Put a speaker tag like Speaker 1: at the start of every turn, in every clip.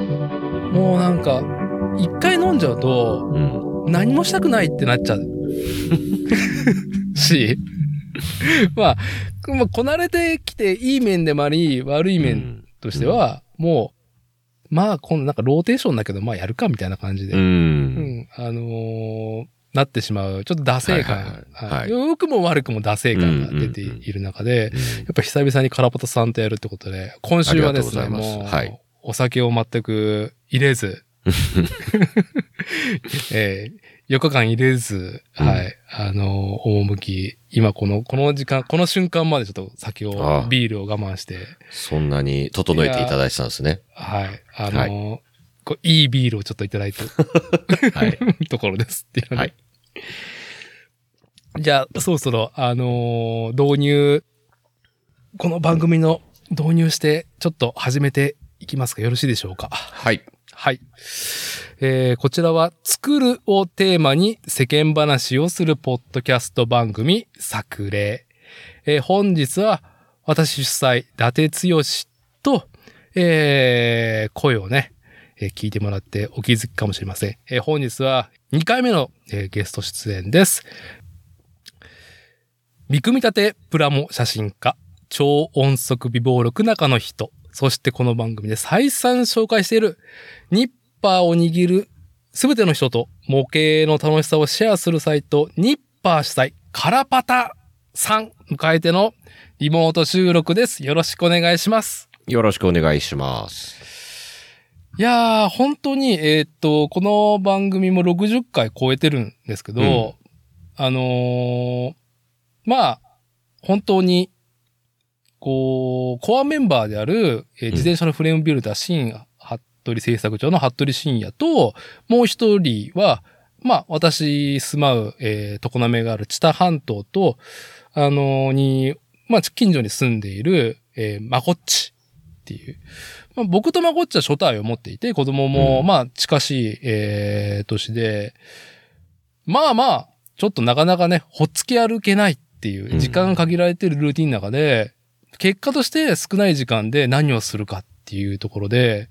Speaker 1: もうなんか、一回飲んじゃうと、
Speaker 2: うん。
Speaker 1: 何もしたくないってなっちゃう。 し、まあ、まあこなれてきていい面でもあり、悪い面としては、もう、まあ、このなんかローテーションだけど、まあやるかみたいな感じで、
Speaker 2: う。
Speaker 1: うんん、あのーなってしまう、ちょっと惰性感。
Speaker 2: はいはいはいはい
Speaker 1: はい良くも悪くも惰性感が出ている中で、やっぱ久々にカラパタさんとやるってことで、今週はですね、
Speaker 2: ありがとうござ
Speaker 1: も
Speaker 2: い
Speaker 1: う、
Speaker 2: ますはい
Speaker 1: お酒を全く入れ ず、えー、4日間入れず、
Speaker 2: うん
Speaker 1: はい、あのー、赴き、今この、この時間、この瞬間までちょっと酒を
Speaker 2: ああ、
Speaker 1: ビールを我慢して、
Speaker 2: そんなに整えていただいてたんですね。
Speaker 1: はい、あのーこういいビールをちょっといただいて
Speaker 2: は い。
Speaker 1: ところですっていうね
Speaker 2: はい
Speaker 1: じゃあ、そろそろ、あのー導入、この番組の導入して、ちょっと始めていきますかよろしいでしょうか
Speaker 2: はい。
Speaker 1: はい。えーこちらは、作るをテーマに世間話をするポッドキャスト番組、作例。えー本日は、私主催、伊達剛と、えー声をね、えー聞いてもらってお気づきかもしれません。えー本日は2回目の、えーゲスト出演です。見組み立てプラモ写真家、超音速微暴力中の人、そしてこの番組で再三紹介している、ニッパーを握るすべての人と模型の楽しさをシェアするサイト、ニッパー主催、カラパタさん迎えてのリモート収録です。よろしくお願いします。
Speaker 2: よろしくお願いします。
Speaker 1: いやー、本当に、えーっと、この番組も60回超えてるんですけど、
Speaker 2: うん
Speaker 1: あのーまあ、本当に、こう、コアメンバーである、えー
Speaker 2: ん
Speaker 1: 自転車のフレームビルダー、新服部製作長の服部信也と、もう一人は、まあ、私住まう、えー、常滑がある知多半島と、あのーに、まあ、近所に住んでいる、えー、まこっちっていう。まあ、僕とまこっちは初対を持っていて、子供も、
Speaker 2: うん
Speaker 1: まあ、近しい、えー、年で、まあまあ、ちょっとなかなかね、ほっつき歩けないっていうう、
Speaker 2: ん
Speaker 1: 時間が限られてるルーティンの中で、結果として少ない時間で何をするかっていうところで、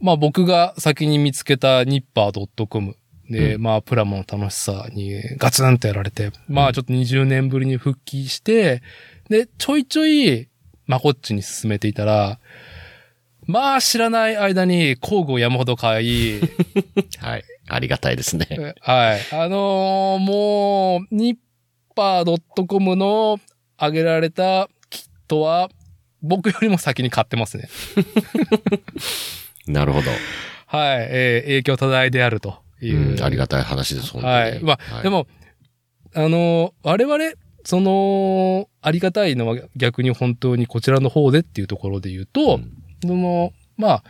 Speaker 1: まあ僕が先に見つけたニッパー .com で、
Speaker 2: う
Speaker 1: まあプラモの楽しさにガツンとやられて、まあちょっと20年ぶりに復帰して、で、ちょいちょい、まあこっちに進めていたら、まあ知らない間に工具を山ほど買い、
Speaker 2: はい。ありがたいですね。
Speaker 1: はい。あのーもう、ニッパー .com の上げられたキットは、僕よりも先に買ってますね。
Speaker 2: なるほど。
Speaker 1: はい。えー影響多大であるという。
Speaker 2: うんありがたい話です、本当に。
Speaker 1: はい。まあ、で、も、あのー我々、その、ありがたいのは逆に本当にこちらの方でっていうところで言うと、
Speaker 2: うん
Speaker 1: その、まあ、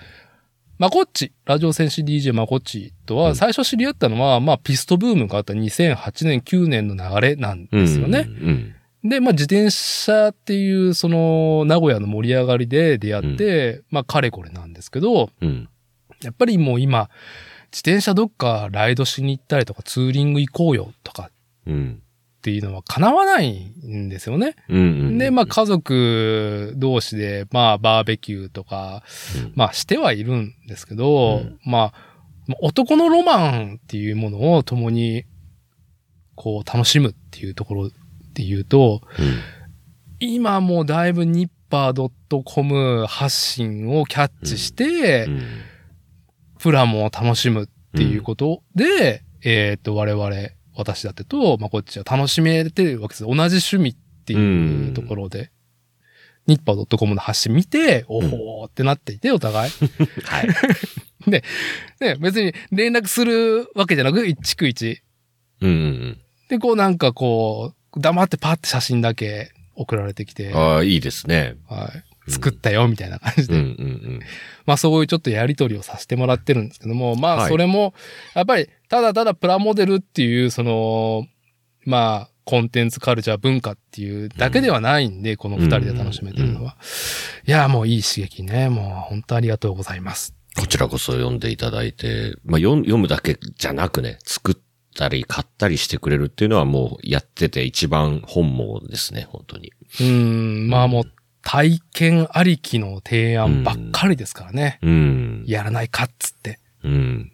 Speaker 1: まこっち、ラジオ戦士 DJ まこっちと
Speaker 2: う
Speaker 1: は、
Speaker 2: ん
Speaker 1: 最初知り合ったのは、まあ、ピストブームがあった2008年、9年の流れなんですよね。
Speaker 2: うん。
Speaker 1: で、まあ、自転車っていう、その、名古屋の盛り上がりで出会って、まあ、かれこれなんですけど、
Speaker 2: うん。うん。
Speaker 1: やっぱりもう今、自転車どっかライドしに行ったりとか、ツーリング行こうよとか
Speaker 2: うん。
Speaker 1: っていうのは叶わないんですよね。
Speaker 2: うんうん。
Speaker 1: で、まあ、家族同士で、まあ、バーベキューとか、
Speaker 2: うん
Speaker 1: まあ、してはいるんですけど、
Speaker 2: うん
Speaker 1: まあ、男のロマンっていうものを共に、こう、楽しむっていうところで言うと、
Speaker 2: うん
Speaker 1: 今もうだいぶニッパー .com 発信をキャッチして、
Speaker 2: うん
Speaker 1: プラモを楽しむっていうことで、えーっと、我々、私だってと、まあ、こっちは楽しめてるわけです。同じ趣味っていうところで、ニッパー .com の発信見て、おほーってなっていて、お互い。
Speaker 2: はい。
Speaker 1: ね、別に連絡するわけじゃなく、一区一。
Speaker 2: うんうん
Speaker 1: で、こうなんかこう、黙ってパって写真だけ送られてき
Speaker 2: う
Speaker 1: て、
Speaker 2: ん。
Speaker 1: は
Speaker 2: ああ、いいですね。
Speaker 1: い、作ったよ、みたいな感じ
Speaker 2: うん
Speaker 1: で。
Speaker 2: うん
Speaker 1: まあそういうちょっとやりとりをさせてもらってるんですけども、ま
Speaker 2: は
Speaker 1: あ
Speaker 2: い
Speaker 1: それも、やっぱりただただプラモデルっていう、その、まあコンテンツカルチャー文化っていうだけではないんで、この二人で楽しめてるのは。いや、もういい刺激ね。もう本当ありがとうございます。
Speaker 2: うん。こちらこそ読んでいただいて、まあ読ん読むだけじゃなくね、作ったり買ったりしてくれるっていうのはもうやってて一番本望ですね、本当に。
Speaker 1: うーん、まあもう、体験ありきの提案ばっかりですからね。
Speaker 2: うん。
Speaker 1: やらないかっつって。
Speaker 2: うん。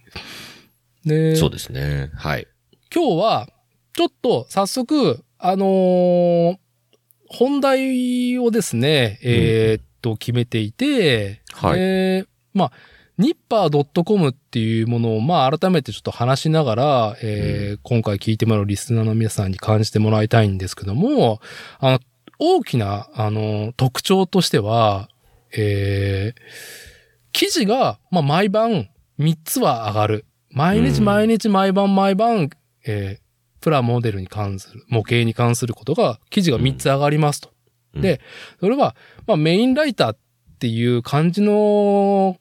Speaker 1: で、
Speaker 2: そうですね。はい。
Speaker 1: 今日は、ちょっと早速、あのー本題をですね、えーっと、決めていて、
Speaker 2: はい
Speaker 1: えーまあ、ニッパー .com っていうものを、まあ、改めてちょっと話しながら、えー今回聞いてもらうリスナーの皆さんに感じてもらいたいんですけども、あの、大きな、あの、特徴としては、えー記事が、まあ、毎晩3つは上がる。毎日
Speaker 2: うん
Speaker 1: 毎日毎晩毎晩、えープラモデルに関する、模型に関することが、記事が3つ上がりますと。
Speaker 2: うん
Speaker 1: で、それは、まあ、メインライターっていう感じの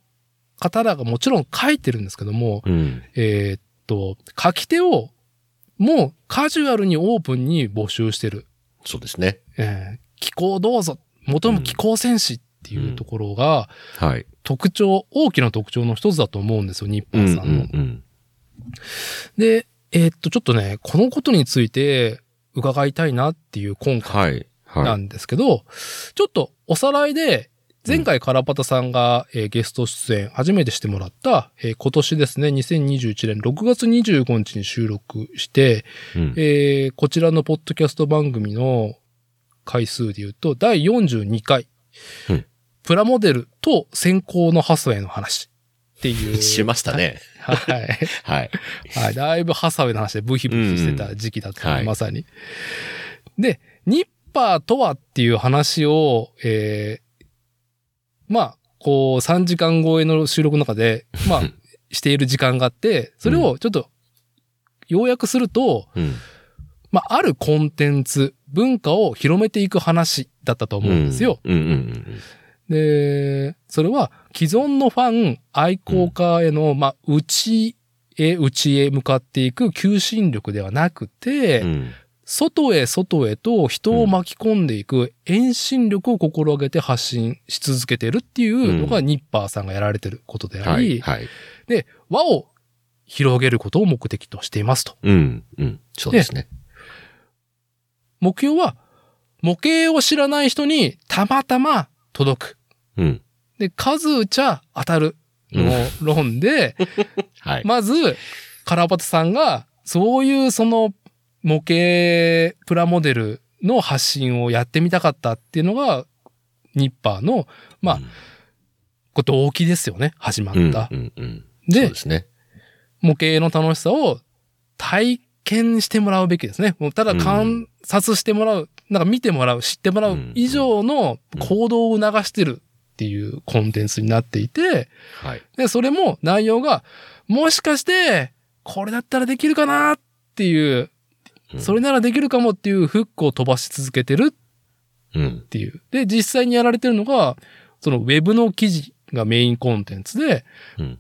Speaker 1: 方らがもちろん書いてるんですけども、
Speaker 2: うん。
Speaker 1: えーっと、書き手をもうカジュアルにオープンに募集してる。
Speaker 2: そうですね。
Speaker 1: えー、気候どうぞ、求む気候戦士っていうところが
Speaker 2: はい。
Speaker 1: 特徴、大きな特徴の一つだと思うんですよ、日本さんの。
Speaker 2: うん。
Speaker 1: で、えーっと、ちょっとね、このことについて伺いたいなっていう今回
Speaker 2: はい。
Speaker 1: な
Speaker 2: は
Speaker 1: んですけど、ちょっとおさらいで、前回カラパタさんが、えーゲスト出演初めてしてもらった、えー今年ですね、2021年6月25日に収録して、
Speaker 2: い。うん
Speaker 1: えーこちらのポッドキャスト番組の回数で言うと、第42回、
Speaker 2: うん
Speaker 1: プラモデルと先行の発想への話っていう。
Speaker 2: しました。ね。
Speaker 1: はい。
Speaker 2: はい。
Speaker 1: はい。だいぶハサウェイの話でブヒブヒしてた時期だった、
Speaker 2: うんはい
Speaker 1: まさに。で、ニッパーとはっていう話を、えーまあ、こう、3時間超えの収録の中で、ま あ、している時間があって、それをちょっと、要約すると、
Speaker 2: うん。
Speaker 1: まあ、あるコンテンツ、文化を広めていく話だったと思うんですよ。
Speaker 2: うんうんうん
Speaker 1: で、それは既存のファン、愛好家への、まあ、内へ、内へ向かっていく求心力ではなくて、
Speaker 2: うん。うん
Speaker 1: 外へ外へと人を巻き込んでいく遠心力を心がけて発信し続けてるっていうのが
Speaker 2: うん
Speaker 1: ニッパーさんがやられてることであ
Speaker 2: はい。
Speaker 1: り、
Speaker 2: はい。
Speaker 1: 輪を広げることを目的としていますと。
Speaker 2: うん。うん。そうですね。
Speaker 1: 目標は、模型を知らない人にたまたま届く。
Speaker 2: うん。
Speaker 1: で、数打ちゃ当たるの論で、
Speaker 2: はい。
Speaker 1: まず、カラバタさんが、そういうその模型プラモデルの発信をやってみたかったっていうのが、ニッパーの、まあ
Speaker 2: うん、
Speaker 1: こう動機ですよね、始まっ
Speaker 2: うん
Speaker 1: た。
Speaker 2: うんうん。そう
Speaker 1: で
Speaker 2: で、すね。
Speaker 1: 模型の楽しさを体験してもらうべきですね。もうただ
Speaker 2: う
Speaker 1: 観察してもらう、なんか見てもらう、知ってもらう以上の行動を促してるっていうコンテンツになっていて、
Speaker 2: はい。
Speaker 1: で、それも内容が、もしかして、これだったらできるかなっていう、
Speaker 2: うん
Speaker 1: それならできるかもっていうフックを飛ばし続けてるっ
Speaker 2: うん。
Speaker 1: ていう。で、実際にやられてるのが、そのウェブの記事がメインコンテンツで、
Speaker 2: うん。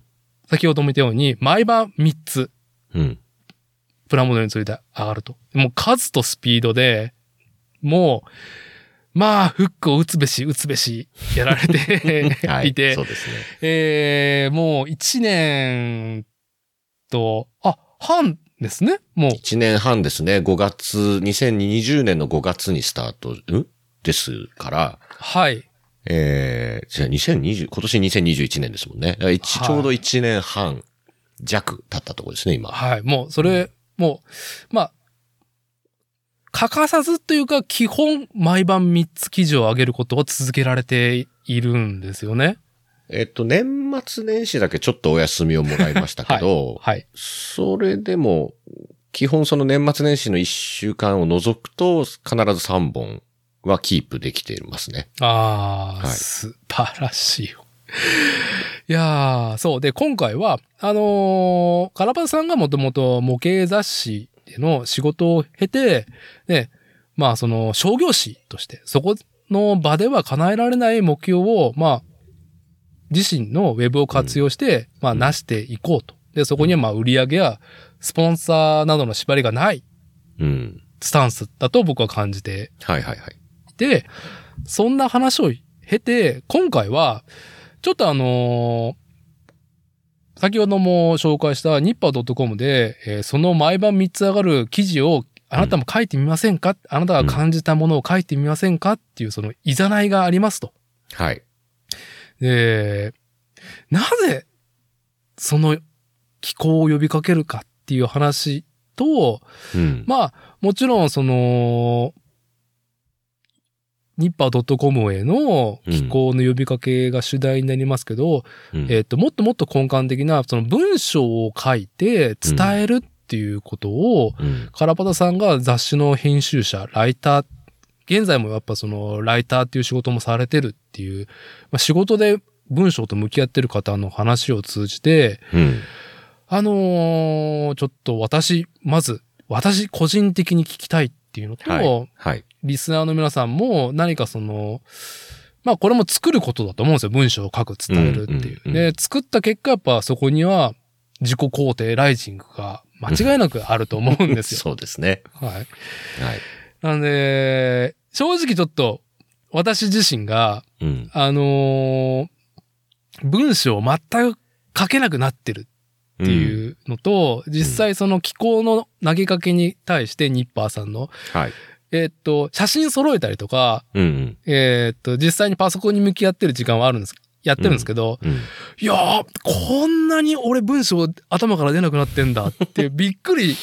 Speaker 1: 先ほども言ったように、毎晩3つ、
Speaker 2: うん。
Speaker 1: プラモデルについて上がると。もう数とスピードで、もう、まあ、フックを打つべし、打つべし、やられて
Speaker 2: はい。
Speaker 1: いて
Speaker 2: そ、うですね。
Speaker 1: えー、もう一年と、あ、半ですね。もう、
Speaker 2: 1年半ですね。5月、2020年の5月にスタート、んですから、
Speaker 1: はい。
Speaker 2: えー、じゃあ2020、今年2021年ですもんね。だから一
Speaker 1: はい
Speaker 2: ちょうど1年半弱経ったところですね、今。
Speaker 1: はい。もう、それ、もう、まあ、欠かさずというか、基本、毎晩3つ記事を上げることを続けられているんですよね。
Speaker 2: えっと、年末年始だけちょっとお休みをもらいましたけど、
Speaker 1: はい。
Speaker 2: それでも、基本その年末年始の1週間を除くと、必ず3本はキープできていますね。
Speaker 1: ああ、
Speaker 2: はい
Speaker 1: 素晴らしいよ。 いやー、そう。で、今回は、あのーカラパタさんがもともと模型雑誌での仕事を経て、ね、まあ、その、商業誌として、そこの場では叶えられない目標を、まあ、自身のウェブを活用して、まあ、なしていこうと。で、そこには、まあ、売り上げや、スポンサーなどの縛りがない
Speaker 2: うん。
Speaker 1: スタンスだと僕は感じて
Speaker 2: はいはいはい。
Speaker 1: で、そんな話を経て、今回は、ちょっとあのー先ほども紹介したニッパー .com で、えーその毎晩3つ上がる記事をあなたも書いてみませんか、あなたが感じたものを書いてみませんかっていうそのいざないがありますと。
Speaker 2: はい。
Speaker 1: で、なぜその気候を呼びかけるかっていう話と、
Speaker 2: うん。
Speaker 1: まあ、もちろん、その、ニッパー .com への寄稿の呼びかけが主題になりますけど、
Speaker 2: うん
Speaker 1: えっ、と、もっともっと根幹的な、その文章を書いて伝えるっていうことを、
Speaker 2: うん
Speaker 1: カラパタさんが雑誌の編集者、ライター、現在もやっぱその、ライターっていう仕事もされてるっていう、まあ、仕事で文章と向き合ってる方の話を通じて、
Speaker 2: うん。
Speaker 1: あのーちょっと私、まず、私個人的に聞きたいっていうのと、
Speaker 2: はい。はい。
Speaker 1: リスナーの皆さんも何かその、まあこれも作ることだと思うんですよ。文章を書く、伝えるっていう。
Speaker 2: うんうんうん
Speaker 1: で、作った結果、やっぱそこには自己肯定ライジングが間違いなくあると思うんですよ。
Speaker 2: そうですね。
Speaker 1: はい。
Speaker 2: はい。
Speaker 1: なんで、正直ちょっと私自身が、
Speaker 2: うん。
Speaker 1: あのー文章を全く書けなくなってる
Speaker 2: っ
Speaker 1: っていうのと、実際その気候の投げかけに対してニッパーさんの、
Speaker 2: はい。
Speaker 1: えーっと、写真揃えたりとか、
Speaker 2: うん
Speaker 1: えーっと、実際にパソコンに向き合ってる時間はあるんです、やってるんですけど、
Speaker 2: うん。うん。
Speaker 1: いやー、こんなに俺文章頭から出なくなってんだってびっくり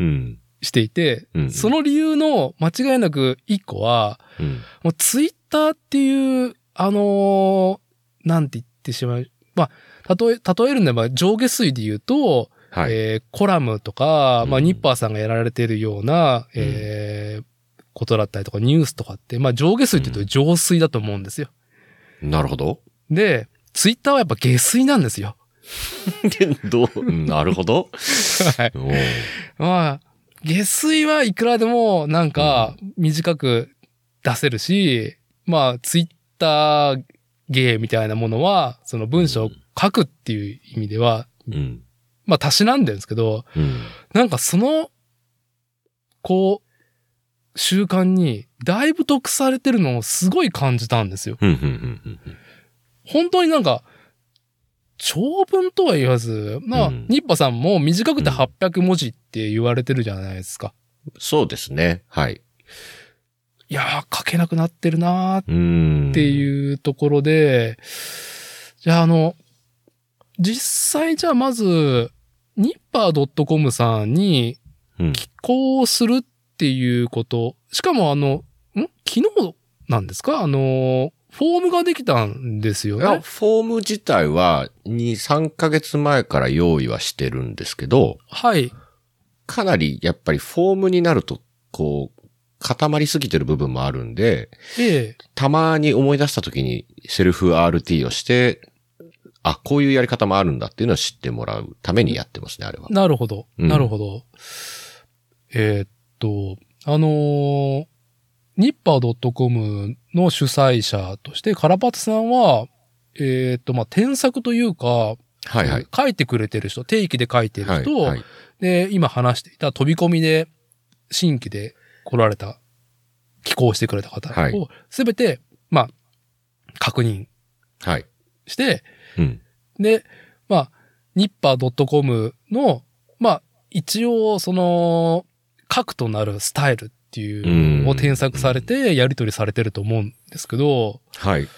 Speaker 2: うん。
Speaker 1: していて、
Speaker 2: うん
Speaker 1: その理由の間違いなく一個は、
Speaker 2: うん。
Speaker 1: もうツイッターっていう、あのーなんて言ってしまう。まあ、例え、例えるならば上下水で言うと、
Speaker 2: はい。
Speaker 1: えーコラムとか、まあ、
Speaker 2: うん
Speaker 1: ニッパーさんがやられてるような、えーことだったりとか、ニュースとかって、まあ、上下水って言うと上水だと思うんですよ。
Speaker 2: なるほど。
Speaker 1: で、ツイッターはやっぱ下水なんですよ。
Speaker 2: で どう、うんなるほ ど。
Speaker 1: はい。
Speaker 2: おー
Speaker 1: まあ、下水はいくらでもなんか短く出せるし、まあ、ツイッター芸みたいなものは、その文章を書くっていう意味では、
Speaker 2: うん。
Speaker 1: まあ、たしなんでるんですけど、
Speaker 2: うん。
Speaker 1: なんかその、こう、習慣に、だいぶ得されてるのをすごい感じたんですよ。
Speaker 2: うん。うん。うん。うん
Speaker 1: 本当になんか、長文とは言わず、まあ、
Speaker 2: うん
Speaker 1: ニッパさんも短くて800文字って言われてるじゃないですか。
Speaker 2: そうですね。はい。
Speaker 1: いやー、書けなくなってるなーっ
Speaker 2: うん。
Speaker 1: て
Speaker 2: う。
Speaker 1: いうところで、じゃああの、実際じゃあまず、ニッパー .com さんに
Speaker 2: うん。
Speaker 1: 寄稿するっていうこと。しかもあの、ん昨日なんですかあの、フォームができたんですよ
Speaker 2: いや
Speaker 1: ね。
Speaker 2: フォーム自体は2、3ヶ月前から用意はしてるんですけど、
Speaker 1: はい。
Speaker 2: かなりやっぱりフォームになると、こう、固まりすぎてる部分もあるんで、
Speaker 1: ええ。
Speaker 2: たまに思い出した時にセルフ RT をして、あ、こういうやり方もあるんだっていうのを知ってもらうためにやってますね、あれは。
Speaker 1: なるほど。
Speaker 2: うん
Speaker 1: なるほど。えーっと、あのー、ニッパー .com の主催者として、カラパツさんは、えーっと、まあ、添削というか、
Speaker 2: はいはい。
Speaker 1: 書いてくれてる人、定期で書いてる
Speaker 2: はい。
Speaker 1: 人、
Speaker 2: はい。
Speaker 1: で、今話していた飛び込みで、新規で来られた、寄稿してくれた方
Speaker 2: はい
Speaker 1: を、すべて、まあ、確認
Speaker 2: はい。
Speaker 1: して、
Speaker 2: うん。
Speaker 1: で、まあ、ニッパー .com の、まあ、一応、その、核となるスタイルっていうのを添削されて、やり取りされてると思うんですけど、
Speaker 2: はい。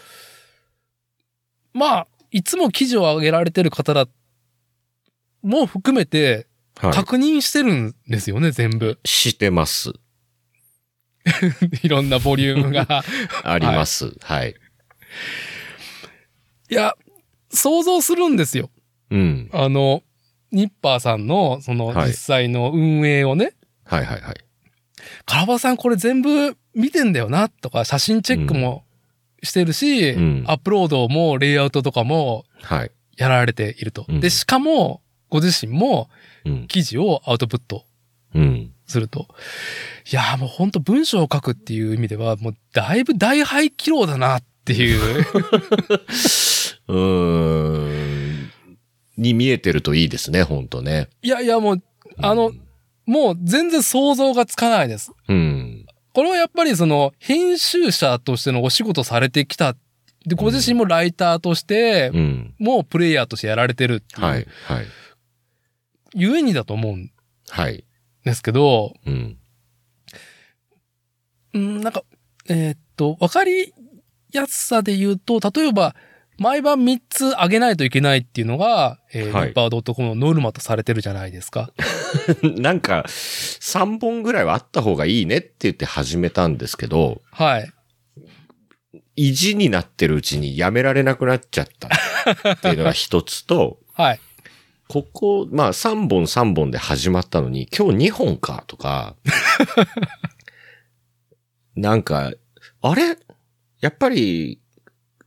Speaker 1: まあ、いつも記事を上げられてる方だ、も含めて、
Speaker 2: は
Speaker 1: 確認してるんですよね、全部。
Speaker 2: い。してます。
Speaker 1: いろんなボリュームが。
Speaker 2: あります。はい。
Speaker 1: いや、想像するんですよ。
Speaker 2: うん。
Speaker 1: あの、ニッパーさんの、その、
Speaker 2: はい
Speaker 1: 実際の運営をね、
Speaker 2: はいはいはい。
Speaker 1: カラバさんこれ全部見てんだよなとか、写真チェックもしてるし、
Speaker 2: うん
Speaker 1: アップロードもレイアウトとかも
Speaker 2: はい。
Speaker 1: やられていると。
Speaker 2: うん
Speaker 1: で、しかも、ご自身も
Speaker 2: うん。
Speaker 1: 記事をアウトプット
Speaker 2: うん。
Speaker 1: すると。いやーもうほんと文章を書くっていう意味では、もうだいぶ大廃棄労だなって いう。
Speaker 2: うーん。に見えてるといいですね、ほんとね。
Speaker 1: いやいやもう、あの、もう全然想像がつかないです。
Speaker 2: うん。
Speaker 1: これはやっぱりその編集者としてのお仕事されてきた。で、ご自身もライターとして
Speaker 2: う、ん。
Speaker 1: もうプレイヤーとしてやられてるっていう、
Speaker 2: はい。はい。
Speaker 1: ゆえにだと思うん
Speaker 2: はい。
Speaker 1: ですけど、
Speaker 2: うん。
Speaker 1: うん、なんか、えーっと、わかりやすさで言うと、例えば、毎晩3つ上げないといけないっていうのが、えー、
Speaker 2: はい
Speaker 1: ニッパー .com のノルマとされてるじゃないです か。
Speaker 2: なんか、3本ぐらいはあった方がいいねって言って始めたんですけど、
Speaker 1: はい。
Speaker 2: 意地になってるうちにやめられなくなっちゃったっていうのが一つと、
Speaker 1: はい。
Speaker 2: ここ、まあ3本3本で始まったのに、今日2本か とか、なんか、あれやっぱり、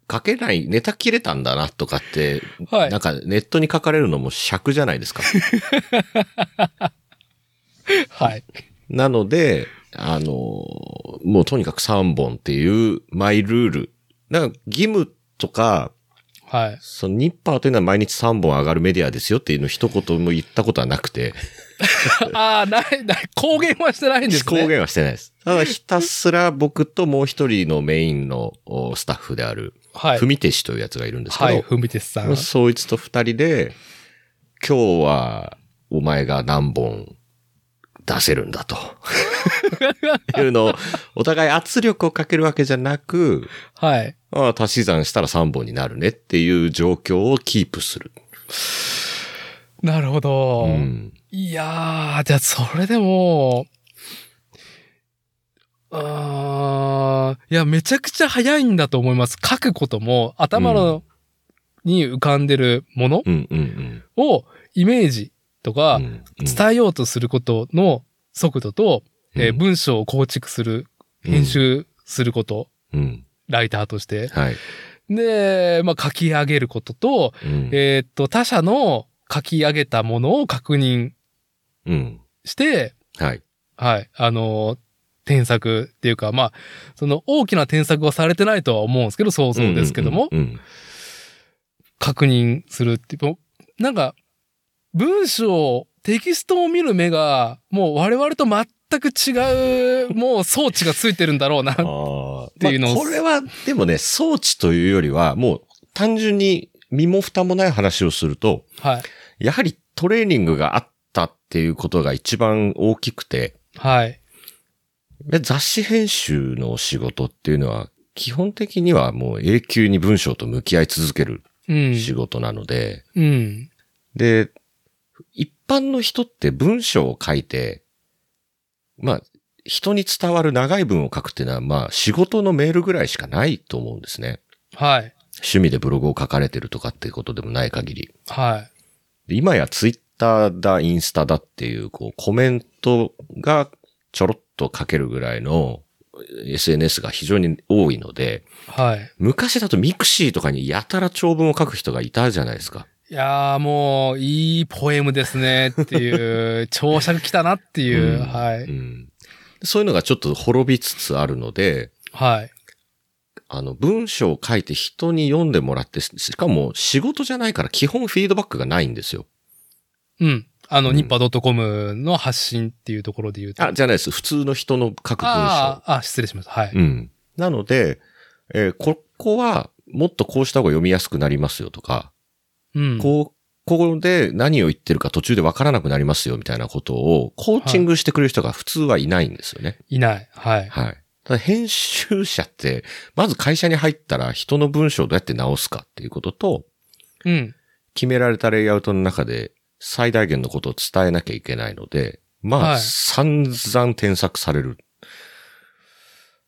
Speaker 2: 書けない、ネタ切れたんだなとかって、
Speaker 1: はい
Speaker 2: なんかネットに書かれるのも尺じゃないで すか。
Speaker 1: はい。
Speaker 2: なので、あの、もうとにかく3本っていうマイルール。なんか義務とか、
Speaker 1: はい。
Speaker 2: そのニッパーというのは毎日3本上がるメディアですよっていうのを一言も言ったことはなくて、
Speaker 1: ああ、ない、ない、公言はしてないんですね。
Speaker 2: 公言はしてないです。ただひたすら僕ともう一人のメインのおスタッフである、
Speaker 1: はい
Speaker 2: ふ。みてしというやつがいるんですけ
Speaker 1: はい、
Speaker 2: ど、
Speaker 1: ふみてつさん。
Speaker 2: そいつと二人で、今日はお前が何本出せるんだと。いうのを、お互い圧力をかけるわけじゃなく、
Speaker 1: はい。
Speaker 2: ああ足し算したら3本になるねっていう状況をキープする。
Speaker 1: なるほど。
Speaker 2: うん
Speaker 1: いやー、じゃあそれでも、あーいや、めちゃくちゃ早いんだと思います。書くことも、頭の、に浮かんでるもの
Speaker 2: うんうんうん。
Speaker 1: をイメージとか
Speaker 2: う、んうん
Speaker 1: 伝えようとすることの速度と、えー
Speaker 2: うん
Speaker 1: 文章を構築する、編集すること、
Speaker 2: うん。
Speaker 1: ライターとして。
Speaker 2: はい。
Speaker 1: で、まあ、書き上げることと、
Speaker 2: うん
Speaker 1: えーっと、他者の書き上げたものを確認
Speaker 2: うん。
Speaker 1: して、
Speaker 2: はい。
Speaker 1: はい、あのー添削っていうか、まあ、その大きな添削はされてないとは思うんですけど、想像ですけども、
Speaker 2: うんうん
Speaker 1: 確認するっていうもう、なんか、文章、テキストを見る目が、もう我々と全く違う、もう装置がついてるんだろうな。
Speaker 2: うん。 ああ。
Speaker 1: ていうのを
Speaker 2: まあこれは、でもね、装置というよりは、もう単純に身も蓋もない話をすると、
Speaker 1: はい。
Speaker 2: やはりトレーニングがあったっていうことが一番大きくて、
Speaker 1: はい。
Speaker 2: で雑誌編集のお仕事っていうのは、基本的にはもう永久に文章と向き合い続ける
Speaker 1: うん。
Speaker 2: 仕事なので、
Speaker 1: うん。
Speaker 2: で、一般の人って文章を書いて、まあ、人に伝わる長い文を書くっていうのは、まあ、仕事のメールぐらいしかないと思うんですね。
Speaker 1: はい。
Speaker 2: 趣味でブログを書かれてるとかっていうことでもない限り。
Speaker 1: はい。
Speaker 2: で今やツイッターだ、インスタだっていう、こう、コメントがちょろっと書けるぐらいの SNS が非常に多いので、
Speaker 1: はい。
Speaker 2: 昔だとミクシーとかにやたら長文を書く人がいたじゃないですか。
Speaker 1: いやーもう、いいポエムですねって いう、長尺来たなっていう、
Speaker 2: うん
Speaker 1: は
Speaker 2: う
Speaker 1: い。
Speaker 2: んそういうのがちょっと滅びつつあるので、
Speaker 1: はい。
Speaker 2: あの、文章を書いて人に読んでもらって、ししかも仕事じゃないから基本フィードバックがないんですよ。
Speaker 1: うん。あの、
Speaker 2: うん
Speaker 1: ニッパー .com の発信っていうところで言うと。
Speaker 2: あ、じゃないです。普通の人の書く文章
Speaker 1: あ。ーあ、失礼しました。はい。
Speaker 2: うん。なので、えーここはもっとこうした方が読みやすくなりますよとか、
Speaker 1: うん。
Speaker 2: こう、ここで何を言ってるか途中でわからなくなりますよみたいなことをコーチングしてくれる人が普通はいないんですよね。
Speaker 1: いない。はい。
Speaker 2: はい。ただ編集者って、まず会社に入ったら人の文章をどうやって直すかっていうことと、
Speaker 1: うん。
Speaker 2: 決められたレイアウトの中で最大限のことを伝えなきゃいけないので、まあ、
Speaker 1: はい
Speaker 2: 散々添削される。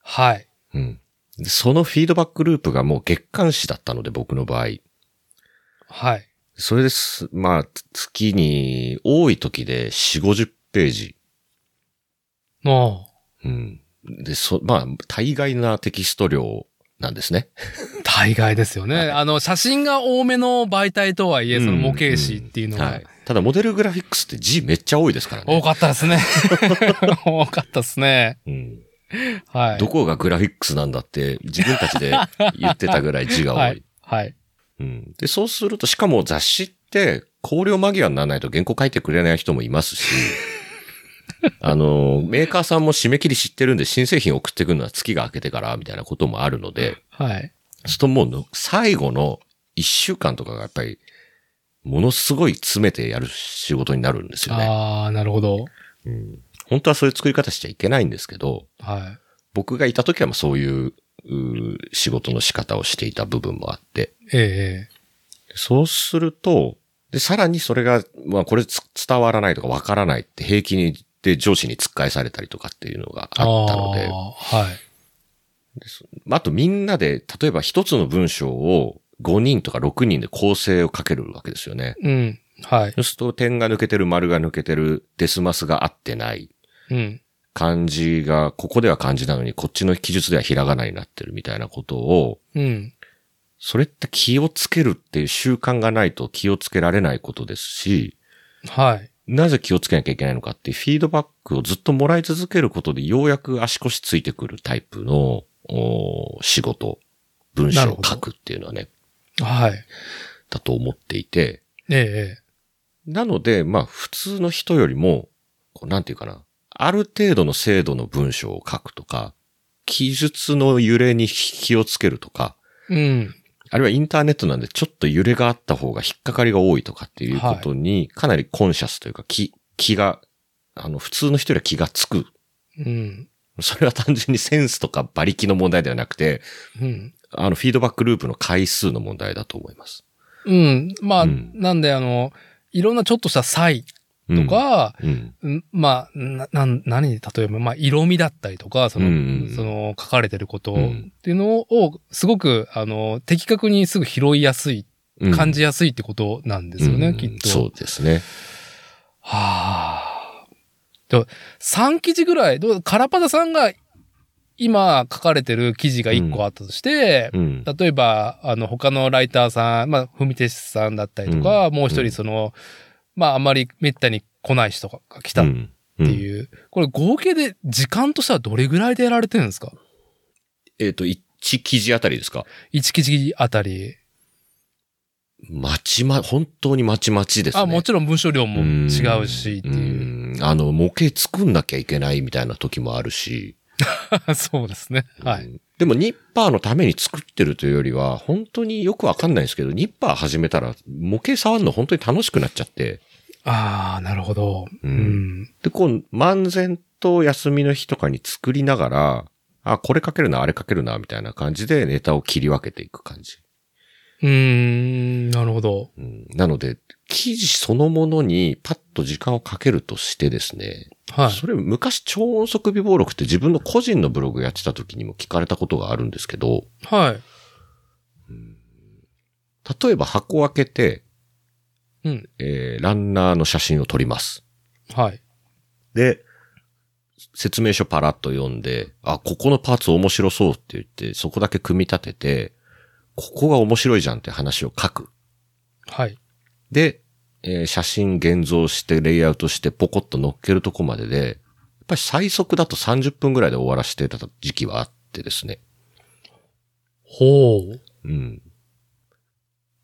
Speaker 1: はい。
Speaker 2: うん。でそのフィードバックループがもう月刊誌だったので、僕の場合。
Speaker 1: はい。
Speaker 2: それです、まあ、月に多い時で4、50ページ。
Speaker 1: も
Speaker 2: うん。で、そ、まあ、大概なテキスト量なんですね。
Speaker 1: う、大概ですよね。あの、写真が多めの媒体とはいえ、その模型紙っていうの
Speaker 2: は
Speaker 1: が
Speaker 2: い。ただ、モデルグラフィックスって字めっちゃ多いですからね。
Speaker 1: 多かったです ね。多かったですね。
Speaker 2: うん
Speaker 1: は
Speaker 2: ど
Speaker 1: い。
Speaker 2: こがグラフィックスなんだって自分たち で言ってたぐらい字が多い。
Speaker 1: はい。はい。
Speaker 2: うん、で、そうすると、しかも雑誌って、考慮間際にならないと原稿書いてくれない人もいます し、あの、メーカーさんも締め切り知ってるんで新製品送ってくるのは月が明けてからみたいなこともあるので、
Speaker 1: はい。
Speaker 2: ちょっともうの最後の1週間とかがやっぱり、ものすごい詰めてやる仕事になるんですよね。
Speaker 1: ああ、なるほど。
Speaker 2: うん本当はそういう作り方しちゃいけないんですけど、
Speaker 1: は
Speaker 2: 僕がいた時はまあそういう、うー仕事の仕方をしていた部分もあって。
Speaker 1: え
Speaker 2: そうすると、で、さらにそれが、まあこれつ伝わらないとかわからないって平気に、で、上司に突っ返されたりとかっていうのが
Speaker 1: え
Speaker 2: あったの
Speaker 1: あ
Speaker 2: で、
Speaker 1: ーはい。
Speaker 2: まああとみんなで、例えば一つの文章を5人とか6人で構成をかけるわけですよね。
Speaker 1: うん。はい。
Speaker 2: そうすると点が抜けてる、丸が抜けてる、デスマスが合ってない、
Speaker 1: うん。
Speaker 2: 漢字が、ここでは漢字なのに、こっちの記述ではひらがなになってるみたいなことを、
Speaker 1: うん。
Speaker 2: それって気をつけるっていう習慣がないと気をつけられないことですし、
Speaker 1: はい。
Speaker 2: なぜ気をつけなきゃいけないのかっていうフィードバックをずっともらい続けることでようやく足腰ついてくるタイプのおー仕事、文
Speaker 1: なる
Speaker 2: 章
Speaker 1: ほ
Speaker 2: を
Speaker 1: ど
Speaker 2: 書くっていうのはね、
Speaker 1: はい。
Speaker 2: だと思っていて、
Speaker 1: ええ
Speaker 2: なので、まあ普通の人よりも、こうなんていうかな、ある程度の精度の文章を書くとか、記述の揺れに気をつけるとか、
Speaker 1: うん。
Speaker 2: あるいはインターネットなんでちょっと揺れがあった方が引っかかりが多いとかっていうことに、かなりコンシャスというか気、気が、あの、普通の人よりは気がつく。
Speaker 1: うん。
Speaker 2: それは単純にセンスとか馬力の問題ではなくて、
Speaker 1: うん。
Speaker 2: あの、フィードバックループの回数の問題だと思います。
Speaker 1: うん。まあ、
Speaker 2: うん
Speaker 1: なんで、あの、いろんなちょっとした際
Speaker 2: うん
Speaker 1: と、か、
Speaker 2: うん。
Speaker 1: んまあ、な、なん何で例えば、まあ、色味だったりとか、その、
Speaker 2: うん
Speaker 1: その、書かれてること
Speaker 2: うん
Speaker 1: っていうのを、すごく、あの、的確にすぐ拾いやすい、
Speaker 2: うん
Speaker 1: 感じやすいってことなんですよね、
Speaker 2: うん
Speaker 1: きっと。
Speaker 2: そうですね。
Speaker 1: はあ。で3記事ぐらい、どう、カラパタさんが今書かれてる記事が1個あったとして、
Speaker 2: うん。
Speaker 1: 例えば、あの、他のライターさん、まあ、ふみてしさんだったりとか、
Speaker 2: うん
Speaker 1: もう一人その、まあ、あまりめったに来ない人が来たっ
Speaker 2: うん
Speaker 1: ていう、これ合計で時間としてはどれぐらいでやられてるんですか
Speaker 2: えっ、と、1記事あたりですか
Speaker 1: ?1 記事あたり。
Speaker 2: まちま、本当にまちまちですね。
Speaker 1: あ、もちろん文章量も
Speaker 2: うん
Speaker 1: 違うしっていう。
Speaker 2: うんあの、模型作んなきゃいけないみたいな時もあるし。
Speaker 1: そうですね。は
Speaker 2: う
Speaker 1: い。
Speaker 2: んでも、ニッパーのために作ってるというよりは、本当によくわかんないんですけど、ニッパー始めたら、模型触るの本当に楽しくなっちゃって。
Speaker 1: ああ、なるほど。
Speaker 2: うん
Speaker 1: うん。
Speaker 2: で、こう、漫然と休みの日とかに作りながら、あ、これかけるな、あれかけるな、みたいな感じでネタを切り分けていく感じ。
Speaker 1: うーん、なるほど。
Speaker 2: うんなので、記事そのものにパッと時間をかけるとしてですね、
Speaker 1: はい。
Speaker 2: それ昔超音速微暴録って自分の個人のブログやってた時にも聞かれたことがあるんですけど、
Speaker 1: はい。
Speaker 2: 例えば箱を開けて、
Speaker 1: うん。
Speaker 2: えーランナーの写真を撮ります。
Speaker 1: はい。
Speaker 2: で、説明書パラッと読んで、あ、ここのパーツ面白そうって言って、そこだけ組み立てて、ここが面白いじゃんって話を書く。
Speaker 1: はい。
Speaker 2: で、えー写真現像して、レイアウトして、ポコッと乗っけるとこまでで、やっぱり最速だと30分ぐらいで終わらせてた時期はあってですね。
Speaker 1: ほう。
Speaker 2: うん。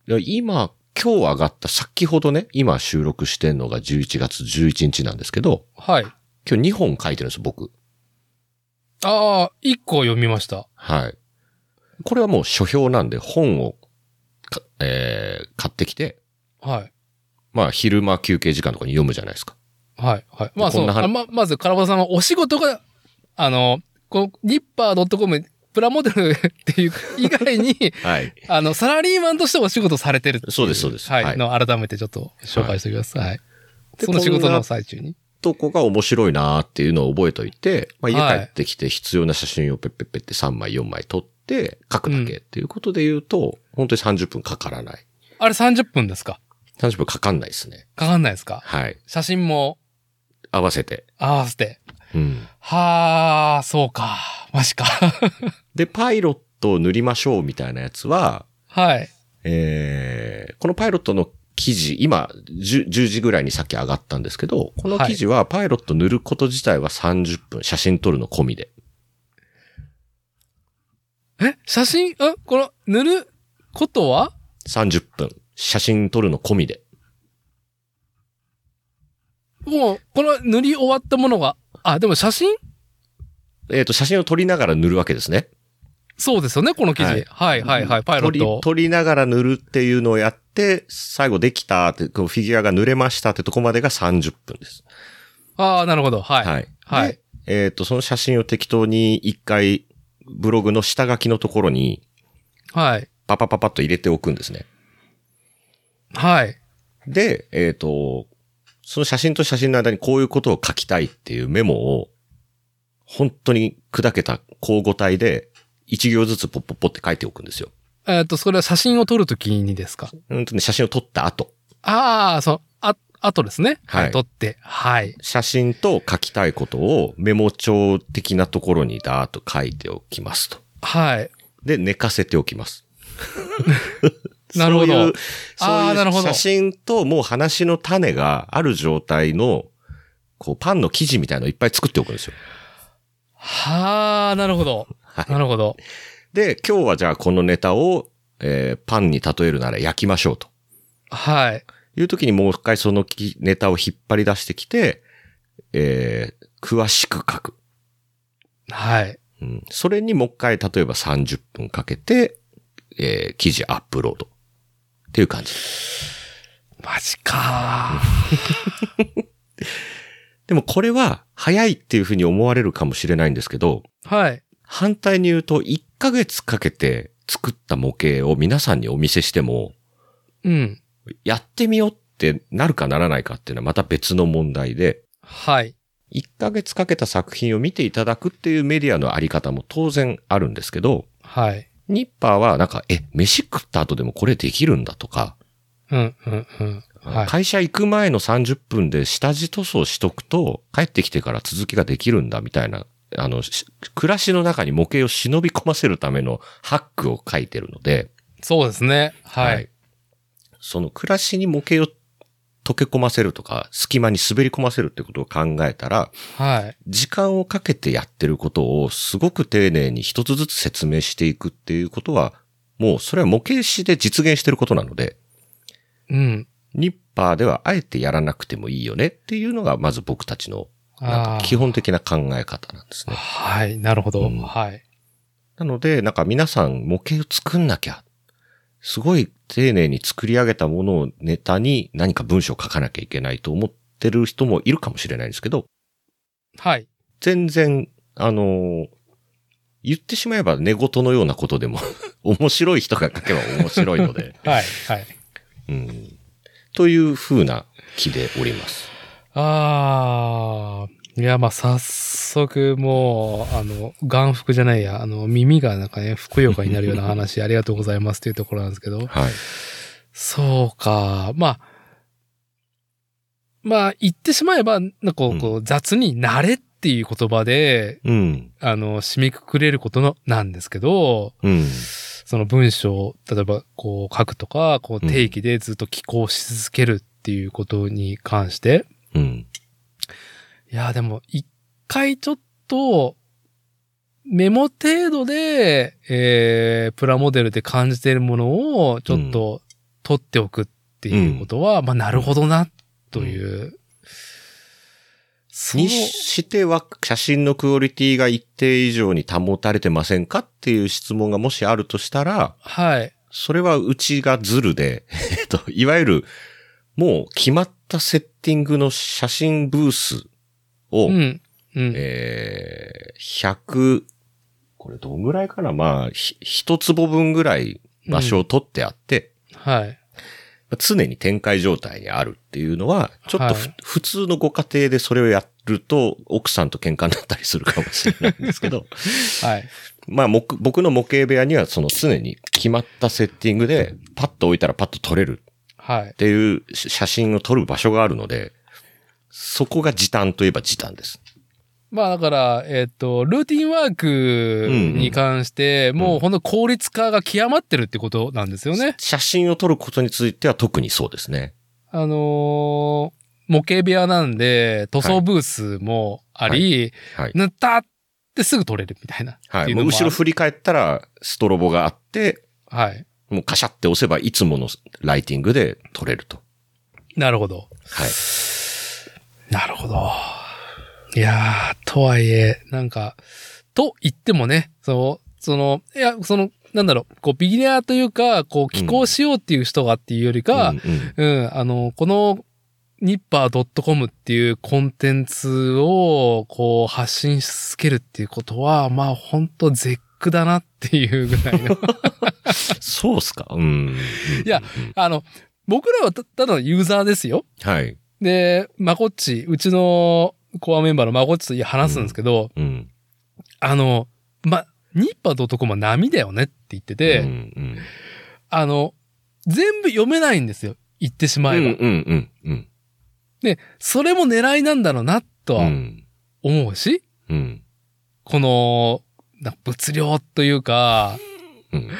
Speaker 2: で今、今日上がった、先ほどね、今収録してんのが11月11日なんですけど、
Speaker 1: はい。
Speaker 2: 今日2本書いてるんです、僕。
Speaker 1: ああ、一個読みました。
Speaker 2: はい。これはもう書評なんで、本をか、えー買ってきて、
Speaker 1: はい。
Speaker 2: まあ、昼間休憩時間とかに読むじゃないですか。
Speaker 1: はい。はい。まあ、
Speaker 2: こ
Speaker 1: そ
Speaker 2: ん
Speaker 1: う。
Speaker 2: な話
Speaker 1: あま、まず、カラバタさんはお仕事が、あの、こう、ニッパー .com、プラモデルっていう以外 に、
Speaker 2: はい。
Speaker 1: あの、サラリーマンとしてお仕事されてるってい
Speaker 2: そうですそうです
Speaker 1: はい。
Speaker 2: はい
Speaker 1: の、改めてちょっと紹介しておきます。はい。
Speaker 2: で
Speaker 1: その仕
Speaker 2: こ
Speaker 1: 事
Speaker 2: んな
Speaker 1: の最中に。
Speaker 2: とこが面白いなーっていうのを覚えといて、まあ、
Speaker 1: はい
Speaker 2: 家帰ってきて必要な写真をペッペッペって3枚4枚撮って書くだけっていうことで言うと、本当に30分かからない。
Speaker 1: あれ30分ですか
Speaker 2: 30分かかんないですね。
Speaker 1: かかんないですか
Speaker 2: はい。
Speaker 1: 写真も
Speaker 2: 合わせて。
Speaker 1: 合わせて。
Speaker 2: うん。
Speaker 1: はあ、そうか。マジか。
Speaker 2: で、パイロットを塗りましょうみたいなやつは、
Speaker 1: はい。
Speaker 2: えー、このパイロットの記事、今10、10時ぐらいにさっき上がったんですけど、この記事はパイロット塗ること自体は30分、写真撮るの込みで。
Speaker 1: え、写真、んこの、塗ることは
Speaker 2: 30分、写真撮るの込みで。
Speaker 1: もう、この塗り終わったものが、あ、でも写真
Speaker 2: えっ、と、写真を撮りながら塗るわけですね。
Speaker 1: そうですよね、この記事。はい、はい、はい、パイロット。
Speaker 2: 取りながら塗るっていうのをやって、最後できたって、こうフィギュアが塗れましたってとこまでが30分です。
Speaker 1: ああ、なるほど、はい。
Speaker 2: はい。
Speaker 1: はい
Speaker 2: でえっ、と、その写真を適当に一回、ブログの下書きのところに、
Speaker 1: はい。
Speaker 2: パパパパッと入れておくんですね。
Speaker 1: はい。
Speaker 2: で、えっ、と、その写真と写真の間にこういうことを書きたいっていうメモを、本当に砕けた交互体で、一行ずつポッポッポって書いておくんですよ。
Speaker 1: えっ、と、それは写真を撮るときにですか
Speaker 2: うんとね、写真を撮った後。
Speaker 1: ああ、その、あ、あとですね。
Speaker 2: はい
Speaker 1: 撮って、はい。
Speaker 2: 写真と書きたいことをメモ帳的なところにダーッと書いておきますと。
Speaker 1: はい。
Speaker 2: で、寝かせておきます。
Speaker 1: なるほど
Speaker 2: そういう、
Speaker 1: あー
Speaker 2: そう
Speaker 1: なる
Speaker 2: い
Speaker 1: ほ
Speaker 2: う
Speaker 1: ど
Speaker 2: 写真ともう話の種がある状態の、こう、パンの生地みたいのをいっぱい作っておくんですよ。
Speaker 1: はあ、なるほど。
Speaker 2: はい
Speaker 1: なるほど。
Speaker 2: で、今日はじゃあこのネタを、えーパンに例えるなら焼きましょうと
Speaker 1: はい。
Speaker 2: いう時にもう一回そのきネタを引っ張り出してきて、えー詳しく書く。
Speaker 1: はい。
Speaker 2: うんそれにもう一回、例えば30分かけて、えー記事アップロード。っていう感じ。
Speaker 1: マジか
Speaker 2: でもこれは、早いっていうふうに思われるかもしれないんですけど、
Speaker 1: ー。はい。
Speaker 2: 反対に言うと、1ヶ月かけて作った模型を皆さんにお見せしても、
Speaker 1: うん。
Speaker 2: やってみようってなるかならないかっていうのはまた別の問題で、
Speaker 1: はい。
Speaker 2: 1ヶ月かけた作品を見ていただくっていうメディアのあり方も当然あるんですけど、
Speaker 1: はい。
Speaker 2: ニッパーはなんか、え、飯食った後でもこれできるんだとか、
Speaker 1: うん、うん、うん。はい。
Speaker 2: 会社行く前の30分で下地塗装しとくと、帰ってきてから続きができるんだみたいな、あの、し暮らしの中に模型を忍び込ませるためのハックを書いてるので、
Speaker 1: そうですね。はい。
Speaker 2: その暮らしに模型を溶け込ませるとか、隙間に滑り込ませるってことを考えたら、
Speaker 1: はい。
Speaker 2: 時間をかけてやってることをすごく丁寧に一つずつ説明していくっていうことは、もうそれは模型師で実現してることなので、
Speaker 1: うん。
Speaker 2: ニッパーではあえてやらなくてもいいよねっていうのが、まず僕たちのなん
Speaker 1: あ
Speaker 2: か
Speaker 1: ー
Speaker 2: 基本的な考え方なんですね。
Speaker 1: はい。なるほど。
Speaker 2: うん
Speaker 1: はい。
Speaker 2: なので、なんか皆さん模型を作んなきゃ。すごい丁寧に作り上げたものをネタに何か文章を書かなきゃいけないと思ってる人もいるかもしれないですけど、
Speaker 1: はい。
Speaker 2: 全然、あのー言ってしまえば寝言のようなことでも 面白い人が書けば面白いので、
Speaker 1: はい。はい。
Speaker 2: うん、という風な気でおります。
Speaker 1: ああ、いや、まあ、早速、もう、あの、眼福じゃないや、あの、耳がなんかね、ふくよかになるような話、ありがとうございますっていうところなんですけど、
Speaker 2: はい。
Speaker 1: そうか、まあ、まあ、言ってしまえば、なんかこう、こう雑になれっていう言葉で、
Speaker 2: うん。
Speaker 1: あの、締めくくれることの、なんですけど、
Speaker 2: うん。
Speaker 1: その文章を、例えば、こう、書くとか、こう、
Speaker 2: うん
Speaker 1: 定期でずっと寄稿し続けるっていうことに関して、
Speaker 2: うん。
Speaker 1: いや、でも、一回ちょっと、メモ程度で、えー、プラモデルで感じているものを、ちょっと、取っておくっていうことは、まあ、なるほどな、という。そう
Speaker 2: にしては、写真のクオリティが一定以上に保たれてませんかっていう質問がもしあるとしたら、
Speaker 1: はい。
Speaker 2: それはうちがズルで、えっと、いわゆる、もう決まったセッティングの写真ブースを、
Speaker 1: うん。うん。
Speaker 2: えー、100、これどんぐらいかなまあ、ひ一坪分ぐらい場所を取ってあって、
Speaker 1: はい。
Speaker 2: 常に展開状態にあるっていうのは、ちょっとふ、
Speaker 1: はい
Speaker 2: 普通のご家庭でそれをやると、奥さんと喧嘩になったりするかもしれないんですけど、
Speaker 1: はい。
Speaker 2: まあ、僕僕の模型部屋にはその常に決まったセッティングで、パッと置いたらパッと撮れる
Speaker 1: はい
Speaker 2: っ。ていうし写真を撮る場所があるので、そこが時短といえば時短です。
Speaker 1: まあ、だから、えっ、と、ルーティンワークに関して、
Speaker 2: ん
Speaker 1: もうほんと効率化が極まってるってことなんですよね。
Speaker 2: 写真を撮ることについては特にそうですね。
Speaker 1: あのー模型部屋なんで、塗装ブースもあり、
Speaker 2: はい。
Speaker 1: 塗ったってすぐ取れるみたいな。っ
Speaker 2: は
Speaker 1: てい
Speaker 2: い。
Speaker 1: うの
Speaker 2: も
Speaker 1: も
Speaker 2: う
Speaker 1: あ
Speaker 2: 後ろ振り返ったら、ストロボがあって、
Speaker 1: はい。
Speaker 2: もうカシャって押せばいつものライティングで撮れると。
Speaker 1: なるほど。
Speaker 2: はい。
Speaker 1: なるほど。いやー、とはいえ、なんか、と言ってもね、その、その、いや、その、なんだろう、こう、ビギナーというか、こう、寄稿しようっていう人がっていうよりか、
Speaker 2: うんうん
Speaker 1: うん、あの、この、ニッパー .com っていうコンテンツをこう発信し続けるっていうことは、まあ本当絶句だなっていうぐらい の。
Speaker 2: そうっすかうん。
Speaker 1: いや
Speaker 2: うん、
Speaker 1: あの、僕らはたただのユーザーですよ。
Speaker 2: はい。
Speaker 1: で、まこっち、うちのコアメンバーのまこっちと話すんですけど、
Speaker 2: うん。
Speaker 1: あの、ま、ニッパー .com は波だよねって言ってて、
Speaker 2: うんうん
Speaker 1: あの、全部読めないんですよ。言ってしまえば。
Speaker 2: うんうんうん
Speaker 1: で、それも狙いなんだろうな、と
Speaker 2: うん。う
Speaker 1: は
Speaker 2: ん。
Speaker 1: 思うし、
Speaker 2: うん。
Speaker 1: この、な物量というか、
Speaker 2: うん。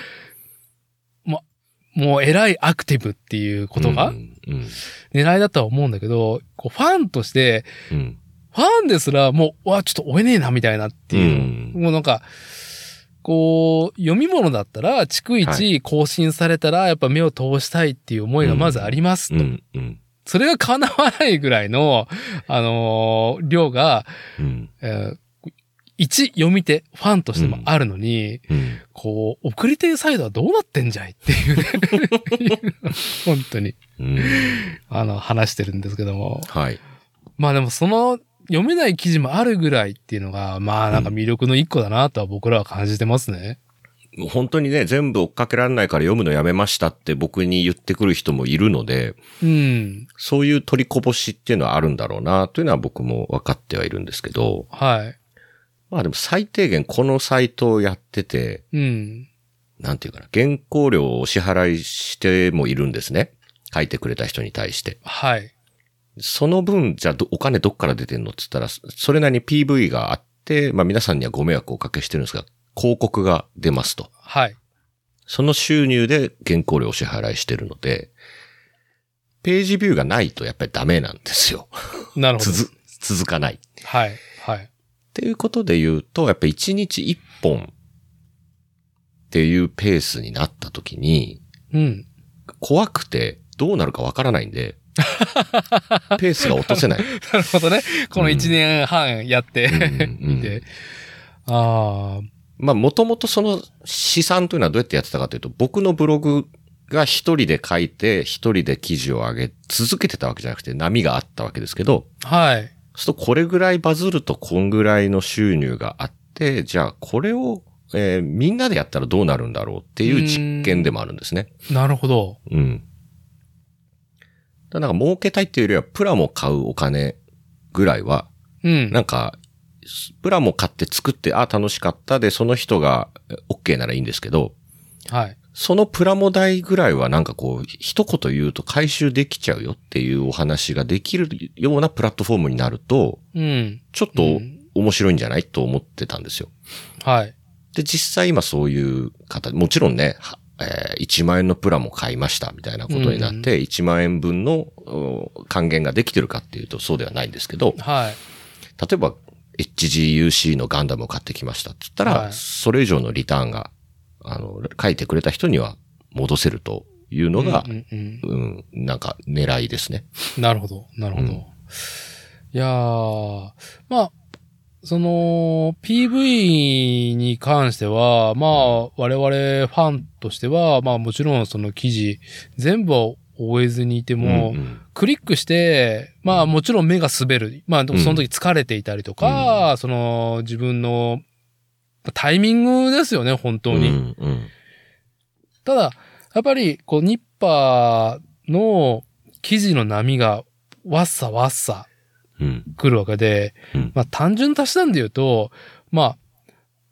Speaker 1: もう偉いアクティブっていうことが
Speaker 2: うんうん
Speaker 1: 狙いだとは思うんだけど、こうファンとして、
Speaker 2: うん。
Speaker 1: ファンですらもう、うわ、ちょっと追えねえな、みたいなっていう。
Speaker 2: うん
Speaker 1: もうなんか、こう、読み物だったら、逐
Speaker 2: は
Speaker 1: 一更新されたら、やっぱ目を通したいっていう思いがまずありますと。
Speaker 2: うんうん
Speaker 1: それが叶わないぐらいの、あのー量が、
Speaker 2: うん
Speaker 1: えー一読み手、ファンとしてもあるのに、
Speaker 2: うん。
Speaker 1: こう、送り手サイドはどうなってんじゃいっていうね。 本当に、
Speaker 2: うん
Speaker 1: あの、話してるんですけども。
Speaker 2: はい。
Speaker 1: まあでもその、読めない記事もあるぐらいっていうのが、まあなんか魅力の一個だなとは僕らは感じてますね。
Speaker 2: もう本当にね、全部追っかけられないから読むのやめましたって僕に言ってくる人もいるので、
Speaker 1: うん。
Speaker 2: そういう取りこぼしっていうのはあるんだろうな、というのは僕も分かってはいるんですけど、
Speaker 1: はい。
Speaker 2: まあでも最低限このサイトをやってて、
Speaker 1: うん。
Speaker 2: なんていうかな、原稿料をお支払いしてもいるんですね。書いてくれた人に対して。
Speaker 1: はい。
Speaker 2: その分、じゃあどお金どっから出てんのって言ったら、それなりに PV があって、まあ皆さんにはご迷惑をおかけしてるんですが、広告が出ますと。
Speaker 1: はい。
Speaker 2: その収入で原稿料をお支払いしてるので、ページビューがないとやっぱりダメなんですよ。
Speaker 1: なるほど。
Speaker 2: 続、続かない。
Speaker 1: はい。はい。
Speaker 2: っていうことで言うと、やっぱ1日1本っていうペースになった時に、
Speaker 1: うん。
Speaker 2: 怖くてどうなるかわからないんで、ペースが落とせない。
Speaker 1: なるほどね。この1年半やって、
Speaker 2: うんうん
Speaker 1: 見て。ああ。
Speaker 2: まあ、もともとその試算というのはどうやってやってたかというと、僕のブログが一人で書いて、一人で記事を上げ続けてたわけじゃなくて波があったわけですけど、
Speaker 1: はい。
Speaker 2: そうするとこれぐらいバズるとこんぐらいの収入があって、じゃあこれを、えーみんなでやったらどうなるんだろうっていう実験でもあるんですね。
Speaker 1: なるほど。
Speaker 2: うん。だからなんか儲けたいっていうよりは、プラも買うお金ぐらいは、
Speaker 1: うん。
Speaker 2: なんか、プラも買って作って、あ、楽しかったで、その人がえ OK ならいいんですけど、
Speaker 1: はい。
Speaker 2: そのプラモ代ぐらいはなんかこう、一言言うと回収できちゃうよっていうお話ができるようなプラットフォームになると、
Speaker 1: うん。
Speaker 2: ちょっ
Speaker 1: う
Speaker 2: と
Speaker 1: ん
Speaker 2: 面白いんじゃないと思ってたんですよ。
Speaker 1: はい。
Speaker 2: で、実際今そういう方、もちろんね、はえー1万円のプラも買いましたみたいなことになって、1万円分のお還元ができてるかっていうとそうではないんですけど、
Speaker 1: はい。
Speaker 2: 例えば HGUC のガンダムを買ってきましたって言ったら、
Speaker 1: はい
Speaker 2: それ以上のリターンが、あの、書いてくれた人には戻せるというのが
Speaker 1: う、んうん
Speaker 2: うん、なんか狙いですね。
Speaker 1: うんなるほど、なるほど。
Speaker 2: うん
Speaker 1: いやー、まあ、その、PV に関しては、まあ、我々ファンとしては、まあもちろんその記事、全部は終えずにいても、
Speaker 2: うんうん
Speaker 1: クリックして、まあもちろん目が滑る。まあでも
Speaker 2: うん
Speaker 1: その時疲れていたりとか、その自分のタイミングですよね、本当に。
Speaker 2: うんうん
Speaker 1: ただ、やっぱり、こう、ニッパーの生地の波が、わっさわっさ
Speaker 2: うん
Speaker 1: 来るわけで、
Speaker 2: うん
Speaker 1: まあ、単純足し算で言うと、ま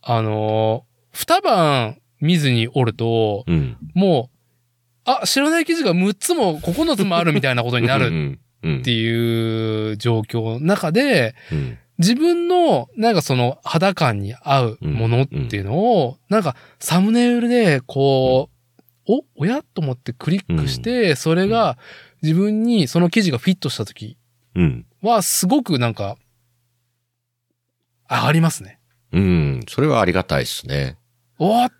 Speaker 1: あ、あのー二晩見ずにおると、
Speaker 2: うん
Speaker 1: もう、あ、知らない記事が6つも9つもあるみたいなことにな
Speaker 2: う
Speaker 1: る
Speaker 2: んうん
Speaker 1: っていう状況の中で、
Speaker 2: うん
Speaker 1: 自分の、なんかその肌感に合うものっていうのを、なんかサムネイルで、こう、お、おやと思ってクリックして、それが自分にその記事がフィットした時
Speaker 2: うん
Speaker 1: は、すごくなんか、上がりますね。
Speaker 2: うん。それはありがたいですね。
Speaker 1: おー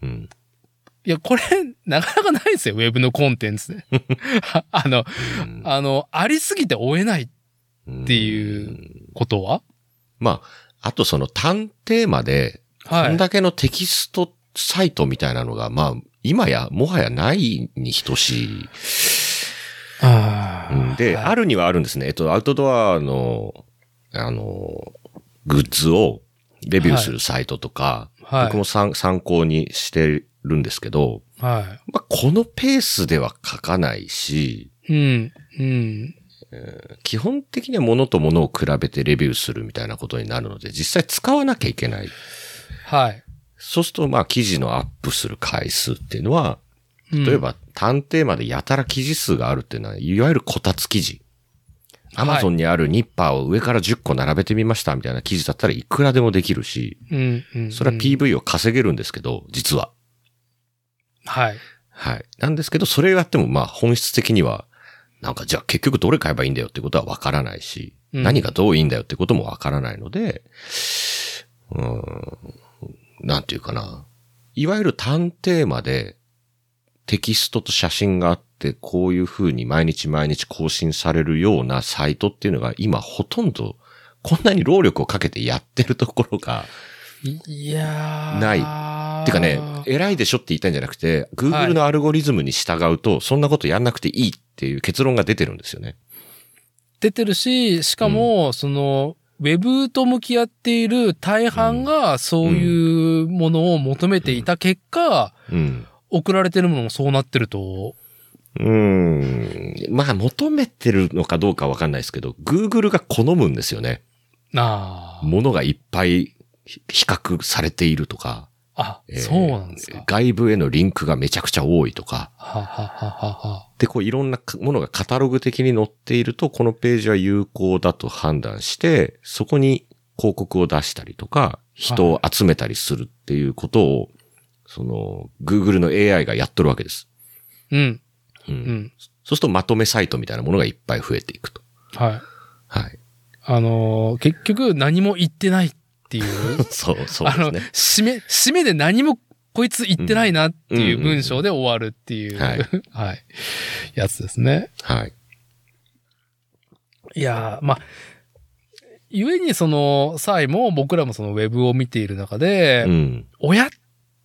Speaker 2: うん。
Speaker 1: いや、これ、 なかなかないですよ、ウェブのコンテンツで。 あの、
Speaker 2: っ
Speaker 1: あの、ありすぎて追えないていうことは
Speaker 2: まあ、あとその単テーマで、こ
Speaker 1: は
Speaker 2: ん
Speaker 1: い。
Speaker 2: だけのテキストサイトみたいなのが、まあ、今や、もはやないに等しい
Speaker 1: あ
Speaker 2: うんで、
Speaker 1: はい
Speaker 2: あるにはあるんですね。えっと、アウトドアの、あの、グッズをレビューするサイトとか、
Speaker 1: はい
Speaker 2: 僕も参参考にしてるんですけど、
Speaker 1: は
Speaker 2: まあ、このペースでは書かないし、
Speaker 1: い。うん、うん。
Speaker 2: 基本的には物と物を比べてレビューするみたいなことになるので、実際使わなきゃいけない。
Speaker 1: はい。
Speaker 2: そうすると、まあ、記事のアップする回数っていうのは、
Speaker 1: うん
Speaker 2: 例え、ば、探偵までやたら記事数があるっていうのは、いわゆるこたつ記事。アマゾンにあるニッパーを上から10個並べてみましたみたいな記事だったらいくらでもできるし、
Speaker 1: うん、うん。
Speaker 2: それは
Speaker 1: うん
Speaker 2: PV を稼げるんですけど、実は。
Speaker 1: はい。
Speaker 2: はい。なんですけど、それをやっても、まあ、本質的には、なんか、じゃあ結局どれ買えばいいんだよってことはわからないし、
Speaker 1: うん
Speaker 2: 何がどういいんだよってこともわからないので、うーん、なんていうかな。いわゆる探偵まで、テキストと写真があって、こういう風に毎日毎日更新されるようなサイトっていうのが今ほとんどこんなに労力をかけてやってるところが、
Speaker 1: いいやー。
Speaker 2: ないてかね、偉いでしょって言いたいんじゃなくて、Google のアルゴリズムに従うと、そんなことやんなくていいっていう結論が出てるんですよね。
Speaker 1: 出てるし、しかも、その、ウェブと向き合っている大半がそういうものを求めていた結果、
Speaker 2: うん。
Speaker 1: 送られてるものもそうなってると。
Speaker 2: うーん。まあ、求めてるのかどうかわかんないですけど、Google が好むんですよね。
Speaker 1: な
Speaker 2: ものがいっぱいひ比較されているとか。
Speaker 1: あ。あ、
Speaker 2: えー
Speaker 1: そうなんですか。
Speaker 2: 外部へのリンクがめちゃくちゃ多いとか。
Speaker 1: ははははは。
Speaker 2: で、こういろんなものがカタログ的に載っていると、このページは有効だと判断して、そこに広告を出したりとか、人を集めたりするっていうことを、その、Google の AI がやっとるわけです。
Speaker 1: うん、う
Speaker 2: うん
Speaker 1: ん。
Speaker 2: そうするとまとめサイトみたいなものがいっぱい増えていくと。
Speaker 1: はい。
Speaker 2: はい。
Speaker 1: あのー結局何も言ってないっていう。
Speaker 2: そう、 そう
Speaker 1: あ
Speaker 2: です
Speaker 1: の、
Speaker 2: ね。
Speaker 1: 締め、締めで何もこいつ言ってないなっていう
Speaker 2: うんうんうん
Speaker 1: 文章で終わるっていう、
Speaker 2: はい
Speaker 1: はい。やつですね。
Speaker 2: はい。
Speaker 1: いやー、まあ、ゆえにその際も僕らもそのウェブを見ている中で、
Speaker 2: うん。
Speaker 1: 親っ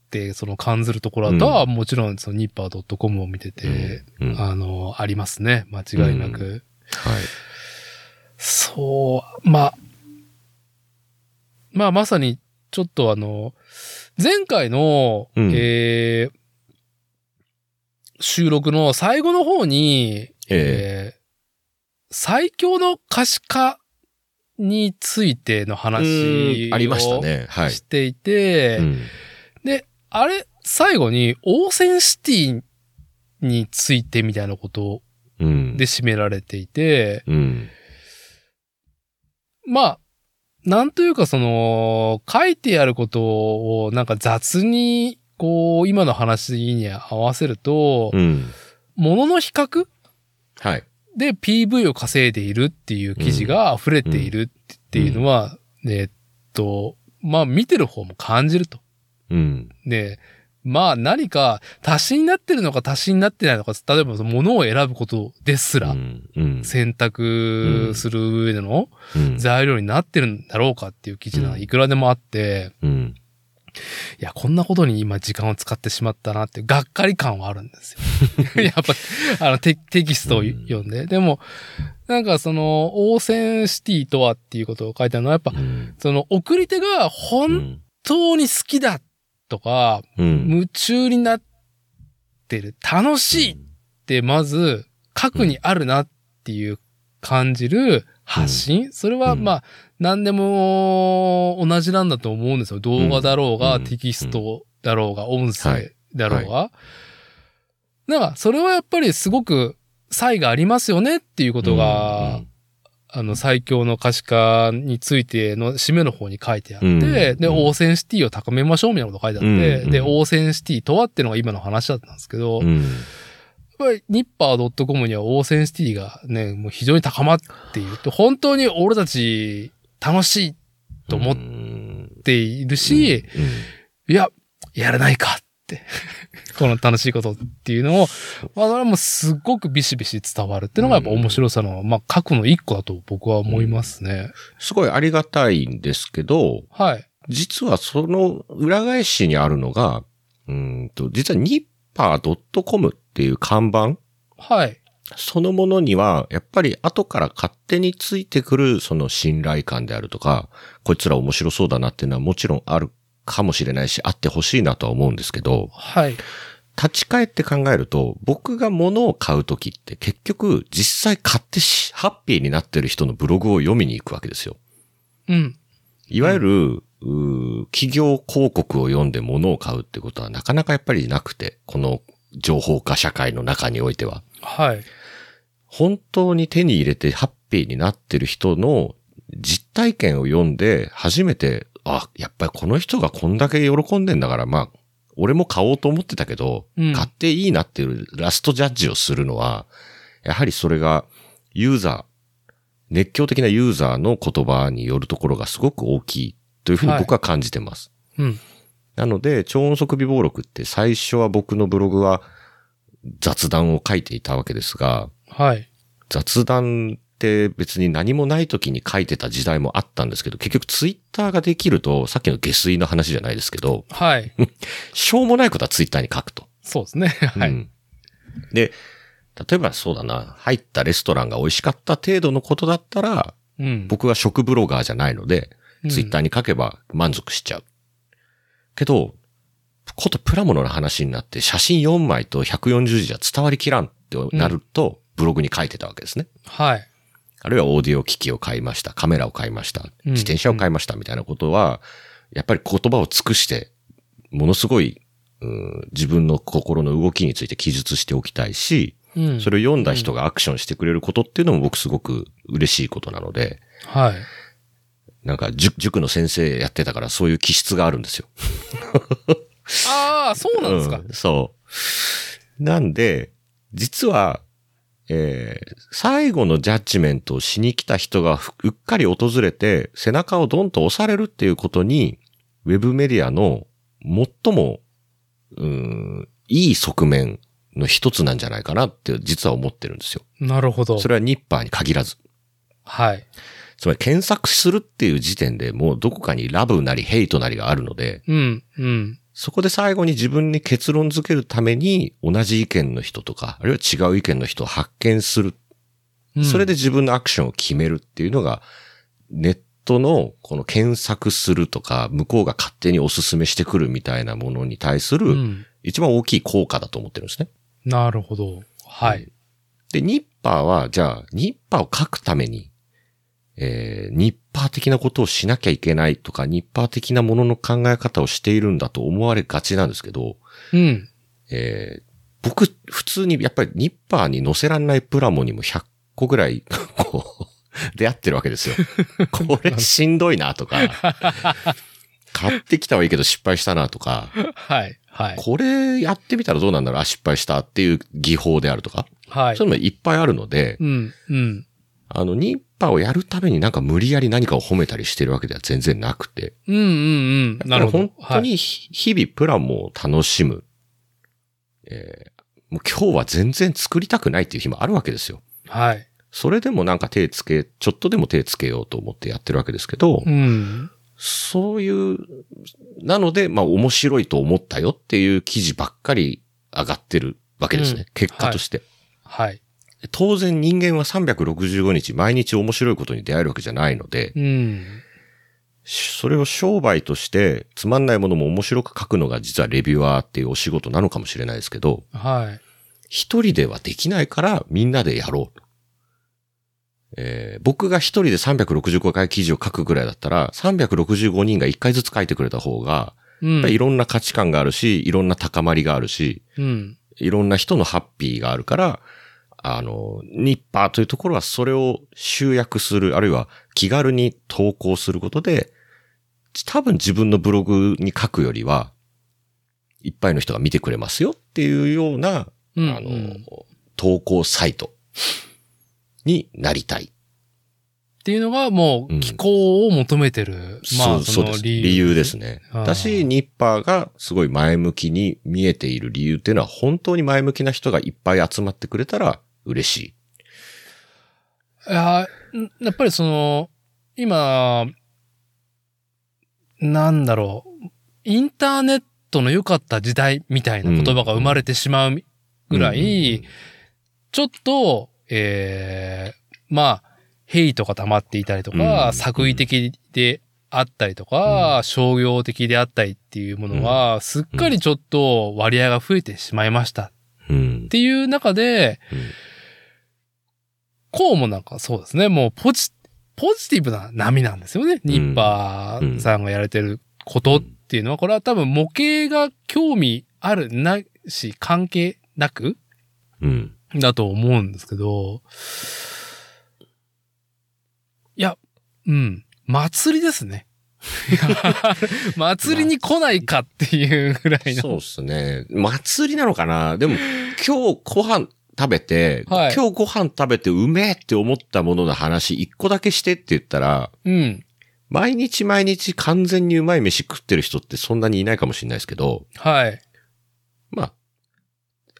Speaker 1: てその感ずるところとはもちろんそのニッパー .com を見てて、
Speaker 2: うんうんは
Speaker 1: あの、ありますね。間違いなく。
Speaker 2: う
Speaker 1: そう、まあ、まあまさにちょっとあの、前回の、
Speaker 2: うん
Speaker 1: えー収録の最後の方に、
Speaker 2: い。え
Speaker 1: えー最強の可視化についての
Speaker 2: え
Speaker 1: 話
Speaker 2: うんありました
Speaker 1: を
Speaker 2: ね。はい。
Speaker 1: していて、
Speaker 2: うん
Speaker 1: あれ、最後に、オーセンシティについてみたいなこと
Speaker 2: うん。
Speaker 1: で締められていて、
Speaker 2: うん。
Speaker 1: まあ、なんというかその、書いてあることをなんか雑に、こう、今の話に合わせると、
Speaker 2: うん。
Speaker 1: ものの比較
Speaker 2: はい。
Speaker 1: で PV を稼いでいるっていう記事が溢れているっていうのは、えっと、まあ見てる方も感じると。
Speaker 2: うん。
Speaker 1: で、まあ何か足しになってるのか足しになってないのか、例えばその物を選ぶことです
Speaker 2: う
Speaker 1: ら、
Speaker 2: ん。うん。
Speaker 1: 選択する上での
Speaker 2: うん
Speaker 1: 材料になってるんだろうかっていう記事なら
Speaker 2: うん
Speaker 1: いくらでもあって、
Speaker 2: うん。
Speaker 1: いや、こんなことに今時間を使ってしまったなって、がっかり感はあるんです よ。やっぱ、あのテ、テキストを読んで。でも、なんかその、オーセンシティとはっていうことを書いてあるのは、やっぱ
Speaker 2: う、ん。
Speaker 1: その、送り手が
Speaker 2: う
Speaker 1: 本
Speaker 2: ん。
Speaker 1: 当に好きだとか、
Speaker 2: うん。
Speaker 1: 夢中になってる、楽しいって、まず、核にあるなっていう感じる発信、それは、
Speaker 2: うん
Speaker 1: まあ、何でも同じなんだと思うんですよ。動画だろうが、
Speaker 2: うん
Speaker 1: テキストだろうが、音
Speaker 2: は
Speaker 1: 声
Speaker 2: い
Speaker 1: だろうが。なんか、それはやっぱりすごく差異がありますよねっていうことが、あの、最強の可視化についての締めの方に書いてあって、
Speaker 2: うん
Speaker 1: で、
Speaker 2: うん
Speaker 1: オーセンシティを高めましょうみたいなこと書いてあって、
Speaker 2: うん
Speaker 1: で、
Speaker 2: う
Speaker 1: オ
Speaker 2: ん
Speaker 1: ーセンシティとはっていうのが今の話だったんですけど、
Speaker 2: うん、うん
Speaker 1: やっぱりニッパー .com にはオーセンシティがね、もう非常に高まっていると、本当に俺たち楽しいと思っているし、、
Speaker 2: うん
Speaker 1: いや、やらないかって、 この楽しいことっていうのを、まあ、それはもうすっごくビシビシ伝わるっていうのがやっぱ面白さの、まあ、過去の一個だと僕は思いますね。
Speaker 2: すごいありがたいんですけど、
Speaker 1: はい。
Speaker 2: 実はその裏返しにあるのが、うーんと、実はニッパー .com っていう看板
Speaker 1: はい。
Speaker 2: そのものには、やっぱり後から勝手についてくる、その信頼感であるとか、こいつら面白そうだなっていうのはもちろんあるかもしれないし、あってほしいなとは思うんですけど、
Speaker 1: はい。
Speaker 2: 立ち返って考えると、僕が物を買うときって結局、実際買ってし、ハッピーになってる人のブログを読みに行くわけですよ。
Speaker 1: うん。
Speaker 2: いわゆる、うー企業広告を読んで物を買うってことはなかなかやっぱりなくて、この情報化社会の中においては。
Speaker 1: はい。
Speaker 2: 本当に手に入れてハッピーになってる人の実体験を読んで初めて、あ、やっぱりこの人がこんだけ喜んでんだから、まあ、俺も買おうと思ってたけど、
Speaker 1: うん
Speaker 2: 買っていいなっていうラストジャッジをするのは、やはりそれがユーザー、熱狂的なユーザーの言葉によるところがすごく大きいというふうに僕は感じてます。
Speaker 1: うん。
Speaker 2: なので、超音速微暴録って最初は僕のブログは雑談を書いていたわけですが、
Speaker 1: はい。
Speaker 2: 雑談って別に何もない時に書いてた時代もあったんですけど、結局ツイッターができると、さっきの下水の話じゃないですけど、
Speaker 1: はい。
Speaker 2: しょうもないことはツイッターに書くと。
Speaker 1: そうですね。は
Speaker 2: う
Speaker 1: い。
Speaker 2: んで、例えばそうだな、入ったレストランが美味しかった程度のことだったら、
Speaker 1: うん。
Speaker 2: 僕は食ブロガーじゃないので、ツイッターに書けば満足しちゃう。けど、ことプラモの話になって写真4枚と140字じゃ伝わりきらんってなると、ブログに書いてたわけですね。
Speaker 1: はい。
Speaker 2: あるいはオーディオ機器を買いました、カメラを買いました、
Speaker 1: うん
Speaker 2: 自転車を買いましたみたいなことは、やっぱり言葉を尽くして、ものすごい、うん自分の心の動きについて記述しておきたいし、
Speaker 1: うん。
Speaker 2: それを読んだ人がアクションしてくれることっていうのも僕すごく嬉しいことなので、
Speaker 1: はい。
Speaker 2: なんか塾塾の先生やってたからそういう気質があるんですよ。
Speaker 1: ああ、そうなんですか。
Speaker 2: うんそう。なんで、実は、えー最後のジャッジメントをしに来た人がふうっかり訪れて、背中をドンと押されるっていうことに、ウェブメディアの最も、うーん、いい側面の一つなんじゃないかなって実は思ってるんですよ。
Speaker 1: なるほど
Speaker 2: そ。れはニッパーに限らず。
Speaker 1: はい。
Speaker 2: つまり検索するっていう時点でもうどこかにラブなりヘイトなりがあるので、
Speaker 1: うん。うん。
Speaker 2: そこで最後に自分に結論づけるために同じ意見の人とか、あるいは違う意見の人を発見する。
Speaker 1: うん
Speaker 2: それで、自分のアクションを決めるっていうのが、ネットのこの検索するとか、向こうが勝手にお勧めしてくるみたいなものに対す
Speaker 1: う
Speaker 2: る
Speaker 1: ん。
Speaker 2: 一番大きい効果だと思ってるんですね。
Speaker 1: なるほど。はい。
Speaker 2: で、ニッパーは、じゃあ、ニッパーを書くために、えー、ニッパー的なことをしなきゃいけないとか、ニッパー的なものの考え方をしているんだと思われがちなんですけど、
Speaker 1: うん。
Speaker 2: えー僕、普通にやっぱりニッパーに乗せられないプラモにも100個ぐらい、 こう、出会ってるわけ ですよ。これしんどいなとか、買ってきたはいいけど失敗したなとか、
Speaker 1: はい。はい。
Speaker 2: これやってみたらどうなんだろうあ、失敗したっていう技法であるとか、
Speaker 1: はい
Speaker 2: そう。いうのもいっぱいあるので、
Speaker 1: うん。うん。
Speaker 2: あの、ニッパーをやるためになんか無理やり何かを褒めたりしてるわけでは全然なくて、
Speaker 1: うんうんうん。なるほど。
Speaker 2: 本当にひ日々プラモを楽しむ。えーもう今日は全然作りたくないっていう日もあるわけですよ。
Speaker 1: はい。はい。
Speaker 2: それでもなんか手つけ、ちょっとでも手つけようと思ってやってるわけですけど、
Speaker 1: うん。
Speaker 2: そういう、なので、まあ面白いと思ったよっていう記事ばっかり上がってるわけですね。
Speaker 1: うん
Speaker 2: 結果として。
Speaker 1: はい。
Speaker 2: 当然人間は365日毎日面白いことに出会えるわけじゃないので、
Speaker 1: うん。
Speaker 2: それを商売としてつまんないものも面白く書くのが実はレビュアーっていうお仕事なのかもしれないですけど、
Speaker 1: はい。
Speaker 2: 一人ではできないからみんなでやろうと。えー僕が一人で365回記事を書くぐらいだったら、365人が1回ずつ書いてくれた方が、
Speaker 1: う
Speaker 2: やっぱりい
Speaker 1: ん。
Speaker 2: ろんな価値観があるし、いろんな高まりがあるし、
Speaker 1: うん。
Speaker 2: いろんな人のハッピーがあるから、あの、ニッパーというところはそれを集約する、あるいは気軽に投稿することで、多分自分のブログに書くよりは、いっぱいの人が見てくれますよっていうような、
Speaker 1: うん
Speaker 2: あの
Speaker 1: うん、
Speaker 2: 投稿サイトになりたい。
Speaker 1: っていうのがも
Speaker 2: う
Speaker 1: うん気候を求めてる。まあ、そ
Speaker 2: そ
Speaker 1: う
Speaker 2: そうで
Speaker 1: の
Speaker 2: す
Speaker 1: 理由。
Speaker 2: 理由ですね。
Speaker 1: あー
Speaker 2: だし、ニッパーがすごい前向きに見えている理由っていうのは、本当に前向きな人がいっぱい集まってくれたら嬉しい。
Speaker 1: いやんやっぱりその、今、なんだろう、インターネットの良かった時代みたいな言葉が生まれてしまうぐらい、ちょっと、えーまあ、ヘイとか溜まっていたりとか、
Speaker 2: うん
Speaker 1: 作為的であったりとか、商業的であったりっていうものは、すっかりちょっと割合が増えてしまいましたっ
Speaker 2: うん。
Speaker 1: ていう中で、こうもなんかそうですね、もうポジ、ポジティブな波なんですよね。ニッパーさんがやられてることっていうのは、これは多分模型が興味あるなし、関係なく、
Speaker 2: うん。
Speaker 1: だと思うんですけど、いや、うん、祭りです ね。祭りに来ないかっていうぐらい
Speaker 2: そう
Speaker 1: の。
Speaker 2: ですね。祭りなのか なでも、今日ご飯食べて、
Speaker 1: はい
Speaker 2: 今日ご飯食べてうめえって思ったものの話、一個だけしてって言ったら、
Speaker 1: うん。
Speaker 2: 毎日毎日完全にうまい飯食ってる人ってそんなにいないかもしれないですけど、
Speaker 1: はい。
Speaker 2: まあ、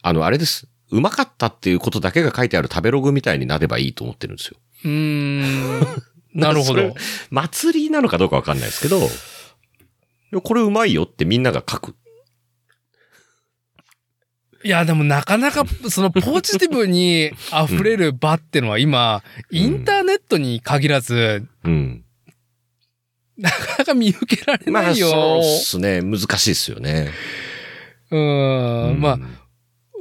Speaker 2: あの、あれです。うまかったっていうことだけが書いてある食べログみたいになればいいと思ってるんですよ。
Speaker 1: うーん。なるほ
Speaker 2: そ
Speaker 1: ど
Speaker 2: れ。祭りなのかどうかわかんないですけど、いやこれうまいよってみんなが書く。
Speaker 1: いや、でもなかなか、そのポジティブに溢れる場ってのは今、
Speaker 2: ん
Speaker 1: インターネットに限らず、
Speaker 2: うん。
Speaker 1: なかなか見受けられ
Speaker 2: ま
Speaker 1: な
Speaker 2: あ、
Speaker 1: いよ。
Speaker 2: そうですね。難しいですよね。
Speaker 1: うーん。まあ、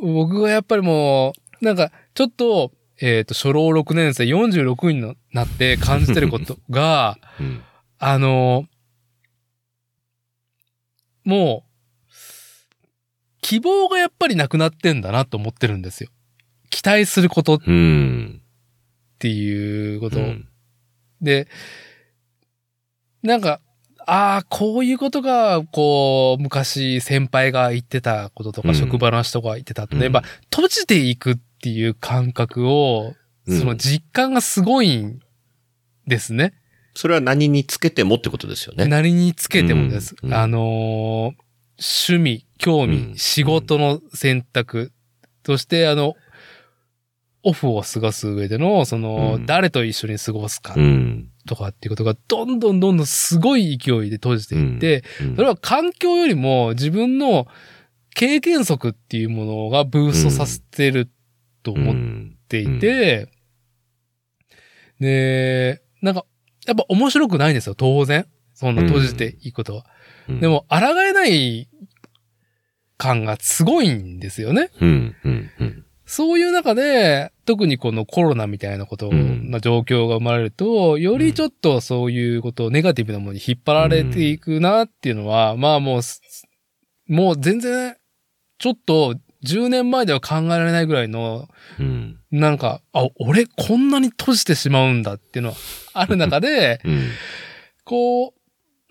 Speaker 1: 僕はやっぱりもう、なんか、ちょっと、えっ、と、初老6年生46にのなって感じてることが、
Speaker 2: うん、
Speaker 1: あのもう、希望がやっぱりなくなってんだなと思ってるんですよ。期待することっ
Speaker 2: うん。
Speaker 1: ていうこと。
Speaker 2: うん
Speaker 1: で、なんか、ああ、こういうことが、こう、昔先輩が言ってたことと
Speaker 2: う
Speaker 1: か、
Speaker 2: ん
Speaker 1: 職場の人が言ってたって、ね、
Speaker 2: うん
Speaker 1: まあ、閉じていくっていう感覚を、
Speaker 2: うん
Speaker 1: その実感がすごいんですね。
Speaker 2: それは何につけてもってことですよね。
Speaker 1: 何につけてもです。
Speaker 2: うんうん
Speaker 1: あのー趣味、興味、
Speaker 2: うん
Speaker 1: 仕事の選択、そして、あの、オフを過ごす上での、その、
Speaker 2: うん
Speaker 1: 誰と一緒に過ごすか
Speaker 2: うん。
Speaker 1: とかっていうことがどんどんどんどんすごい勢いで閉じていって、
Speaker 2: うん
Speaker 1: それは環境よりも自分の経験則っていうものがブーストさせてると思っていて、で、なんか、やっぱ面白くないんですよ、当然。そんな閉じていくことは。
Speaker 2: うん
Speaker 1: で、も、抗えない感がすごいんですよね。
Speaker 2: うん。うん。うん。
Speaker 1: そういう中で、特にこのコロナみたいなこと
Speaker 2: うん
Speaker 1: な状況が生まれると、よりちょっとそういうことをネガティブなものに引っ張られていくなっていうのは、まあもうす、もう全然、ちょっと10年前では考えられないぐらいの、
Speaker 2: うん。
Speaker 1: なんか、あ、俺こんなに閉じてしまうんだっていうのはある中で、
Speaker 2: うん。
Speaker 1: こう、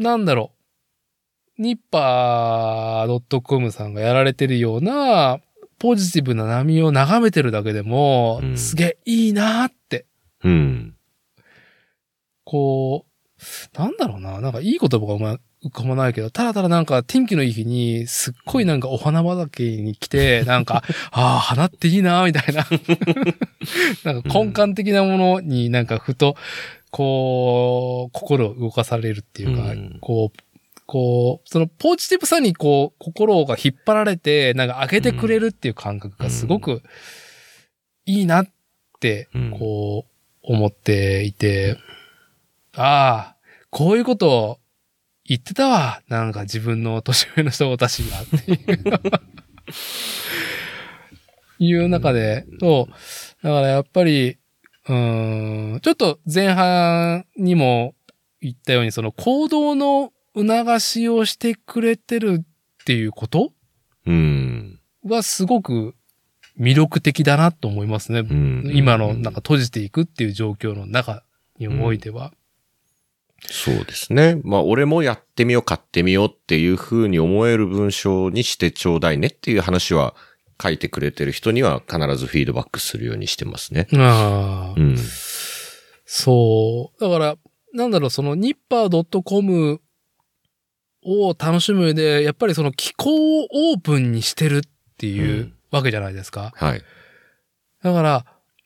Speaker 1: なんだろう、ニッパー .com さんがやられてるような、ポジティブな波を眺めてるだけでも、
Speaker 2: うん
Speaker 1: すげえいいなーって、
Speaker 2: うん。
Speaker 1: こう、なんだろうな、なんかいい言葉がうま浮かばないけど、ただただなんか天気のいい日に、すっごいなんかお花畑に来て、 なんか、ああ、花っていいなーみたいな。 なんか根幹的なものになんかふと、こう、心を動かされるっていうか、
Speaker 2: うん
Speaker 1: こう、こう、そのポジティブさにこう、心が引っ張られて、なんか上げてくれるっていう感覚がすごくいいなって、
Speaker 2: うん
Speaker 1: こう、思っていて、ああ、こういうことを言ってたわ。なんか自分の年上の人たちがっていう。いう中で、そう。だからやっぱり、うーん、ちょっと前半にも言ったように、その行動の促しをしてくれてるっていうこと
Speaker 2: うん。
Speaker 1: はすごく魅力的だなと思いますね。
Speaker 2: うん
Speaker 1: 今のなんか閉じていくっていう状況の中においては。
Speaker 2: そうですね。まあ、俺もやってみよう、買ってみようっていうふうに思える文章にしてちょうだいねっていう話は書いてくれてる人には必ずフィードバックするようにしてますね。
Speaker 1: ああ
Speaker 2: うん。
Speaker 1: そう。だから、なんだろう、そのニッパー .com を楽しむ上で、やっぱりその気候をオープンにしてるっていううんわけじゃないですか。
Speaker 2: はい。
Speaker 1: だから、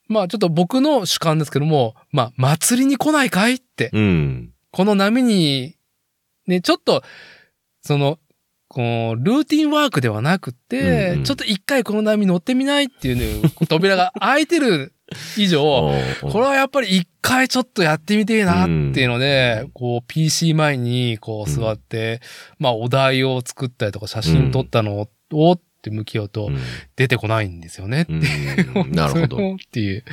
Speaker 1: まあちょっと僕の主観ですけども、まあ祭りに来ないかいって、
Speaker 2: うん。
Speaker 1: この波に、ね、ちょっと、その、こう、ルーティンワークではなくて、
Speaker 2: うんうん
Speaker 1: ちょっと一回この波乗ってみないっていうね、扉が開いてる以 上、
Speaker 2: うん
Speaker 1: これはやっぱり一回ちょっとやってみてえなっていうので、こう PC 前にこう座って、まあお題を作ったりとか写真撮ったのをって向き合うと出てこないんですよね。
Speaker 2: うんうんなるほ
Speaker 1: それ
Speaker 2: ど。
Speaker 1: をっていう。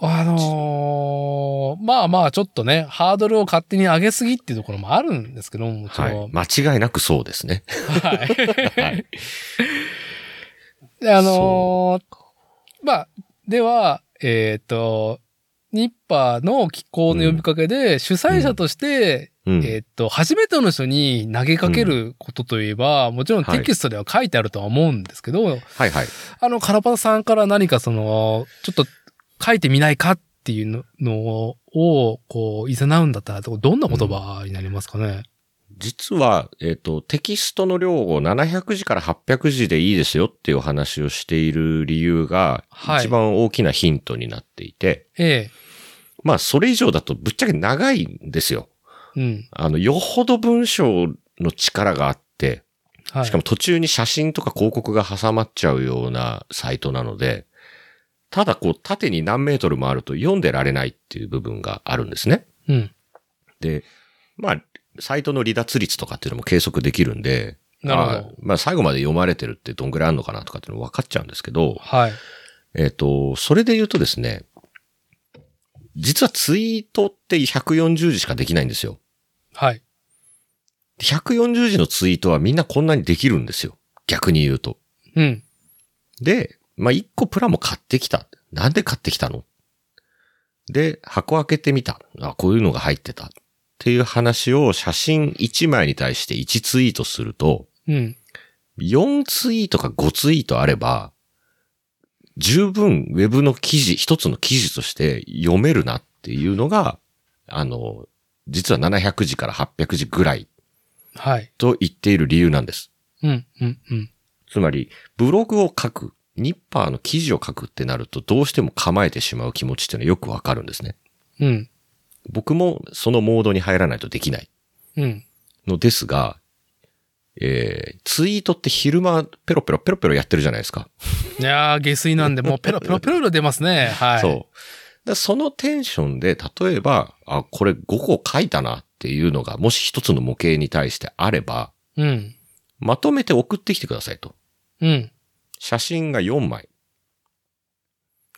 Speaker 1: あのーまあまあちょっとね、ハードルを勝手に上げすぎっていうところもあるんですけども、もちろ
Speaker 2: はい。
Speaker 1: ん。
Speaker 2: 間違いなくそうですね。
Speaker 1: はい。
Speaker 2: はい。
Speaker 1: であのーまあ、では、えっ、と、ニッパーの気候の呼びかけで、主催者として、
Speaker 2: うん
Speaker 1: えっ、と、初めての人に投げかけることといえば、もちろんテキストでは書いてあるとは思うんですけど、
Speaker 2: はいはい。
Speaker 1: あの、カラパタさんから何かその、ちょっと書いてみないかっていうののを、こう、いざなうんだったら、どんな言葉になりますかね、
Speaker 2: 実は、えっ、と、テキストの量を700字から800字でいいですよっていうお話をしている理由が、
Speaker 1: はい
Speaker 2: 一番大きなヒントになっていて、
Speaker 1: え
Speaker 2: まあ、それ以上だとぶっちゃけ長いんですよ。
Speaker 1: え。うん。
Speaker 2: あの、よほど文章の力があって、
Speaker 1: はい。
Speaker 2: しかも途中に写真とか広告が挟まっちゃうようなサイトなので、ただこう縦に何メートルもあると読んでられないっていう部分があるんですね。
Speaker 1: うん。
Speaker 2: で、まあ、サイトの離脱率とかっていうのも計測できるんで、
Speaker 1: なるほ
Speaker 2: あまあ最後まで読まれてるってどんぐらいあるのかなとかっていうの分かっちゃうんですけ
Speaker 1: ど。、
Speaker 2: ど
Speaker 1: はい。
Speaker 2: えっ、と、それで言うとですね、実はツイートって140字しかできないんですよ。
Speaker 1: はい。
Speaker 2: 140字のツイートはみんなこんなにできるんですよ。逆に言うと。
Speaker 1: うん。
Speaker 2: で、まあ、一個プラも買ってきた。なんで買ってきたので、箱開けてみた。あ、こういうのが入ってた。っていう話を写真1枚に対して1ツイートすると、
Speaker 1: うん。
Speaker 2: 4ツイートか5ツイートあれば、十分ウェブの記事、一つの記事として読めるなっていうのが、あの、実は700字から800字ぐらい
Speaker 1: はい。
Speaker 2: と言っている理由なんです。
Speaker 1: うん。うん。うん。
Speaker 2: つまり、ブログを書く、ニッパーの記事を書くってなると、どうしても構えてしまう気持ちっていうのはよくわかるんですね。
Speaker 1: うん。
Speaker 2: 僕もそのモードに入らないとできない
Speaker 1: うん。
Speaker 2: のですが、えー、ツイートって昼間ペロペロペロペロやってるじゃないですか。
Speaker 1: いやー、下水なんで、もうペロペロペロペロ出ますね。はい。
Speaker 2: そう。だからそのテンションで、例えば、あ、これ5個書いたなっていうのが、もし一つの模型に対してあれば、
Speaker 1: う。うん。
Speaker 2: まとめて送ってきてくださいと。
Speaker 1: うん。
Speaker 2: 写真が4枚。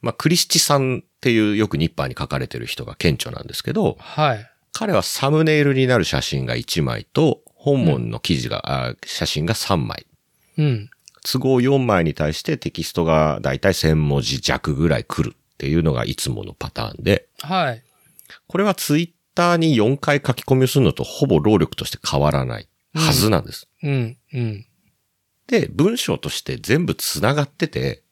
Speaker 2: まあ、クリスチさんっていうよくニッパーに書かれてる人が顕著なんですけど、
Speaker 1: はい。
Speaker 2: 彼はサムネイルになる写真が1枚と、本文の記事が、あ写真が3枚。
Speaker 1: うん。
Speaker 2: 都合4枚に対してテキストがだいたい1000文字弱ぐらい来るっていうのがいつものパターンで、
Speaker 1: はい。
Speaker 2: これはツイッターに4回書き込みをするのとほぼ労力として変わらないはずなんです。
Speaker 1: うん。うん。
Speaker 2: で、文章として全部繋がってて、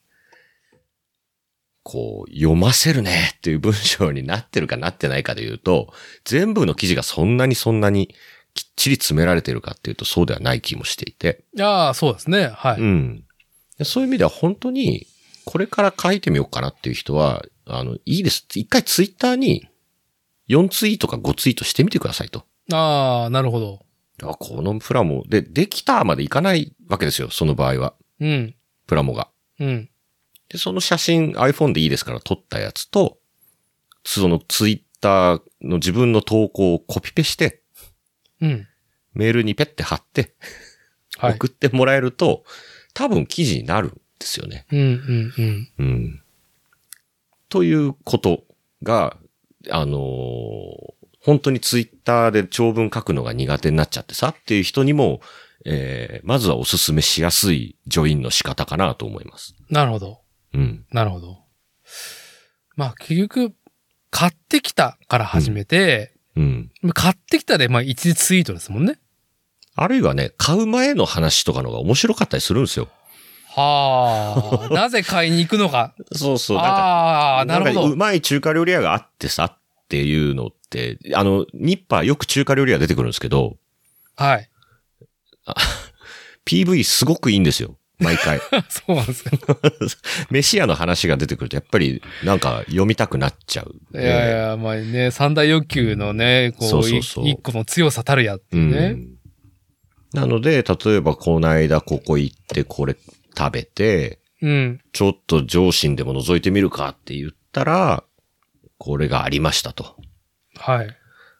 Speaker 2: こう、読ませるねっていう文章になってるかなってないかで言うと、全部の記事がそんなにそんなにきっちり詰められてるかっていうとそうではない気もしていて、
Speaker 1: いやー、そうですね。は
Speaker 2: う
Speaker 1: い。
Speaker 2: ん。でそういう意味では本当に、これから書いてみようかなっていう人は、あの、いいです。一回ツイッターに4ツイートか5ツイートしてみてくださいと。
Speaker 1: あー、なるほど。
Speaker 2: あ、このプラモ、で、できたまでいかないわけですよ、その場合は。
Speaker 1: うん。
Speaker 2: プラモが。
Speaker 1: うん。
Speaker 2: で、その写真 iPhone でいいですから撮ったやつと、その Twitter の自分の投稿をコピペして、
Speaker 1: うん。
Speaker 2: メールにペッて貼って、
Speaker 1: はい。
Speaker 2: 送ってもらえると、多分記事になるんですよね。
Speaker 1: うん。うん。うん。
Speaker 2: うん。ということが、あのー本当に Twitter で長文書くのが苦手になっちゃってさっていう人にも、えーまずはおすすめしやすいジョインの仕方かなと思います。
Speaker 1: なるほど。
Speaker 2: うん。
Speaker 1: なるほど。まあ、結局、買ってきたから始めて、
Speaker 2: うん。
Speaker 1: 買ってきたで、まあ、一時ツイートですもんね。
Speaker 2: あるいはね、買う前の話とかのが面白かったりするんですよ。
Speaker 1: はあ、 なぜ買いに行くのか。
Speaker 2: そうそ
Speaker 1: ああ、なるほ
Speaker 2: う
Speaker 1: ど。
Speaker 2: まい中華料理屋があってさっていうのって、あの、ニッパーよく中華料理屋出てくるんですけど、
Speaker 1: はい。
Speaker 2: PV すごくいいんですよ。毎 回。
Speaker 1: そうなんですよ。
Speaker 2: 飯屋の話が出てくると、やっぱりなんか読みたくなっちゃう。
Speaker 1: いやいや、まあね、三大欲求のね、こう、
Speaker 2: そうそうそう
Speaker 1: い一個の強さたるやって
Speaker 2: う
Speaker 1: いうね。
Speaker 2: ん。なので、例えばこの間ここ行ってこれ食べて、
Speaker 1: うん。
Speaker 2: ちょっと上心でも覗いてみるかって言ったら、これがありましたと。
Speaker 1: はい。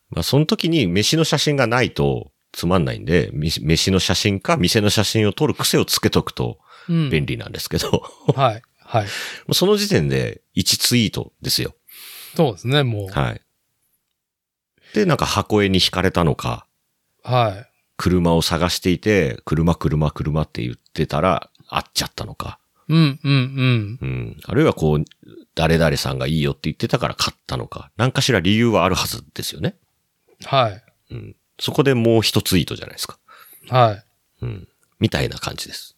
Speaker 2: まあ、その時に飯の写真がないとつまんないんで、み飯の写真か店の写真を撮る癖をつけとくと
Speaker 1: うん。
Speaker 2: 便利なんですけど、 も
Speaker 1: はい。はい。
Speaker 2: うその時点で1ツイートですよ。
Speaker 1: そうですね、もう。は
Speaker 2: はい。で、なんか箱絵に惹かれたのか、
Speaker 1: い。
Speaker 2: 車を探していて、車、車、車って言ってたら、会っちゃったのか。
Speaker 1: うん、うん、うん。
Speaker 2: うん。あるいはこう、誰々さんがいいよって言ってたから買ったのか。何かしら理由はあるはずですよね。
Speaker 1: はい。
Speaker 2: うん。そこでもう一ツイートじゃないですか。
Speaker 1: はい。
Speaker 2: うん。みたいな感じです。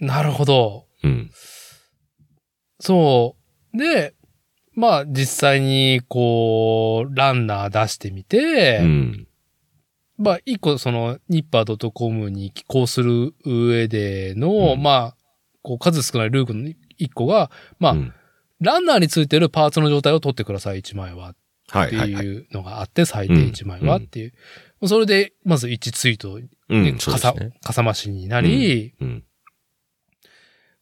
Speaker 1: なるほど。
Speaker 2: うん。
Speaker 1: そう。で、まあ実際にこう、ランナー出してみて、
Speaker 2: うん。
Speaker 1: まあ一個そのニッパー .com に寄稿する上での、
Speaker 2: うん
Speaker 1: まあ、こう数少ないルークの一個が、まあ、
Speaker 2: うん
Speaker 1: ランナーについてるパーツの状態を取ってください、1枚は。
Speaker 2: は
Speaker 1: って
Speaker 2: いはいはい。
Speaker 1: いうのがあって、最低1枚はっていう。それで、まず1ツイートに、
Speaker 2: う
Speaker 1: ね
Speaker 2: ん、そう
Speaker 1: か
Speaker 2: です
Speaker 1: さ
Speaker 2: ね。
Speaker 1: かさ増しになり、
Speaker 2: うん。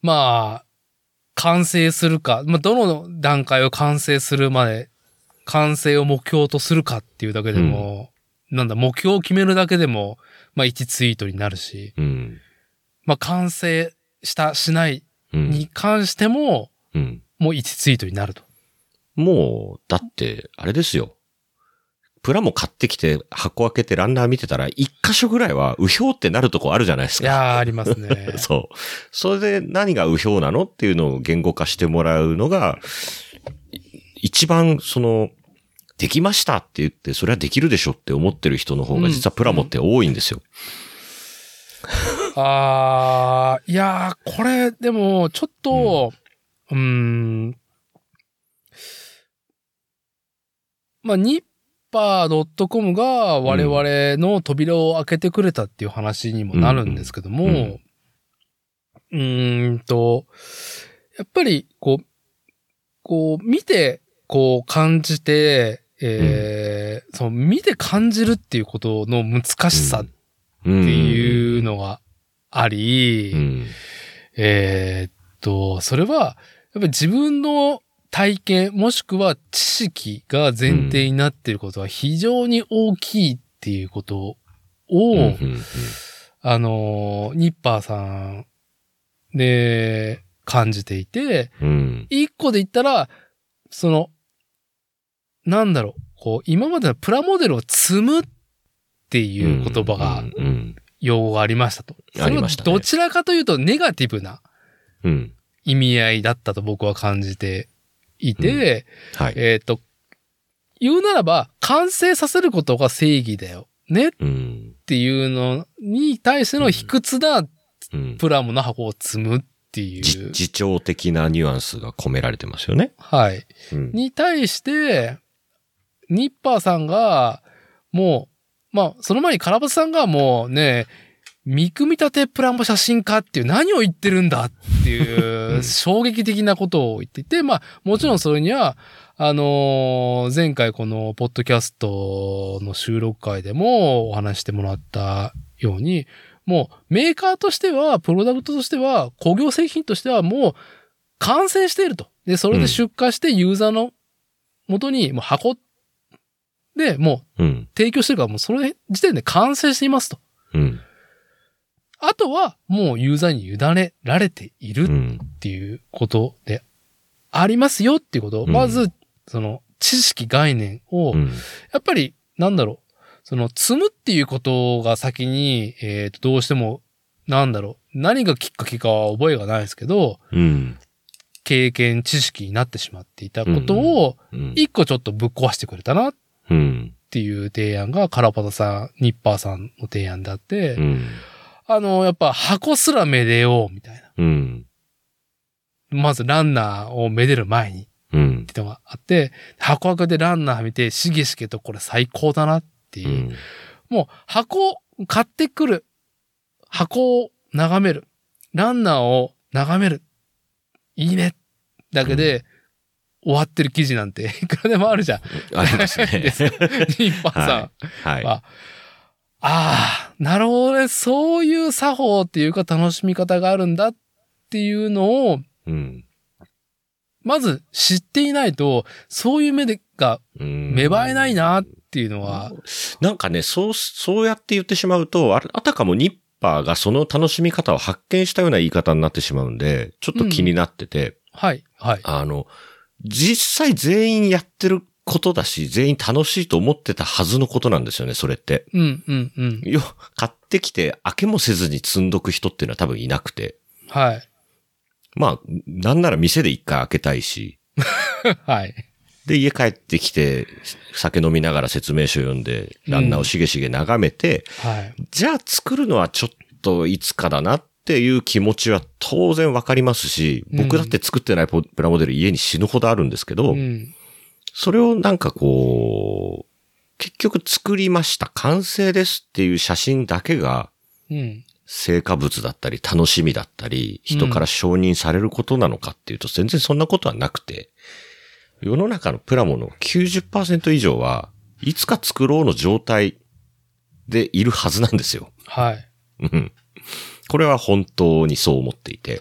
Speaker 1: まあ、完成するか、まあ、どの段階を完成するまで、完成を目標とするかっていうだけでも、なんだ、目標を決めるだけでも、まあ、1ツイートになるし、
Speaker 2: うん。
Speaker 1: まあ、完成した、しない
Speaker 2: うん。
Speaker 1: に関しても、
Speaker 2: うん。
Speaker 1: もう1ツイートになると。
Speaker 2: もう、だって、あれですよ。プラも買ってきて、箱開けてランナー見てたら、一箇所ぐらいは、うひょうってなるとこあるじゃないです
Speaker 1: い
Speaker 2: か。。
Speaker 1: やー、ありますね
Speaker 2: そう。それで何がうひょうなのっていうのを言語化してもらうのが、い一番その、できましたって言って、それはできるでしょって思ってる人の方
Speaker 1: う
Speaker 2: が
Speaker 1: ん
Speaker 2: 実はプラモって多いんですよ。
Speaker 1: あー、いやー、これ、でも、ちょっと、うーん、まあ、ニッパー .com が我々の扉を開けてくれたっていう話にもなるんですけども、
Speaker 2: う
Speaker 1: うん
Speaker 2: うん
Speaker 1: うーんと、やっぱり、こう、こう、見て、こう、感じて、えーその、見て感じるっていうことの難しさ
Speaker 2: って
Speaker 1: っていう
Speaker 2: の。
Speaker 1: のがあり、
Speaker 2: うん。
Speaker 1: えーっと、それは、やっぱり自分の体験、もしくは知識が前提になっていることは非常に大きいっていうことを、
Speaker 2: うんうん
Speaker 1: あのー、ニッパーさんで感じていて、
Speaker 2: うんうん。
Speaker 1: 一個で言ったら、その、なんだろう、こう、今までのプラモデルを積むっていう言葉が
Speaker 2: うんうん
Speaker 1: 用語がありましたと。
Speaker 2: ありましたね
Speaker 1: それはどちらかというとネガティブな
Speaker 2: うん。うん。
Speaker 1: 意味合いだったと僕は感じていて、
Speaker 2: はい。
Speaker 1: えっ、と、言うならば完成させることが正義だよねっ
Speaker 2: うん。
Speaker 1: ていうのに対しての卑屈な
Speaker 2: うん。
Speaker 1: プラモの箱を積むって
Speaker 2: じ
Speaker 1: いう、
Speaker 2: 自重的なニュアンスが込められてますよね。
Speaker 1: はい。
Speaker 2: うん
Speaker 1: に対して、ニッパーさんがもう、まあ、その前にカラバスさんがもうね、見組み立てプラモ写真家っていう何を言ってるんだってい
Speaker 2: うん
Speaker 1: う 衝撃的なことを言っていて、まあもちろんそれには、あのー前回このポッドキャストの収録会でもお話してもらったように、もうメーカーとしては、プロダクトとしては、工業製品としてはもう完成していると。で、それで出荷してユーザーの元にもう箱でもう
Speaker 2: うん。
Speaker 1: 提供してるから、もうその時点で完成していますと。
Speaker 2: うん。
Speaker 1: あとは、もうユーザーに委ねられていうる
Speaker 2: ん。
Speaker 1: っていうことでありますよっていうことを、
Speaker 2: うん
Speaker 1: まず、その知識概念を、
Speaker 2: うん
Speaker 1: やっぱり、なんだろう、その積むっていうことが先に、えっ、と、どうしても、なんだろう、何がきっかけかは覚えがないですけど、
Speaker 2: うん。
Speaker 1: 経験、知識になってしまっていたことを、
Speaker 2: うん。
Speaker 1: 一個ちょっとぶっ壊してくれたなっ
Speaker 2: うん。
Speaker 1: ていう提案が、カラパタさん、ニッパーさんの提案であって、
Speaker 2: うん。
Speaker 1: あの、やっぱ箱すらめでよう、みたいな。
Speaker 2: うん。
Speaker 1: まずランナーをめでる前にっ
Speaker 2: うん。
Speaker 1: てのがあって、箱開けてランナー見て、しげしげとこれ最高だなっていうう。
Speaker 2: ん。
Speaker 1: もう箱を買ってくる。箱を眺める。ランナーを眺める。いいね。だけで、終わってる記事なんて いくらでもある じゃん。
Speaker 2: ありますね。
Speaker 1: ニッパーさん。
Speaker 2: はい。
Speaker 1: は、ああ、なるほどね。そういう作法っていうか楽しみ方があるんだっていうのを、
Speaker 2: うん。
Speaker 1: まず知っていないと、そういう目でが
Speaker 2: 芽
Speaker 1: 芽生えないなっていうのは、
Speaker 2: なんかね、そう、そうやって言ってしまうと、あれあたかもニッパーがその楽しみ方を発見したような言い方になってしまうんで、ちょっと気になってて、
Speaker 1: はい、はい。
Speaker 2: あの、実際全員やってることだし、全員楽しいと思ってたはずのことなんですよね、それって。
Speaker 1: うん、うん、うん。
Speaker 2: よ、買ってきて、開けもせずに積んどく人っていうのは多分いなくて。
Speaker 1: はい、
Speaker 2: まあ、なんなら店で一回開けたいし、
Speaker 1: はい。
Speaker 2: で、家帰ってきて、酒飲みながら説明書読んで、ランナーをしげしげ眺めて、
Speaker 1: はい。
Speaker 2: じゃあ作るのはちょっといつかだなっていう気持ちは当然わかりますし、
Speaker 1: うん
Speaker 2: 僕だって作ってないポプラモデル家に死ぬほどあるんですけど、
Speaker 1: うん。
Speaker 2: それをなんかこう、結局作りました、完成ですっていう写真だけが
Speaker 1: うん。
Speaker 2: 成果物だったり楽しみだったり、人から承認されることなのかっていうと全然そんなことはなくて、世の中のプラモの90%以上はいつか作ろうの状態でいるはずなんですよ。
Speaker 1: はい。
Speaker 2: うん。これは本当にそう思っていて。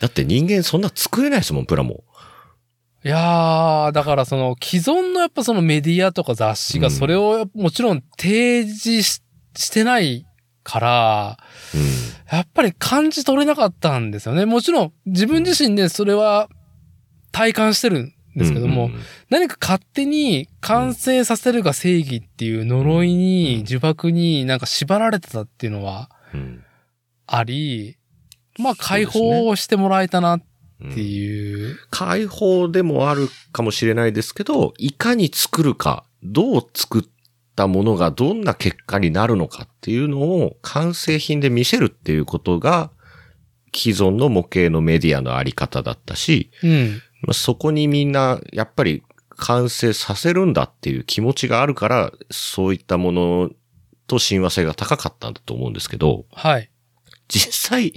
Speaker 2: だって人間そんな作れないですもん、プラモ。
Speaker 1: いやー、だからその既存のやっぱそのメディアとか雑誌がそれをもちろん提示ししてないから、
Speaker 2: うん。
Speaker 1: やっぱり感じ取れなかったんですよね。もちろん自分自身でそれは体感してるんですけども、
Speaker 2: うんうんうん
Speaker 1: 何か勝手に完成させるが正義っていう呪いに、呪縛になんか縛られてたっていうのは
Speaker 2: うん
Speaker 1: あり、まあ解
Speaker 2: そうですね
Speaker 1: 放してもらえたなっ
Speaker 2: うん
Speaker 1: ていう。
Speaker 2: 解放でもあるかもしれないですけど、いかに作るか、どう作ったものがどんな結果になるのかっていうのを完成品で見せるっていうことが、既存の模型のメディアのあり方だったし、
Speaker 1: うん。
Speaker 2: まあ、そこにみんな、やっぱり完成させるんだっていう気持ちがあるから、そういったものと親和性が高かったんだと思うんですけど、
Speaker 1: はい。
Speaker 2: 実際、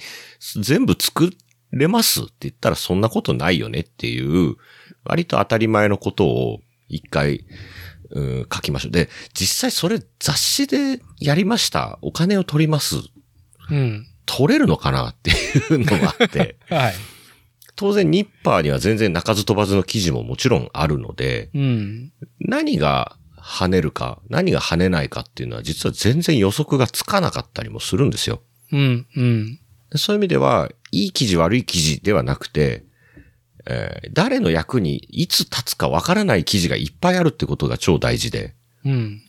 Speaker 2: 全部作れますって言ったらそんなことないよねっていう、割と当たり前のことを一回、うん書きましょう。で、実際それ雑誌でやりました。お金を取ります。
Speaker 1: うん。
Speaker 2: 取れるのかなっていうのがあって。
Speaker 1: はい。
Speaker 2: 当然、ニッパーには全然鳴かず飛ばずの記事ももちろんあるので、
Speaker 1: うん。
Speaker 2: 何が跳ねるか、何が跳ねないかっていうのは実は全然予測がつかなかったりもするんですよ。
Speaker 1: うん。うん。
Speaker 2: そういう意味では、いい記事悪い記事ではなくて、えー誰の役にいつ立つかわからない記事がいっぱいあるってことが超大事で、
Speaker 1: うん。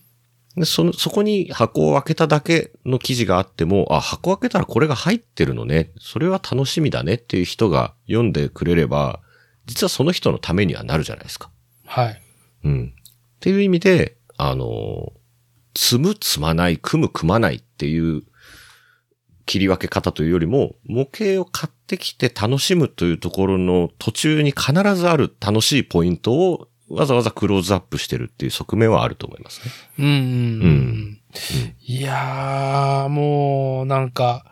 Speaker 2: でその、そこに箱を開けただけの記事があっても、あ、箱開けたらこれが入ってるのね。それは楽しみだねっていう人が読んでくれれば、実はその人のためにはなるじゃないですか。
Speaker 1: はい。
Speaker 2: うん。っていう意味で、あの、積む、積まない、組む、組まないっていう切り分け方というよりも、模型を買ってきて楽しむというところの途中に必ずある楽しいポイントをわざわざクローズアップしてるっていう側面はあると思いますね。
Speaker 1: うん。うん。うん
Speaker 2: うん
Speaker 1: いやー、もう、なんか、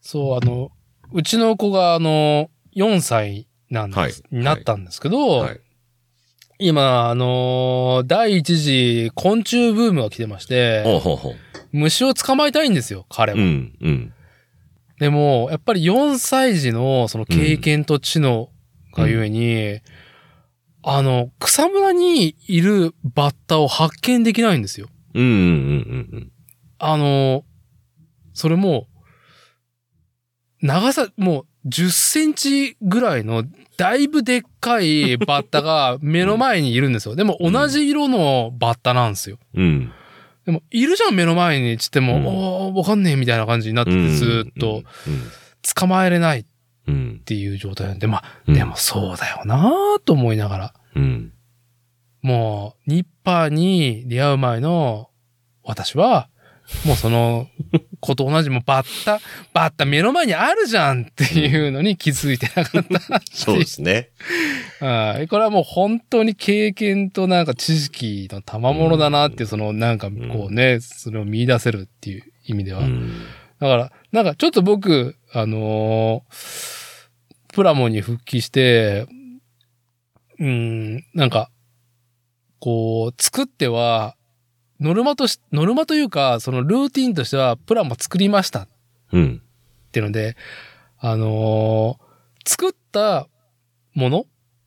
Speaker 1: そう、あの、うちの子が、あの、4歳なんです、
Speaker 2: はい
Speaker 1: になったんですけど、
Speaker 2: はい。
Speaker 1: 今、あのー第一次昆虫ブームが来てまして、
Speaker 2: ほうほうほう。
Speaker 1: 虫を捕まえたいんですよ、彼は。
Speaker 2: うん、うん。
Speaker 1: でも、やっぱり4歳児のその経験と知能がゆえに、あの、草むらにいるバッタを発見できないんですよ。
Speaker 2: うん、うん、うん、
Speaker 1: あの、それも、長さ、もう10センチぐらいの、だいぶでっかいバッタが目の前にいるんですよ。でも同じ色のバッタなんですよ。
Speaker 2: うん。うん。
Speaker 1: でも、いるじゃん、目の前に。つっても、
Speaker 2: うん
Speaker 1: おーわかんねえ、みたいな感じになってて、ずーっと、捕まえれないっ
Speaker 2: うん。うん。
Speaker 1: ていう状態なんで、まあ、
Speaker 2: うん
Speaker 1: でも、そうだよなーと思いながら。
Speaker 2: うん。
Speaker 1: もう、ニッパーに出会う前の私は、もうそ の子と同じもうバッタ、バッタ目の前にあるじゃんっていうのに気づいてなかっ
Speaker 2: そうですね。
Speaker 1: た。はいこれはもう本当に経験となんか知識の賜物だなっていう、そのなんかこうね、それを見出せるっていう意味で
Speaker 2: う
Speaker 1: は。だ
Speaker 2: ん。
Speaker 1: から、なんかちょっと僕、あのープラモに復帰して、うん、なんか、こう、作っては、ノルマとし、ノルマというか、そのルーティンとしては、プラモ作りましたっ
Speaker 2: うん。
Speaker 1: ていうので、あのー作ったもの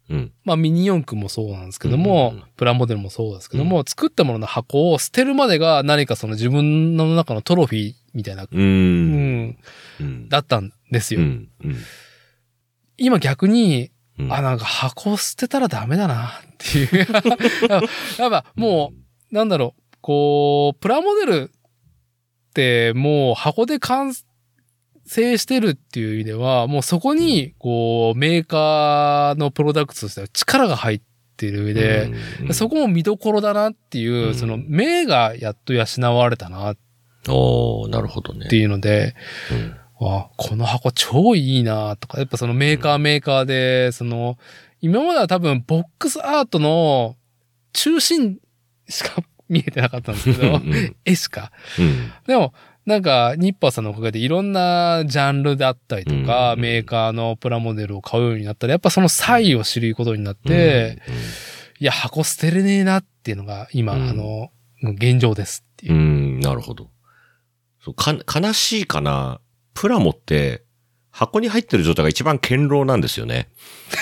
Speaker 2: うん。
Speaker 1: まあミニ四駆もそうなんですけども、
Speaker 2: うんうんうん
Speaker 1: プラモデルもそうですけども、作ったものの箱を捨てるまでが何かその自分の中のトロフィーみたいな、
Speaker 2: う。
Speaker 1: うんん、
Speaker 2: うん。
Speaker 1: だったんです
Speaker 2: う
Speaker 1: よ。
Speaker 2: ん。うん。
Speaker 1: 今逆に、
Speaker 2: うん
Speaker 1: あ、、なんか箱を捨てたらダメだなっていう。 やっぱもう、なんだろう、こう、プラモデルってもう箱で完成してるっていう意味では、もうそこに、こう、メーカーのプロダクツとしては力が入ってる上
Speaker 2: う
Speaker 1: で、
Speaker 2: ん、
Speaker 1: そこも見どころだなっていう、
Speaker 2: うん
Speaker 1: その、目がやっと養われたなっ
Speaker 2: おおなるほどね。
Speaker 1: ていうので、
Speaker 2: うん
Speaker 1: あ、この箱超いいなとか、やっぱそのメーカーメーカーで、その、今までは多分ボックスアートの中心しか見えてなかったんですけ
Speaker 2: うん。う
Speaker 1: ど、
Speaker 2: ん
Speaker 1: 絵しか。 でも、なんか、ニッパーさんのおかげでいろんなジャンルだったりとか、
Speaker 2: うん
Speaker 1: メーカーのプラモデルを買うようになったら、やっぱその差異を知ることになって、、いや、箱捨てれねえなっていうのが今、
Speaker 2: うん
Speaker 1: あの、現状ですっていうう。
Speaker 2: ん、なるほど。そうか悲しいかな。プラモって、箱に入ってる状態が一番堅牢なんですよね。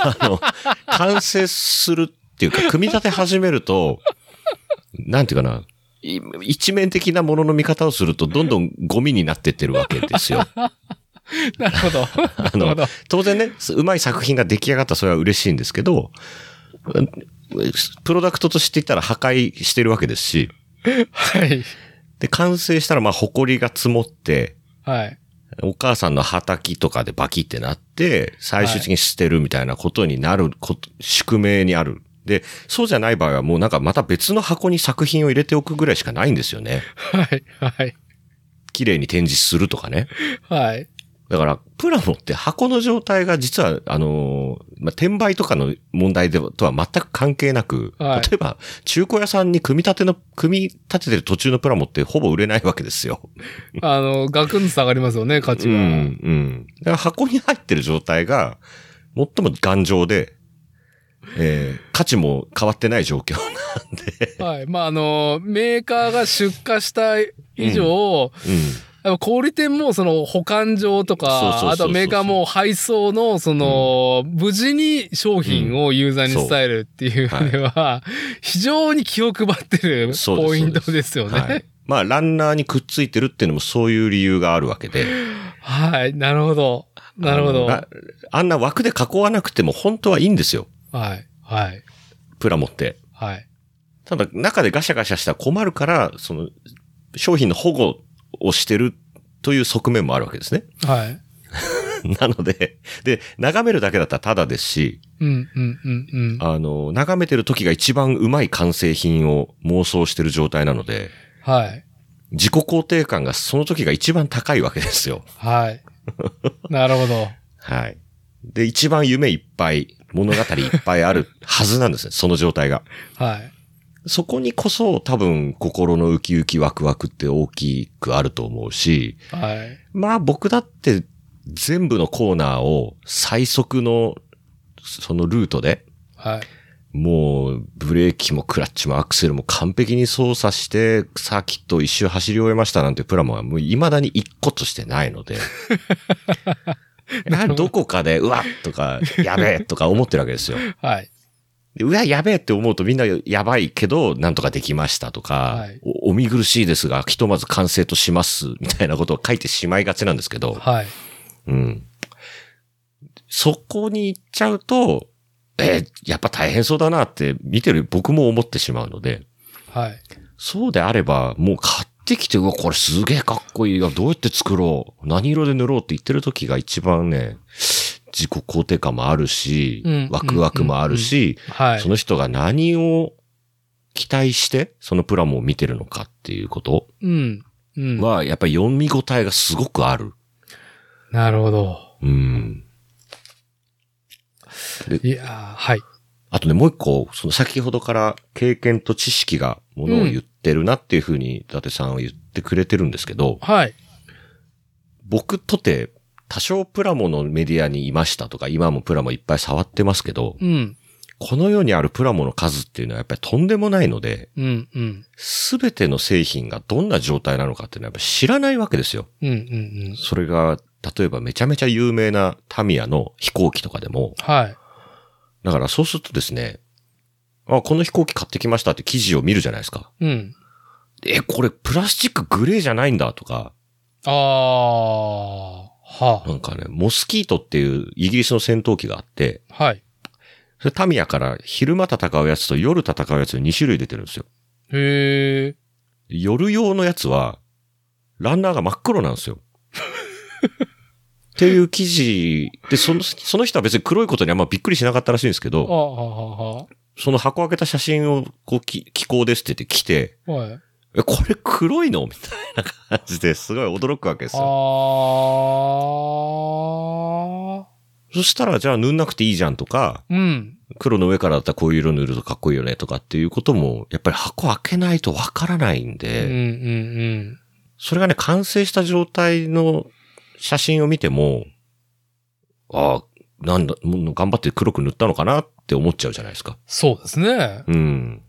Speaker 2: あの、完成するっていうか、組み立て始めると、なんていうかな、い一面的なものの見方をすると、どんどんゴミになってってるわけですよ。
Speaker 1: なるほど。
Speaker 2: あ
Speaker 1: なるほ
Speaker 2: の、
Speaker 1: ど。
Speaker 2: 当然ね、すうまい作品が出来上がったらそれは嬉しいんですけど、うんプロダクトとして言ったら破壊してるわけですし、
Speaker 1: はい。
Speaker 2: で、完成したらまあ、埃が積もって、
Speaker 1: はい。
Speaker 2: お母さんの畑とかでバキってなって、最終的に捨てるみたいなことになること、宿命にある。で、そうじゃない場合はもうなんかまた別の箱に作品を入れておくぐらいしかないんですよね。
Speaker 1: はい。はい。
Speaker 2: 綺麗に展示するとかね。
Speaker 1: はい。
Speaker 2: だから、プラモって箱の状態が実は、あのーまあ、転売とかの問題ではとは全く関係なく、
Speaker 1: はい
Speaker 2: 例えば、中古屋さんに組み立ての、組み立ててる途中のプラモってほぼ売れないわけですよ。
Speaker 1: あの、ガクンと下がりますよね、価値が。
Speaker 2: うん、うん。だから箱に入ってる状態が、最も頑丈で、えー価値も変わってない状況。
Speaker 1: はい。まあ、あの、メーカーが出荷した以上、
Speaker 2: う
Speaker 1: やっぱ小売店もその保管上と
Speaker 2: そうそうそうそ
Speaker 1: か、
Speaker 2: う
Speaker 1: あとはメーカーも配送のその、無事に商品をユーザーに伝えるっていうのでは、 非常に気を配ってる
Speaker 2: そうです
Speaker 1: ポイントですよ
Speaker 2: ん。
Speaker 1: ね。
Speaker 2: はい。まあ、ランナーにくっついてるっていうのもそういう理由があるわけで。
Speaker 1: はい、なるほど。なるほど。
Speaker 2: あの
Speaker 1: は
Speaker 2: なあんな枠で囲わなくても本当はいいんですよ。
Speaker 1: い、はい、
Speaker 2: プラモって。
Speaker 1: はい。
Speaker 2: ただ、中でガシャガシャしたら困るから、その、商品の保護をしてるという側面もあるわけですね。
Speaker 1: はい。
Speaker 2: なので、で、眺めるだけだったらタダですし、
Speaker 1: うん、うん、うん、うん。
Speaker 2: あの、眺めてる時が一番うまい完成品を妄想してる状態なので、
Speaker 1: はい、
Speaker 2: 自己肯定感がその時が一番高いわけですよ。
Speaker 1: はい。なるほど。
Speaker 2: はい。で、一番夢いっぱい、物語いっぱいあるはずなんですね、 その状態が。
Speaker 1: はい。
Speaker 2: そこにこそ多分心のウキウキワクワクって大きくあると思うし、
Speaker 1: はい。
Speaker 2: まあ僕だって全部のコーナーを最速のそのルートで、
Speaker 1: はい。
Speaker 2: もうブレーキもクラッチもアクセルも完璧に操作してサーキットを一周走り終えましたなんてプラモはもう未だに一個としてない ので、やはりどこかでうわっとかやべえとか思ってるわけですよ。
Speaker 1: はい。
Speaker 2: でうわ、やべえって思うとみんなやばいけど、なんとかできましたとか、
Speaker 1: はい
Speaker 2: おお見苦しいですが、ひとまず完成とします、みたいなことを書いてしまいがちなんですけど、
Speaker 1: はい。
Speaker 2: うん。そこに行っちゃうと、えーやっぱ大変そうだなって見てる僕も思ってしまうので、
Speaker 1: はい。
Speaker 2: そうであれば、もう買ってきて、うわ、これすげえかっこいい。いやどうやって作ろう何色で塗ろうって言ってる時が一番ね、自己肯定感もあるし、
Speaker 1: うん
Speaker 2: ワクワクもあるし、
Speaker 1: はい
Speaker 2: そ。の人が何を期待して、そのプラモを見てるのかっていうこと
Speaker 1: うん。うん。
Speaker 2: は、やっぱり読み応えがすごくある。
Speaker 1: なるほど。
Speaker 2: うん。
Speaker 1: いやーはい。
Speaker 2: あとね、もう一個、その先ほどから経験と知識がものを言ってるなっていうふうに伊達さんは言ってくれてるんですけど、
Speaker 1: はい。
Speaker 2: 僕とて多少プラモのメディアにいましたとか、今もプラモいっぱい触ってますけど、
Speaker 1: うん。
Speaker 2: この世にあるプラモの数っていうのはやっぱりとんでもないので、
Speaker 1: うん。うん。
Speaker 2: すべての製品がどんな状態なのかっていうのはやっぱ知らないわけですよ。
Speaker 1: うん。うん。
Speaker 2: それが、例えばめちゃめちゃ有名なタミヤの飛行機とかでも、
Speaker 1: はい。
Speaker 2: だからそうするとですね、あ、この飛行機買ってきましたって記事を見るじゃないですか。
Speaker 1: うん。
Speaker 2: え、これプラスチックグレーじゃないんだとか、
Speaker 1: ああ、は
Speaker 2: なんかね、モスキートっていうイギリスの戦闘機があって、
Speaker 1: あ。はい。
Speaker 2: それタミヤから昼間戦うやつと夜戦うやつの2種類出てるんですよ。
Speaker 1: へえ。
Speaker 2: 夜用のやつは、ランナーが真っ黒なんですよ。っていう記事で、その、その人は別に黒いことにあんまびっくりしなかったらしいんですけ
Speaker 1: ああ、
Speaker 2: ど、
Speaker 1: は
Speaker 2: その箱開けた写真をこうき、気候ですって言って来て、
Speaker 1: あ、はあ。はい。
Speaker 2: え、これ黒いのみたいな感じですごい驚くわけですよ。
Speaker 1: ああ。
Speaker 2: そしたら、じゃあ塗んなくていいじゃんとか、
Speaker 1: うん。
Speaker 2: 黒の上からだったらこういう色塗るとかっこいいよねとかっていうことも、やっぱり箱開けないとわからないん
Speaker 1: うん
Speaker 2: で、
Speaker 1: うんうん。
Speaker 2: それがね、完成した状態の写真を見ても、ああ、なんだ、もう頑張って黒く塗ったのかなって思っちゃうじゃないですか。
Speaker 1: そうですね。
Speaker 2: うん。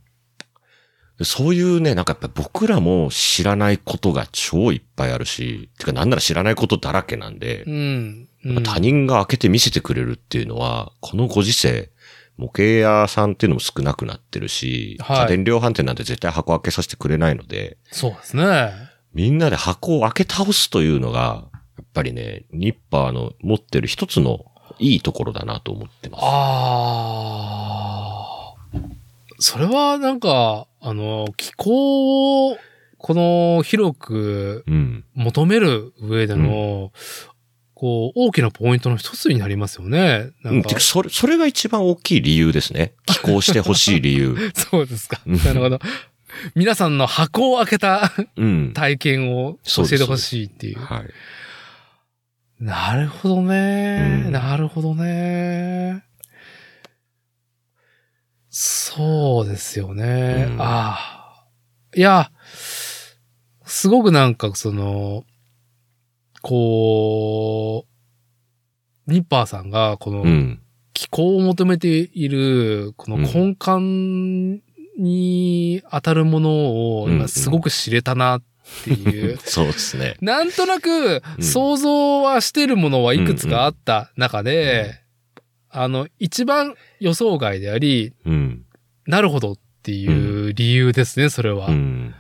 Speaker 2: でそういうね、なんかやっぱ僕らも知らないことが超いっぱいあるし、てかなんなら知らないことだらけなんで
Speaker 1: う、ん。うん、
Speaker 2: 他人が開けて見せてくれるっていうのは、このご時世、模型屋さんっていうのも少なくなってるし、
Speaker 1: はい
Speaker 2: 家電量販店なんて絶対箱開けさせてくれないので、
Speaker 1: そうですね。
Speaker 2: みんなで箱を開け倒すというのが、やっぱりね、ニッパーの持ってる一つのいいところだなと思ってます。
Speaker 1: ああ。それはなんか、あの、気候を、この広く
Speaker 2: うん。
Speaker 1: 求める上での、こう、大きなポイントの一つになりますよね。な
Speaker 2: うんん、
Speaker 1: か
Speaker 2: てか、それ、それが一番大きい理由ですね。 寄稿してほしい理由。
Speaker 1: そうですか。
Speaker 2: うん
Speaker 1: なるほど。皆さんの箱を開けた
Speaker 2: うん。
Speaker 1: 体験を教えてほしいっていう。
Speaker 2: はい。
Speaker 1: なるほどね、
Speaker 2: うん
Speaker 1: なるほどね。そうですよね。
Speaker 2: うん
Speaker 1: ああ。いや、すごくなんかその、こう、ニッパーさんがこの、
Speaker 2: うん。
Speaker 1: 気候を求めている、この
Speaker 2: うん
Speaker 1: 根幹に当たるものを、
Speaker 2: うん
Speaker 1: 今すごく知れたなっていう。
Speaker 2: そうですね。
Speaker 1: なんとなく、
Speaker 2: うん
Speaker 1: 想像はしてるものはいくつかあった中で、あの、一番予想外であり、
Speaker 2: うん。
Speaker 1: なるほどっていう理由ですね、それは。
Speaker 2: うん。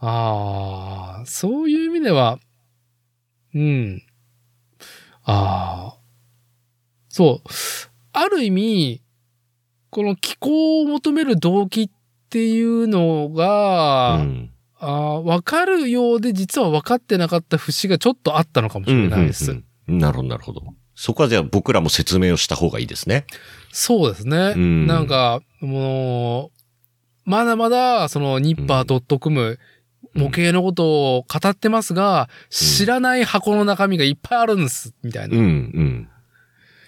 Speaker 1: ああ、そういう意味では、うん。ああ。そう。ある意味、この気候を求める動機っていうのが、
Speaker 2: うん
Speaker 1: ああわかるようで実は分かってなかった節がちょっとあったのかもしれないです。
Speaker 2: うんうんうんなるほど、なるほど。そこはじゃあ僕らも説明をした方がいいですね。
Speaker 1: そうですね。
Speaker 2: うん
Speaker 1: なんか、もう、まだまだ、その、ニッパー .com 模型のことを語ってますが、知らない箱の中身がいっぱいあるんです、みたい
Speaker 2: うん、
Speaker 1: な。
Speaker 2: うん。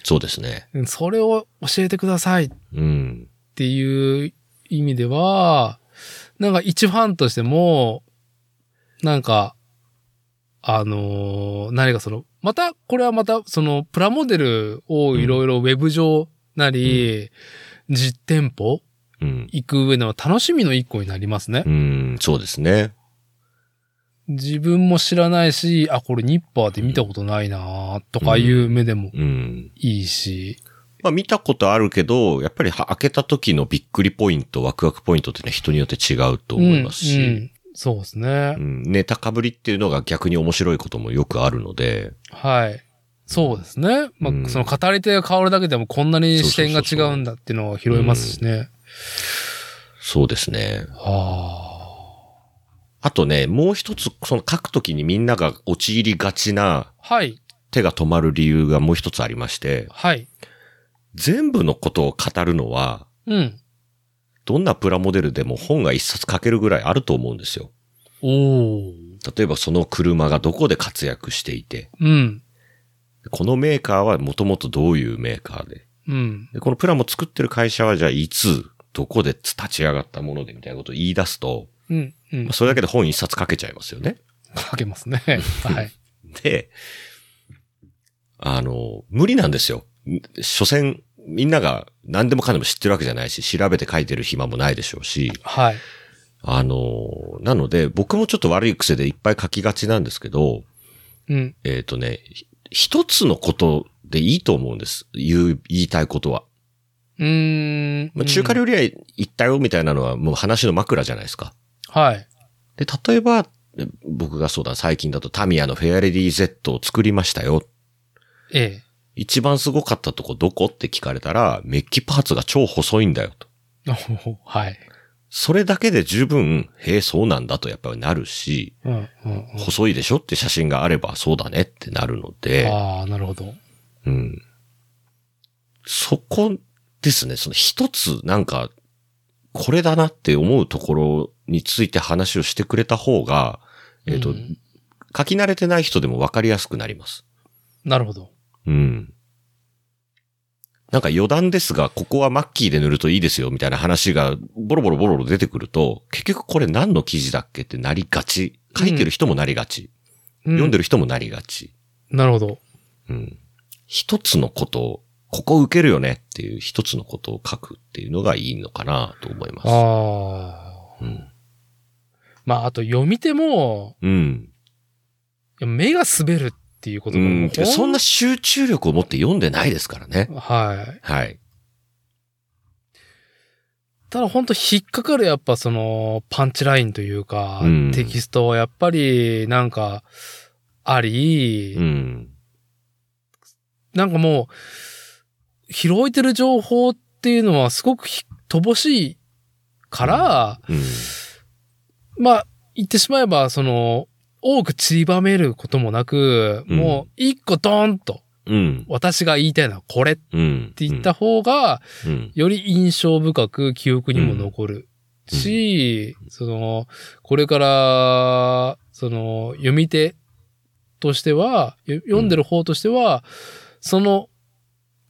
Speaker 2: そうですね。
Speaker 1: それを教えてくださいっ
Speaker 2: うん。
Speaker 1: ていう意味では、なんか一ファンとしても、なんか、あのー何かその、また、これはまた、その、プラモデルをいろいろウェブ上なり、実店舗
Speaker 2: うん。
Speaker 1: 行く上の楽しみの一個になりますね
Speaker 2: う。ん、そうですね。
Speaker 1: 自分も知らないし、あ、これニッパーで見たことないなとかいう目でも
Speaker 2: うん。
Speaker 1: いいし。
Speaker 2: まあ見たことあるけど、やっぱりは開けた時のびっくりポイント、ワクワクポイントってね、人によって違うと思いますし、
Speaker 1: うんうんそうですね
Speaker 2: う。んネタかぶりっていうのが逆に面白いこともよくあるので、
Speaker 1: はい。そうですね。まあ、
Speaker 2: うん
Speaker 1: その語り手が変わるだけでもこんなに視点が違うんだっていうのは拾えますしね。
Speaker 2: そうですね。
Speaker 1: は
Speaker 2: あとね、もう一つ、その書くときにみんなが陥りがちな
Speaker 1: あ。はい。
Speaker 2: 手が止まる理由がもう一つありまして、
Speaker 1: はい。
Speaker 2: 全部のことを語るのは、
Speaker 1: うん。
Speaker 2: どんなプラモデルでも本が一冊書けるぐらいあると思うんですよ。
Speaker 1: おお。
Speaker 2: 例えばその車がどこで活躍していて、
Speaker 1: うん。
Speaker 2: このメーカーはもともとどういうメーカーで、
Speaker 1: うん。
Speaker 2: でこのプラモ作ってる会社はじゃあいつ、どこで立ち上がったものでみたいなことを言い出すと、
Speaker 1: うん。うん
Speaker 2: まあ。それだけ で本一冊書けちゃいますよね。
Speaker 1: かけますね。はい。
Speaker 2: で、あの、無理なんですよ。所詮、みんなが何でもかんでも知ってるわけじゃないし、調べて書いてる暇もないでしょうし、
Speaker 1: はい。
Speaker 2: あの、なので、僕もちょっと悪い癖でいっぱい書きがちなんですけど、
Speaker 1: うん。
Speaker 2: えっ、とね、ひ一つのことでいいと思うんです。言う、言いたいことは。
Speaker 1: うーん。
Speaker 2: まあ、中華料理屋行ったよみたいなのはもう話の枕じゃないですか。
Speaker 1: はい。
Speaker 2: で、例えば、え僕がそうだ、最近だとタミヤのフェアレディ Z を作りましたよ。
Speaker 1: ええ。
Speaker 2: 一番すごかったとこどこって聞かれたら、メッキパーツが超細いんだよと。
Speaker 1: おほほはい。
Speaker 2: それだけで十分、へえ、そうなんだとやっぱりなるし、
Speaker 1: うん、うんうん。
Speaker 2: 細いでしょって写真があればそうだねってなるので、
Speaker 1: ああ、なるほど。
Speaker 2: うん。そこですね、その一つなんか、これだなって思うところについて話をしてくれた方が、えっ、と、
Speaker 1: うん
Speaker 2: 書き慣れてない人でも分かりやすくなります。
Speaker 1: なるほど。
Speaker 2: うん。なんか余談ですが、ここはマッキーで塗るといいですよ、みたいな話がボロボロボロボロ出てくると、結局これ何の記事だっけってなりがち。書いてる人もなりがち。読んで
Speaker 1: る。
Speaker 2: る人もなりがち。
Speaker 1: なるほど。
Speaker 2: うん。一つのことを、ここ受けるよねっていう一つのことを書くっていうのがいいのかなと思います。
Speaker 1: ああ。
Speaker 2: うん。
Speaker 1: まあ、あと読み手も、
Speaker 2: うん。
Speaker 1: 目が滑るっていうこと
Speaker 2: う
Speaker 1: がも
Speaker 2: ん
Speaker 1: うほ
Speaker 2: そんな集中力を持って読んでないですからね。
Speaker 1: はい。
Speaker 2: はい。
Speaker 1: ただ本当引っかかるやっぱそのパンチラインというか、
Speaker 2: うん
Speaker 1: テキストはやっぱりなんかあり、
Speaker 2: うん。
Speaker 1: なんかもう、拾えてる情報っていうのはすごくひ乏しいから、
Speaker 2: うん。
Speaker 1: まあ、言ってしまえば、その、多く散りばめることもなく、
Speaker 2: うん
Speaker 1: もう一個ドーンと、
Speaker 2: うん。
Speaker 1: 私が言いたいのはこれっ
Speaker 2: うん。って
Speaker 1: 言った方が、
Speaker 2: うん。
Speaker 1: より印象深く記憶にも残る
Speaker 2: うん
Speaker 1: し、その、これから、その、読み手としては、よ読んでる方としては、その、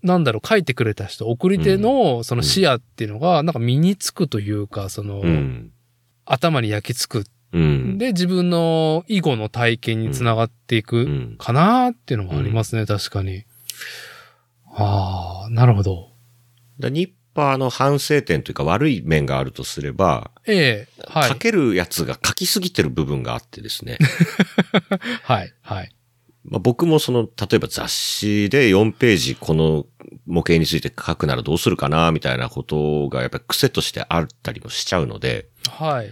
Speaker 1: なんだろう、書いてくれた人、送り手のその視野っていうのが、なんか身につくというか、その、
Speaker 2: うん。
Speaker 1: 頭に焼き付く。
Speaker 2: うん。
Speaker 1: で、自分の以後の体験につながってい
Speaker 2: うん
Speaker 1: くかなっていうのもありますね、確かに。ああ、なるほど。
Speaker 2: だニッパーの反省点というか悪い面があるとすれば、
Speaker 1: ええ、はい。
Speaker 2: 書けるやつが書きすぎてる部分があってですね。
Speaker 1: はい、はい。
Speaker 2: まあ僕もその、例えば雑誌で4ページこの模型について書くならどうするかな、みたいなことがやっぱり癖としてあったりもしちゃうので、
Speaker 1: はい。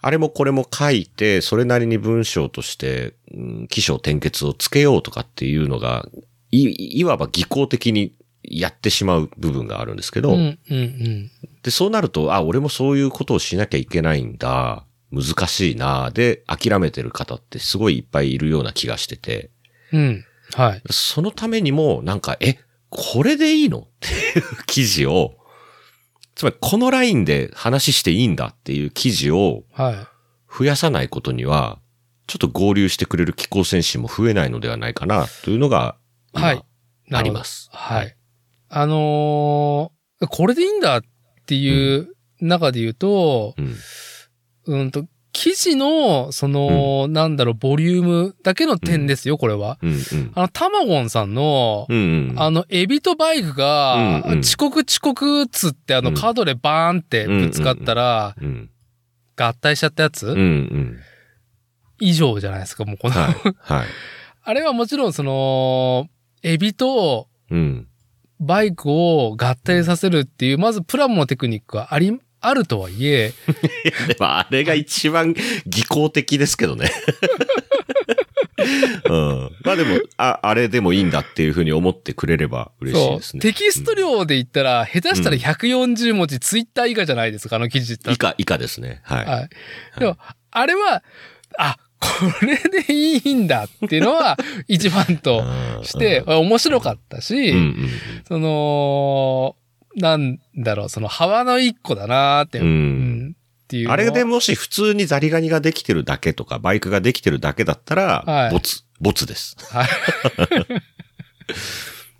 Speaker 2: あれもこれも書いて、それなりに文章として、うん、起承転結をつけようとかっていうのが、い、いわば技巧的にやってしまう部分があるんですけ
Speaker 1: う
Speaker 2: ど、
Speaker 1: ん、うん、うん。
Speaker 2: で、そうなると、あ、俺もそういうことをしなきゃいけないんだ。難しいな。で、諦めてる方ってすごいいっぱいいるような気がしてて、
Speaker 1: うん。はい。
Speaker 2: そのためにも、なんか、え、これでいいの っていう記事を、つまりこのラインで話していいんだっていう記事を
Speaker 1: は
Speaker 2: 増やさないことには、ちょっと合流してくれる気候戦士も増えないのではないかな、というのが、今
Speaker 1: はいい。
Speaker 2: あり
Speaker 1: す。
Speaker 2: ます。
Speaker 1: はい。あのーこれでいいんだっていう中で言うと、
Speaker 2: うん。
Speaker 1: うん、と、記事の、その、なんだろう、ボリュームだけの点ですよ、これは。
Speaker 2: うんうん。
Speaker 1: あの、タマゴンさんの、
Speaker 2: うんうん。
Speaker 1: あの、エビとバイクが、
Speaker 2: うんうん
Speaker 1: 遅刻遅刻っつって、あの、
Speaker 2: うん
Speaker 1: カードでバーンってぶつかったら、
Speaker 2: うん
Speaker 1: 合体しちゃったやつ、
Speaker 2: うんうん。
Speaker 1: 以上じゃないですか、もうこの。
Speaker 2: はい。はい。
Speaker 1: あれはもちろん、その、エビと、
Speaker 2: うん。
Speaker 1: バイクを合体させるっていう、まずプラモのテクニックはあり、あるとはいえ、
Speaker 2: で もあれが一番技巧的ですけどね。 うん、まあでもあ、あれでもいいんだっていうふうに思ってくれれば嬉しい
Speaker 1: そ
Speaker 2: です
Speaker 1: う、
Speaker 2: ね。
Speaker 1: テキスト量で言ったら、下手したら
Speaker 2: うん
Speaker 1: 140文字、ツイッター以下じゃないですか、あの記事って
Speaker 2: 以。下、以下ですね。はい。
Speaker 1: はい。でも、あれは、あ、これでいいんだっていうの は、一番と
Speaker 2: うん
Speaker 1: して、、面白かったし、
Speaker 2: うんうん
Speaker 1: その、なんだろう、その、幅の一個だなーって、
Speaker 2: うん。
Speaker 1: うんっていううんのを。
Speaker 2: あれでもし普通にザリガニができてるだけとか、バイクができてるだけだったら、
Speaker 1: はい
Speaker 2: ボツ、ボツです。
Speaker 1: はい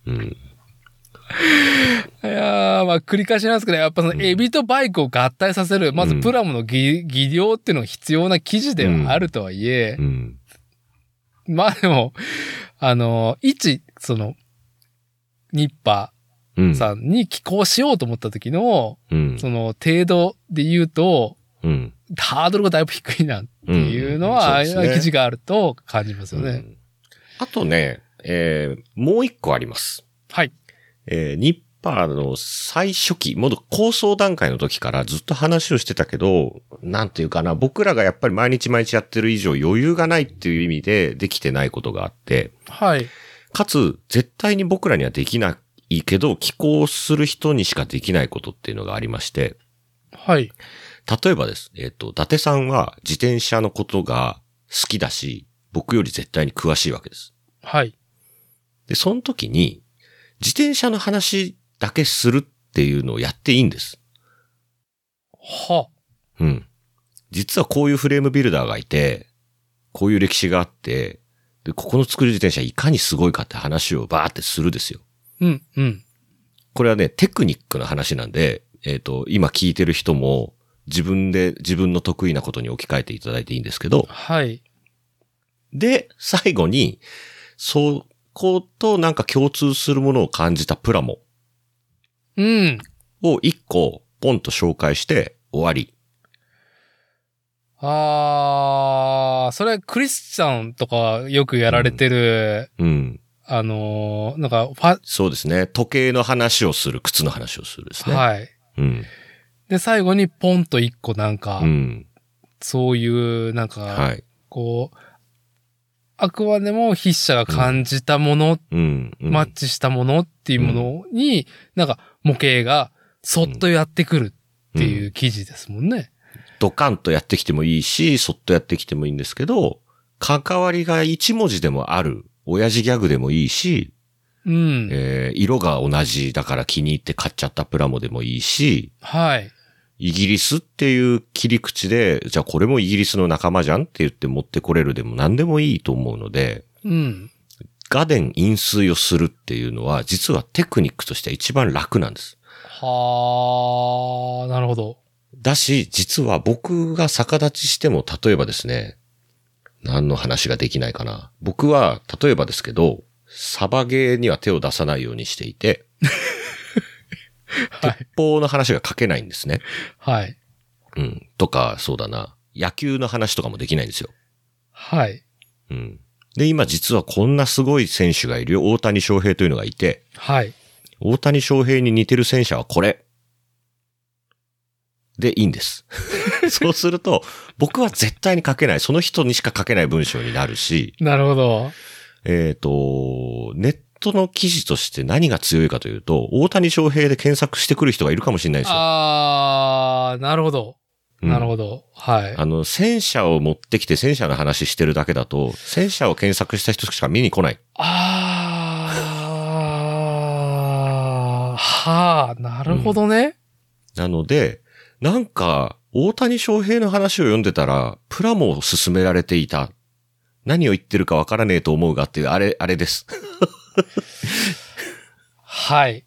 Speaker 2: うん。
Speaker 1: いやー、まあ繰り返しなんですけど、やっぱそのエビとバイクを合体させる、まずプラムの技技量っていうのが必要な記事ではあるとはいえ
Speaker 2: う、ん。
Speaker 1: まあでも、あの、一、その、ニッパ
Speaker 2: うん。
Speaker 1: ーさんに寄稿しようと思った時の、
Speaker 2: うん。
Speaker 1: その、程度で言うと、
Speaker 2: うん。
Speaker 1: ハードルがだいぶ低いなっていうのは、ああ
Speaker 2: うん
Speaker 1: い
Speaker 2: そうです
Speaker 1: う
Speaker 2: ね
Speaker 1: 記事があると感じますよね。
Speaker 2: うんあとね、えーもう一個あります。
Speaker 1: はい。
Speaker 2: えーニッパーの最初期、もっと構想段階の時からずっと話をしてたけど、なんていうかな、僕らがやっぱり毎日毎日やってる以上余裕がないっていう意味でできてないことがあって、
Speaker 1: はい。
Speaker 2: かつ、絶対に僕らにはできないけど、寄稿する人にしかできないことっていうのがありまして、
Speaker 1: はい。
Speaker 2: 例えばです。えっ、と、伊達さんは自転車のことが好きだし、僕より絶対に詳しいわけです。
Speaker 1: はい。
Speaker 2: で、その時に、自転車の話だけするっていうのをやっていいんです。
Speaker 1: は。
Speaker 2: うん。実はこういうフレームビルダーがいて、こういう歴史があって、で、ここの作る自転車いかにすごいかって話をバーってするですよ。
Speaker 1: うん、うん。
Speaker 2: これはね、テクニックの話なんで、えっ、と、今聞いてる人も、自分で、自分の得意なことに置き換えていただいていいんですけど、
Speaker 1: はい。
Speaker 2: で、最後に、そことなんか共通するものを感じたプラモ
Speaker 1: うん。
Speaker 2: を一個、ポンと紹介して終わり。
Speaker 1: あー、それクリスチャンとかよくやられてる、
Speaker 2: うん。
Speaker 1: あのーなんかファ、
Speaker 2: そうですね。時計の話をする、靴の話をするですね。
Speaker 1: はい。
Speaker 2: うん。
Speaker 1: で、最後にポンと一個なんか、
Speaker 2: うん。
Speaker 1: そういう、なんか、
Speaker 2: はい。
Speaker 1: こう、あくまでも筆者が感じたもの、
Speaker 2: うん。うん
Speaker 1: マッチしたものっていうものに、なんか模型がそっとやってくるっていう記事ですもんね。
Speaker 2: ドカンとやってきてもいいし、そっとやってきてもいいんですけど、関わりが一文字でもある、親父ギャグでもいいし、
Speaker 1: うん。
Speaker 2: えー色が同じだから気に入って買っちゃったプラモでもいいし、
Speaker 1: はい。
Speaker 2: イギリスっていう切り口で、じゃあこれもイギリスの仲間じゃんって言って持ってこれるでも何でもいいと思うので、
Speaker 1: うん。
Speaker 2: ガデン飲水をするっていうのは、実はテクニックとしては一番楽なんです。
Speaker 1: はー、なるほど。
Speaker 2: だし、実は僕が逆立ちしても、例えばですね、何の話ができないかな。僕は、例えばですけど、サバゲーには手を出さないようにしていて、
Speaker 1: はい。
Speaker 2: 鉄砲の話が書けないんですね。
Speaker 1: はい。
Speaker 2: うん。とか、そうだな。野球の話とかもできないんですよ。
Speaker 1: はい。
Speaker 2: うん。で、今実はこんなすごい選手がいるよ。大谷翔平というのがいて、
Speaker 1: はい。
Speaker 2: 大谷翔平に似てる戦車はこれ。で、いい んです。そうすると、僕は絶対に書けない。その人にしか書けない文章になるし、
Speaker 1: なるほど。
Speaker 2: えっ、と、ネットの記事として何が強いかというと、大谷翔平で検索してくる人がいるかもしれないですよ。
Speaker 1: あー、なるほど。
Speaker 2: うん
Speaker 1: なるほど。はい。
Speaker 2: あの、戦車を持ってきて戦車の話してるだけだと、戦車を検索した人しか見に来ない。
Speaker 1: あー、はー、なるほどね。
Speaker 2: なので、なんか、大谷翔平の話を読んでたら、プラモを勧められていた。何を言ってるかわからねえと思うがっていう、あれ、あれです。
Speaker 1: はい。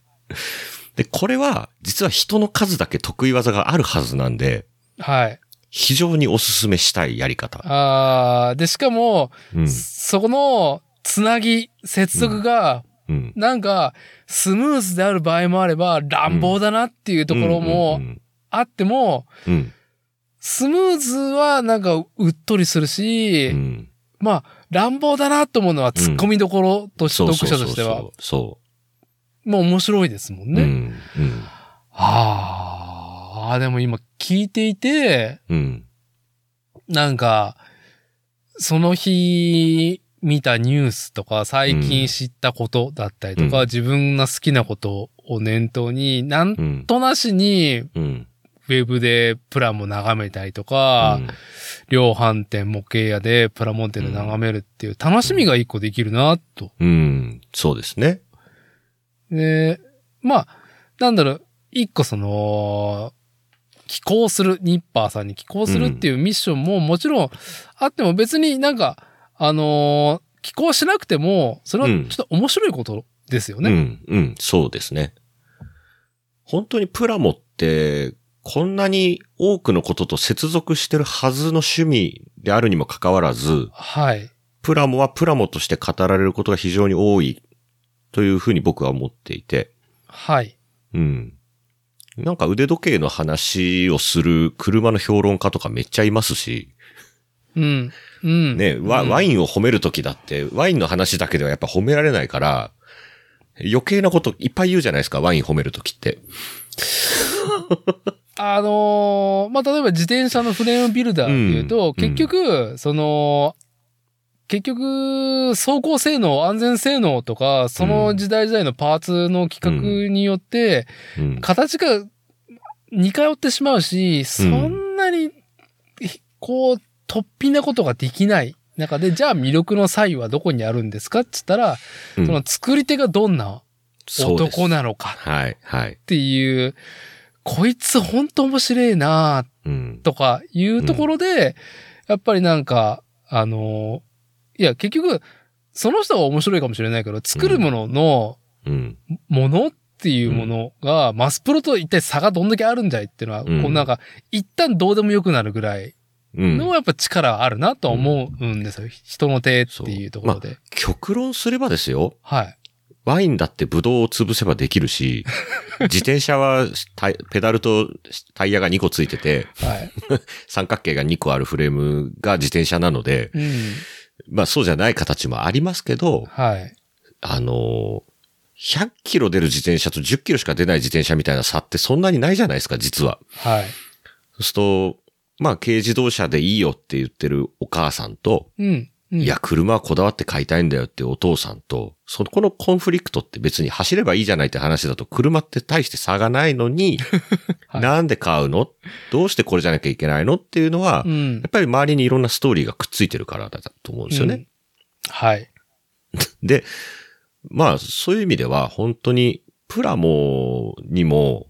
Speaker 2: で、これは、実は人の数だけ得意技があるはずなんで、
Speaker 1: はい。
Speaker 2: 非常にお勧めしたいやり方。
Speaker 1: あー、で、しかも、
Speaker 2: うん。
Speaker 1: そこの、つなぎ、接続が、
Speaker 2: うん。
Speaker 1: なんか、スムーズである場合もあれば、乱暴だなっていうところ
Speaker 2: う
Speaker 1: も
Speaker 2: ん
Speaker 1: あっても、
Speaker 2: うん
Speaker 1: スムーズはなんかうっとりするし、
Speaker 2: うん。うん。
Speaker 1: まあ、乱暴だなと思うのは突っ込みどころとして、
Speaker 2: そうそう
Speaker 1: 読者と
Speaker 2: そうそう
Speaker 1: しては、
Speaker 2: そ
Speaker 1: もう面白いですもん
Speaker 2: う。う
Speaker 1: ね。
Speaker 2: ん。うん
Speaker 1: あーあー、でも今聞いていて、
Speaker 2: うん。
Speaker 1: なんか、その日見たニュースとか、最近知ったことだったりとか、
Speaker 2: うん
Speaker 1: 自分が好きなことを念頭に、なん
Speaker 2: うん。
Speaker 1: となしに、
Speaker 2: うん。
Speaker 1: ウェブでプラモ眺めたりとか、量販店、模型屋でプラモンテル眺めるっていう楽しみが一個できるな、と。
Speaker 2: うん。そうですね。
Speaker 1: で、まあ、なんだろう、一個その、寄稿する、ニッパーさんに寄稿するっていうミッションももちろんあっても別になんか、あのー寄稿しなくても、それはちょっと面白いことですよ
Speaker 2: う
Speaker 1: ね。
Speaker 2: ん、うん、そうですね。本当にプラモって、こんなに多くのことと接続してるはずの趣味であるにもかかわらず、
Speaker 1: はい。
Speaker 2: プラモはプラモとして語られることが非常に多いというふうに僕は思っていて、
Speaker 1: はい。
Speaker 2: うん。なんか腕時計の話をする車の評論家とかめっちゃいますし、
Speaker 1: うん。うん。
Speaker 2: ね、ワ
Speaker 1: うん
Speaker 2: ワインを褒めるときだって、ワインの話だけではやっぱ褒められないから、余計なこといっぱい言うじゃないですか、ワイン褒めるときって。
Speaker 1: あのーまあ、例えば自転車のフレームビルダーっていうと、
Speaker 2: うん
Speaker 1: 結局、その、結局、走行性能、安全性能とか、その時代時代のパーツの規格によって、
Speaker 2: うん。
Speaker 1: 形が似通ってしまうし、そんなに、ひこう、突飛なことができない中で、じゃあ魅力の際はどこにあるんですかって言ったら、
Speaker 2: うん
Speaker 1: その作り手がどんな
Speaker 2: そうです
Speaker 1: 男なのか
Speaker 2: はい、はい
Speaker 1: っ。ていう、こいつほんと面白いなーっ
Speaker 2: うん。
Speaker 1: とかいうところで、やっぱりなんか、あのーいや、結局、その人は面白いかもしれないけど、作るものの
Speaker 2: うん。
Speaker 1: ものっていうものが、マスプロと一体差がどんだけあるんじゃいっていうのは、
Speaker 2: うん
Speaker 1: こうなんか、一旦どうでもよくなるぐらい
Speaker 2: うん。
Speaker 1: のやっぱ力はあるなとは思うんですよ。人の手っていうところで。
Speaker 2: 極論すればですよ、
Speaker 1: はい。
Speaker 2: ワインだってブドウを潰せばでき るし、自転車はタイペダルとタイヤが2個ついてて、
Speaker 1: はい。
Speaker 2: 三角形が2個あるフレームが自転車なので、
Speaker 1: うん。
Speaker 2: まあそうじゃない形もありますけど、
Speaker 1: はい。
Speaker 2: あのー、100キロ出る自転車と10キロしか出ない自転車みたいな差ってそんなにないじゃないですか、実は。
Speaker 1: はい。
Speaker 2: そうすると、まあ軽自動車でいいよって言ってるお母さんと、
Speaker 1: うん。うん
Speaker 2: いや、車はこだわって買いたいんだよってお父さんと、そこのコンフリクトって別に走ればいいじゃないって話だと、車って大して差がないのに、
Speaker 1: はい
Speaker 2: なんで買うのどうしてこれじゃなきゃいけないのっていうのは、
Speaker 1: う
Speaker 2: や
Speaker 1: ん
Speaker 2: っ。ぱり周りにいろんなストーリーがくっついてるからだと思うんですよね。
Speaker 1: うん。はい。
Speaker 2: で、まあ、そういう意味では、本当に、プラモにも、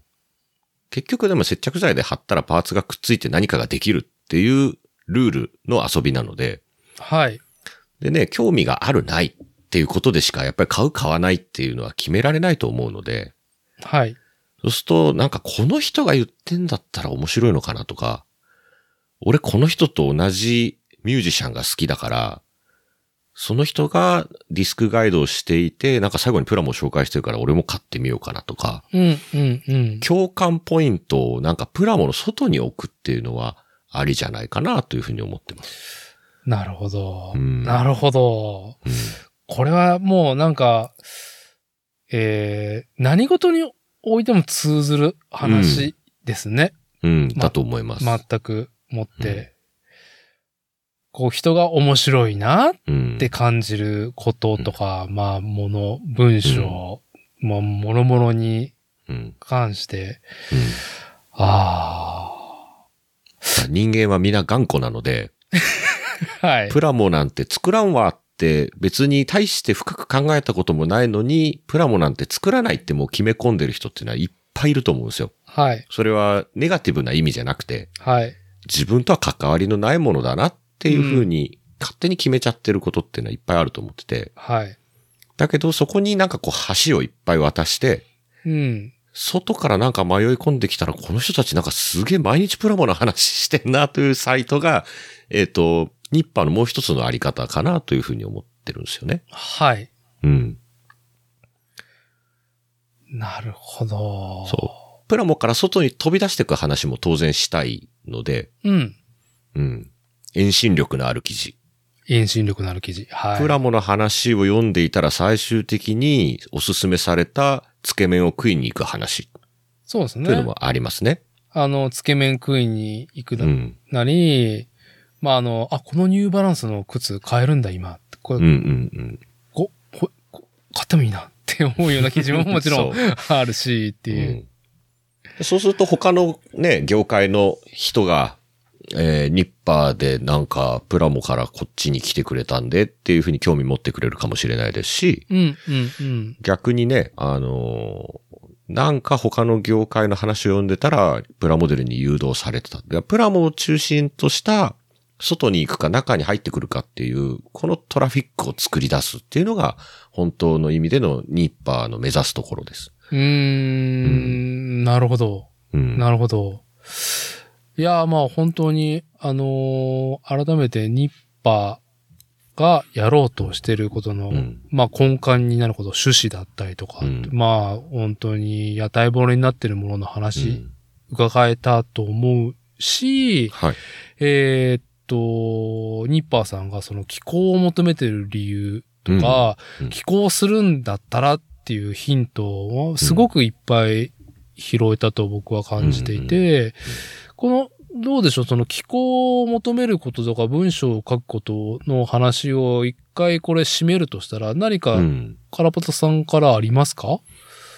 Speaker 2: 結局でも接着剤で貼ったらパーツがくっついて何かができるっていうルールの遊びなので、
Speaker 1: はい。
Speaker 2: でね、興味があるないっていうことでしか、やっぱり買う買わないっていうのは決められないと思うので、
Speaker 1: はい。
Speaker 2: そうすると、なんかこの人が言ってんだったら面白いのかなとか、俺この人と同じミュージシャンが好きだから、その人がディスクガイドをしていて、なんか最後にプラモを紹介してるから俺も買ってみようかなとか、
Speaker 1: うん。うん。うん。
Speaker 2: 共感ポイントをなんかプラモの外に置くっていうのはありじゃないかなというふうに思ってます。
Speaker 1: なるほど。
Speaker 2: うん
Speaker 1: なるほど。
Speaker 2: うん
Speaker 1: これはもうなんか、えー、何事においても通ずる話ですね。
Speaker 2: うん、
Speaker 1: ま
Speaker 2: だと思います。
Speaker 1: 全くもって。
Speaker 2: うん
Speaker 1: こう人が面白いなっ
Speaker 2: うん
Speaker 1: て感じることとか、まあ、もの、文章、まあ、もろもろに
Speaker 2: うん
Speaker 1: 関して、
Speaker 2: うん
Speaker 1: あ
Speaker 2: 人間は皆頑固なので、
Speaker 1: あ。はい。
Speaker 2: プラモなんて作らんわって別に大して深く考えたこともないのに、プラモなんて作らないってもう決め込んでる人っていうのはいっぱいいると思うんですよ。
Speaker 1: はい。
Speaker 2: それはネガティブな意味じゃなくて、
Speaker 1: はい。
Speaker 2: 自分とは関わりのないものだなっていうふうに勝手に決めちゃってることっていうのはいっぱいあると思ってて、
Speaker 1: はい。
Speaker 2: だけどそこになんかこう橋をいっぱい渡して、
Speaker 1: うん。
Speaker 2: 外からなんか迷い込んできたら、この人たちなんかすげえ毎日プラモの話してんなというサイトが、 えっ、と、ニッパーのもう一つのあり方かなというふうに思ってるんですよね。
Speaker 1: はい。
Speaker 2: うん。
Speaker 1: なるほど。
Speaker 2: そう。プラモから外に飛び出していく話も当然したいので、
Speaker 1: う。うん。
Speaker 2: うん。遠心力のある記事。
Speaker 1: 遠心力のある記事。はい。
Speaker 2: プラモの話を読んでいたら最終的におすすめされたつけ麺を食いに行く話
Speaker 1: そうです
Speaker 2: というの
Speaker 1: ね。
Speaker 2: もありますね。
Speaker 1: あの、つけ麺食いに行く
Speaker 2: う
Speaker 1: だ
Speaker 2: ん。
Speaker 1: なり、まあ、あの、あ、このニューバランスの靴買えるんだ、今。こ
Speaker 2: う
Speaker 1: れ、
Speaker 2: んうん
Speaker 1: こここ買ってもいいなって思うような記事
Speaker 2: う
Speaker 1: も
Speaker 2: ん。
Speaker 1: もちろん
Speaker 2: ん
Speaker 1: あるし、っていう。
Speaker 2: うんそうすると他のね、業界の人が、えーニッパーでなんかプラモからこっちに来てくれたんでっていうふうに興味持ってくれるかもしれないですし、
Speaker 1: うん、うん、うん。
Speaker 2: 逆にね、あのーなんか他の業界の話を読んでたら、プラモデルに誘導されてた。でプラモを中心とした、外に行くか中に入ってくるかっていう、このトラフィックを作り出すっていうのが、本当の意味でのニッパーの目指すところです。
Speaker 1: うーん、なるほど。
Speaker 2: うん。
Speaker 1: なるほど。いやー、まあ本当に、あのー改めてニッパがやろうとしてることの、
Speaker 2: うん
Speaker 1: まあ根幹になること、趣旨だったりとか、
Speaker 2: うん
Speaker 1: まあ本当に屋台骨になってるものの話、伺えたと思うし、
Speaker 2: はい。
Speaker 1: えーっと、ニッパーさんがその気候を求めてる理由とか、
Speaker 2: うんうん
Speaker 1: 気候するんだったらっていうヒントをすごくいっぱい拾えたと僕は感じていて、この、どうでしょうその気候を求めることとか文章を書くことの話を一回これ締めるとしたら何か
Speaker 2: うん
Speaker 1: カラパタさんからありますか、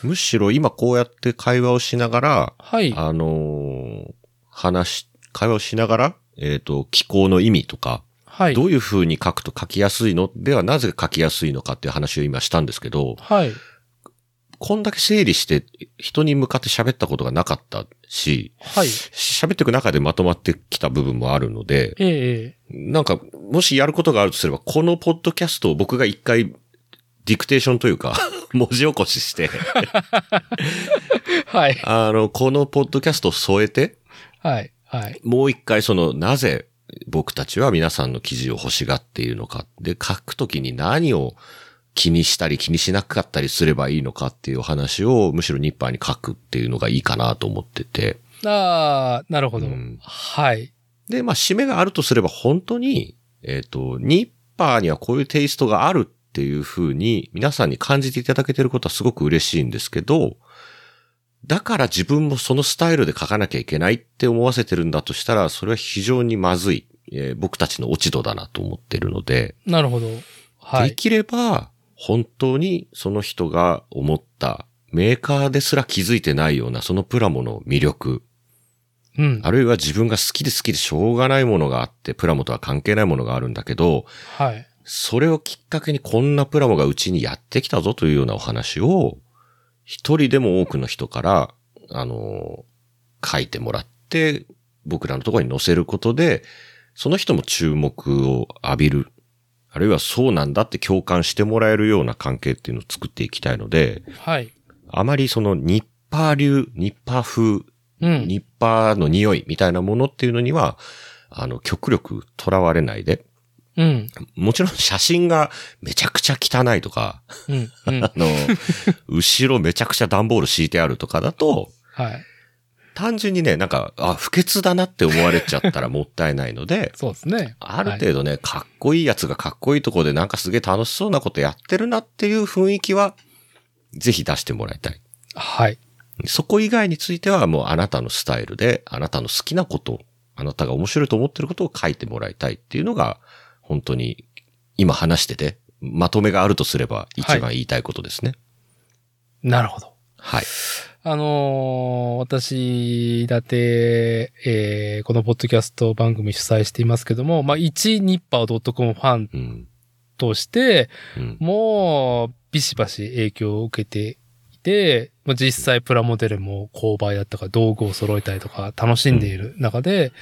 Speaker 2: むしろ今こうやって会話をしながら、
Speaker 1: はい。
Speaker 2: あのー話し、会話をしながら、えっ、と、気候の意味とか、
Speaker 1: はい。
Speaker 2: どういう風に書くと書きやすいのではなぜ書きやすいのかっていう話を今したんですけど、
Speaker 1: はい。
Speaker 2: こんだけ整理して人に向かって喋ったことがなかったし、
Speaker 1: はい。
Speaker 2: 喋っていく中でまとまってきた部分もあるので、
Speaker 1: えええ
Speaker 2: なんか、もしやることがあるとすれば、このポッドキャストを僕が一回、ディクテーションというか、 文字起こしして、
Speaker 1: えはい。
Speaker 2: あの、このポッドキャストを添えて、
Speaker 1: はい。はい。
Speaker 2: もう一回その、なぜ僕たちは皆さんの記事を欲しがっているのか。で、書くときに何を気にしたり気にしなかったりすればいいのかっていうお話を、むしろニッパーに書くっていうのがいいかなと思ってて。
Speaker 1: ああ、なるほど。
Speaker 2: うん
Speaker 1: はい。
Speaker 2: で、まあ、締めがあるとすれば本当に、えっ、と、ニッパーにはこういうテイストがあるっていうふうに皆さんに感じていただけてることはすごく嬉しいんですけど、だから自分もそのスタイルで書かなきゃいけないって思わせてるんだとしたら、それは非常にまずい、えー僕たちの落ち度だなと思ってるので、
Speaker 1: なるほど。は
Speaker 2: で
Speaker 1: い。
Speaker 2: きれば本当にその人が思ったメーカーですら気づいてないようなそのプラモの魅力、
Speaker 1: うん。
Speaker 2: あるいは自分が好きで好きでしょうがないものがあって、プラモとは関係ないものがあるんだけど、
Speaker 1: はい。
Speaker 2: それをきっかけにこんなプラモがうちにやってきたぞというようなお話を、一人でも多くの人から、あの、書いてもらって、僕らのところに載せることで、その人も注目を浴びる。あるいはそうなんだって共感してもらえるような関係っていうのを作っていきたいので、
Speaker 1: はい。
Speaker 2: あまりそのニッパー流、ニッパー風
Speaker 1: うん。
Speaker 2: ニッパーの匂いみたいなものっていうのには、あの、極力とらわれないで。
Speaker 1: うん。
Speaker 2: もちろん写真がめちゃくちゃ汚いとか、
Speaker 1: うん。うん。
Speaker 2: あ の、後ろめちゃくちゃ段ボール敷いてあるとかだと、
Speaker 1: はい。、
Speaker 2: 単純にね、なんか、あ、不潔だなって思われちゃったらもったいないので
Speaker 1: そうですね。
Speaker 2: ある程度ね、かっこいいやつがかっこいいとこでなんかすげえ楽しそうなことやってるなっていう雰囲気は、ぜひ出してもらいたい。
Speaker 1: はい。
Speaker 2: そこ以外についてはもうあなたのスタイルで、あなたの好きなこと、あなたが面白いと思ってることを書いてもらいたいっていうのが、本当に今話してて、まとめがあるとすれば一番言いたいことですね。
Speaker 1: なるほど。
Speaker 2: はい。
Speaker 1: あのー私だって、えーこのポッドキャスト番組主催していますけども、まあ、一ニッパー .com ファン
Speaker 2: うん。
Speaker 1: として、
Speaker 2: うん。
Speaker 1: もう、ビシバシ影響を受けていて、まあ実際プラモデルも購買だったか、道具を揃えたりとか、楽しんでいる中で、
Speaker 2: うん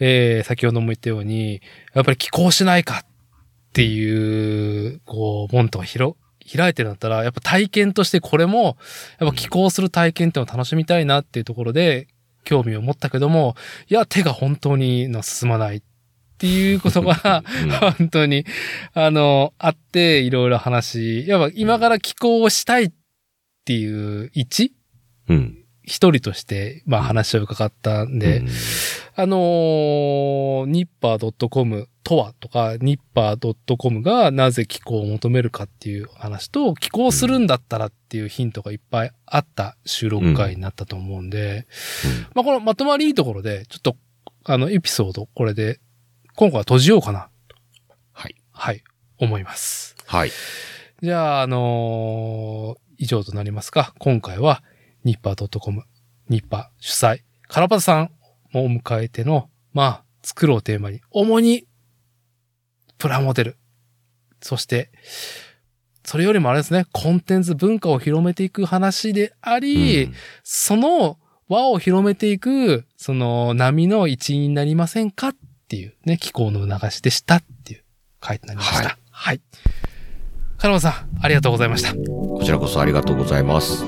Speaker 1: えー先ほども言ったように、やっぱり寄稿しないかっていう、こう、門戸を広、開いてるんだったら、やっぱ体験としてこれも、やっぱ寄稿する体験っていうのを楽しみたいなっていうところで、興味を持ったけども、いや、手が本当にな進まないっていうことが、 本当に、あの、あって、いろいろ話、やっぱ今から寄稿をしたいっていう一
Speaker 2: うん。
Speaker 1: 一人として、まあ話を伺ったんで、
Speaker 2: うん、
Speaker 1: あのー、ニッパー .com とはとか、ニッパー .com がなぜ寄稿を求めるかっていう話と、寄稿するんだったらっていうヒントがいっぱいあった収録会になったと思うんで、まあこのまとまりいいところで、ちょっと、あの、エピソード、これで、今回は閉じようかな。
Speaker 2: はい。
Speaker 1: はい、思います。
Speaker 2: はい。
Speaker 1: じゃあ、あのー以上となりますが、今回は、ニッパー .com、ニッパー主催、カラパタさんを迎えての、まあ、作ろうテーマに、主に、プラモデル。そして、それよりもあれですね、コンテンツ文化を広めていく話であり、
Speaker 2: うん
Speaker 1: その輪を広めていく、その波の一員になりませんかっていうね、気候の促しでしたっていう回となりました。は。
Speaker 2: はい
Speaker 1: カラマさん、ありがとうございました。
Speaker 2: こちらこそありがとうございます。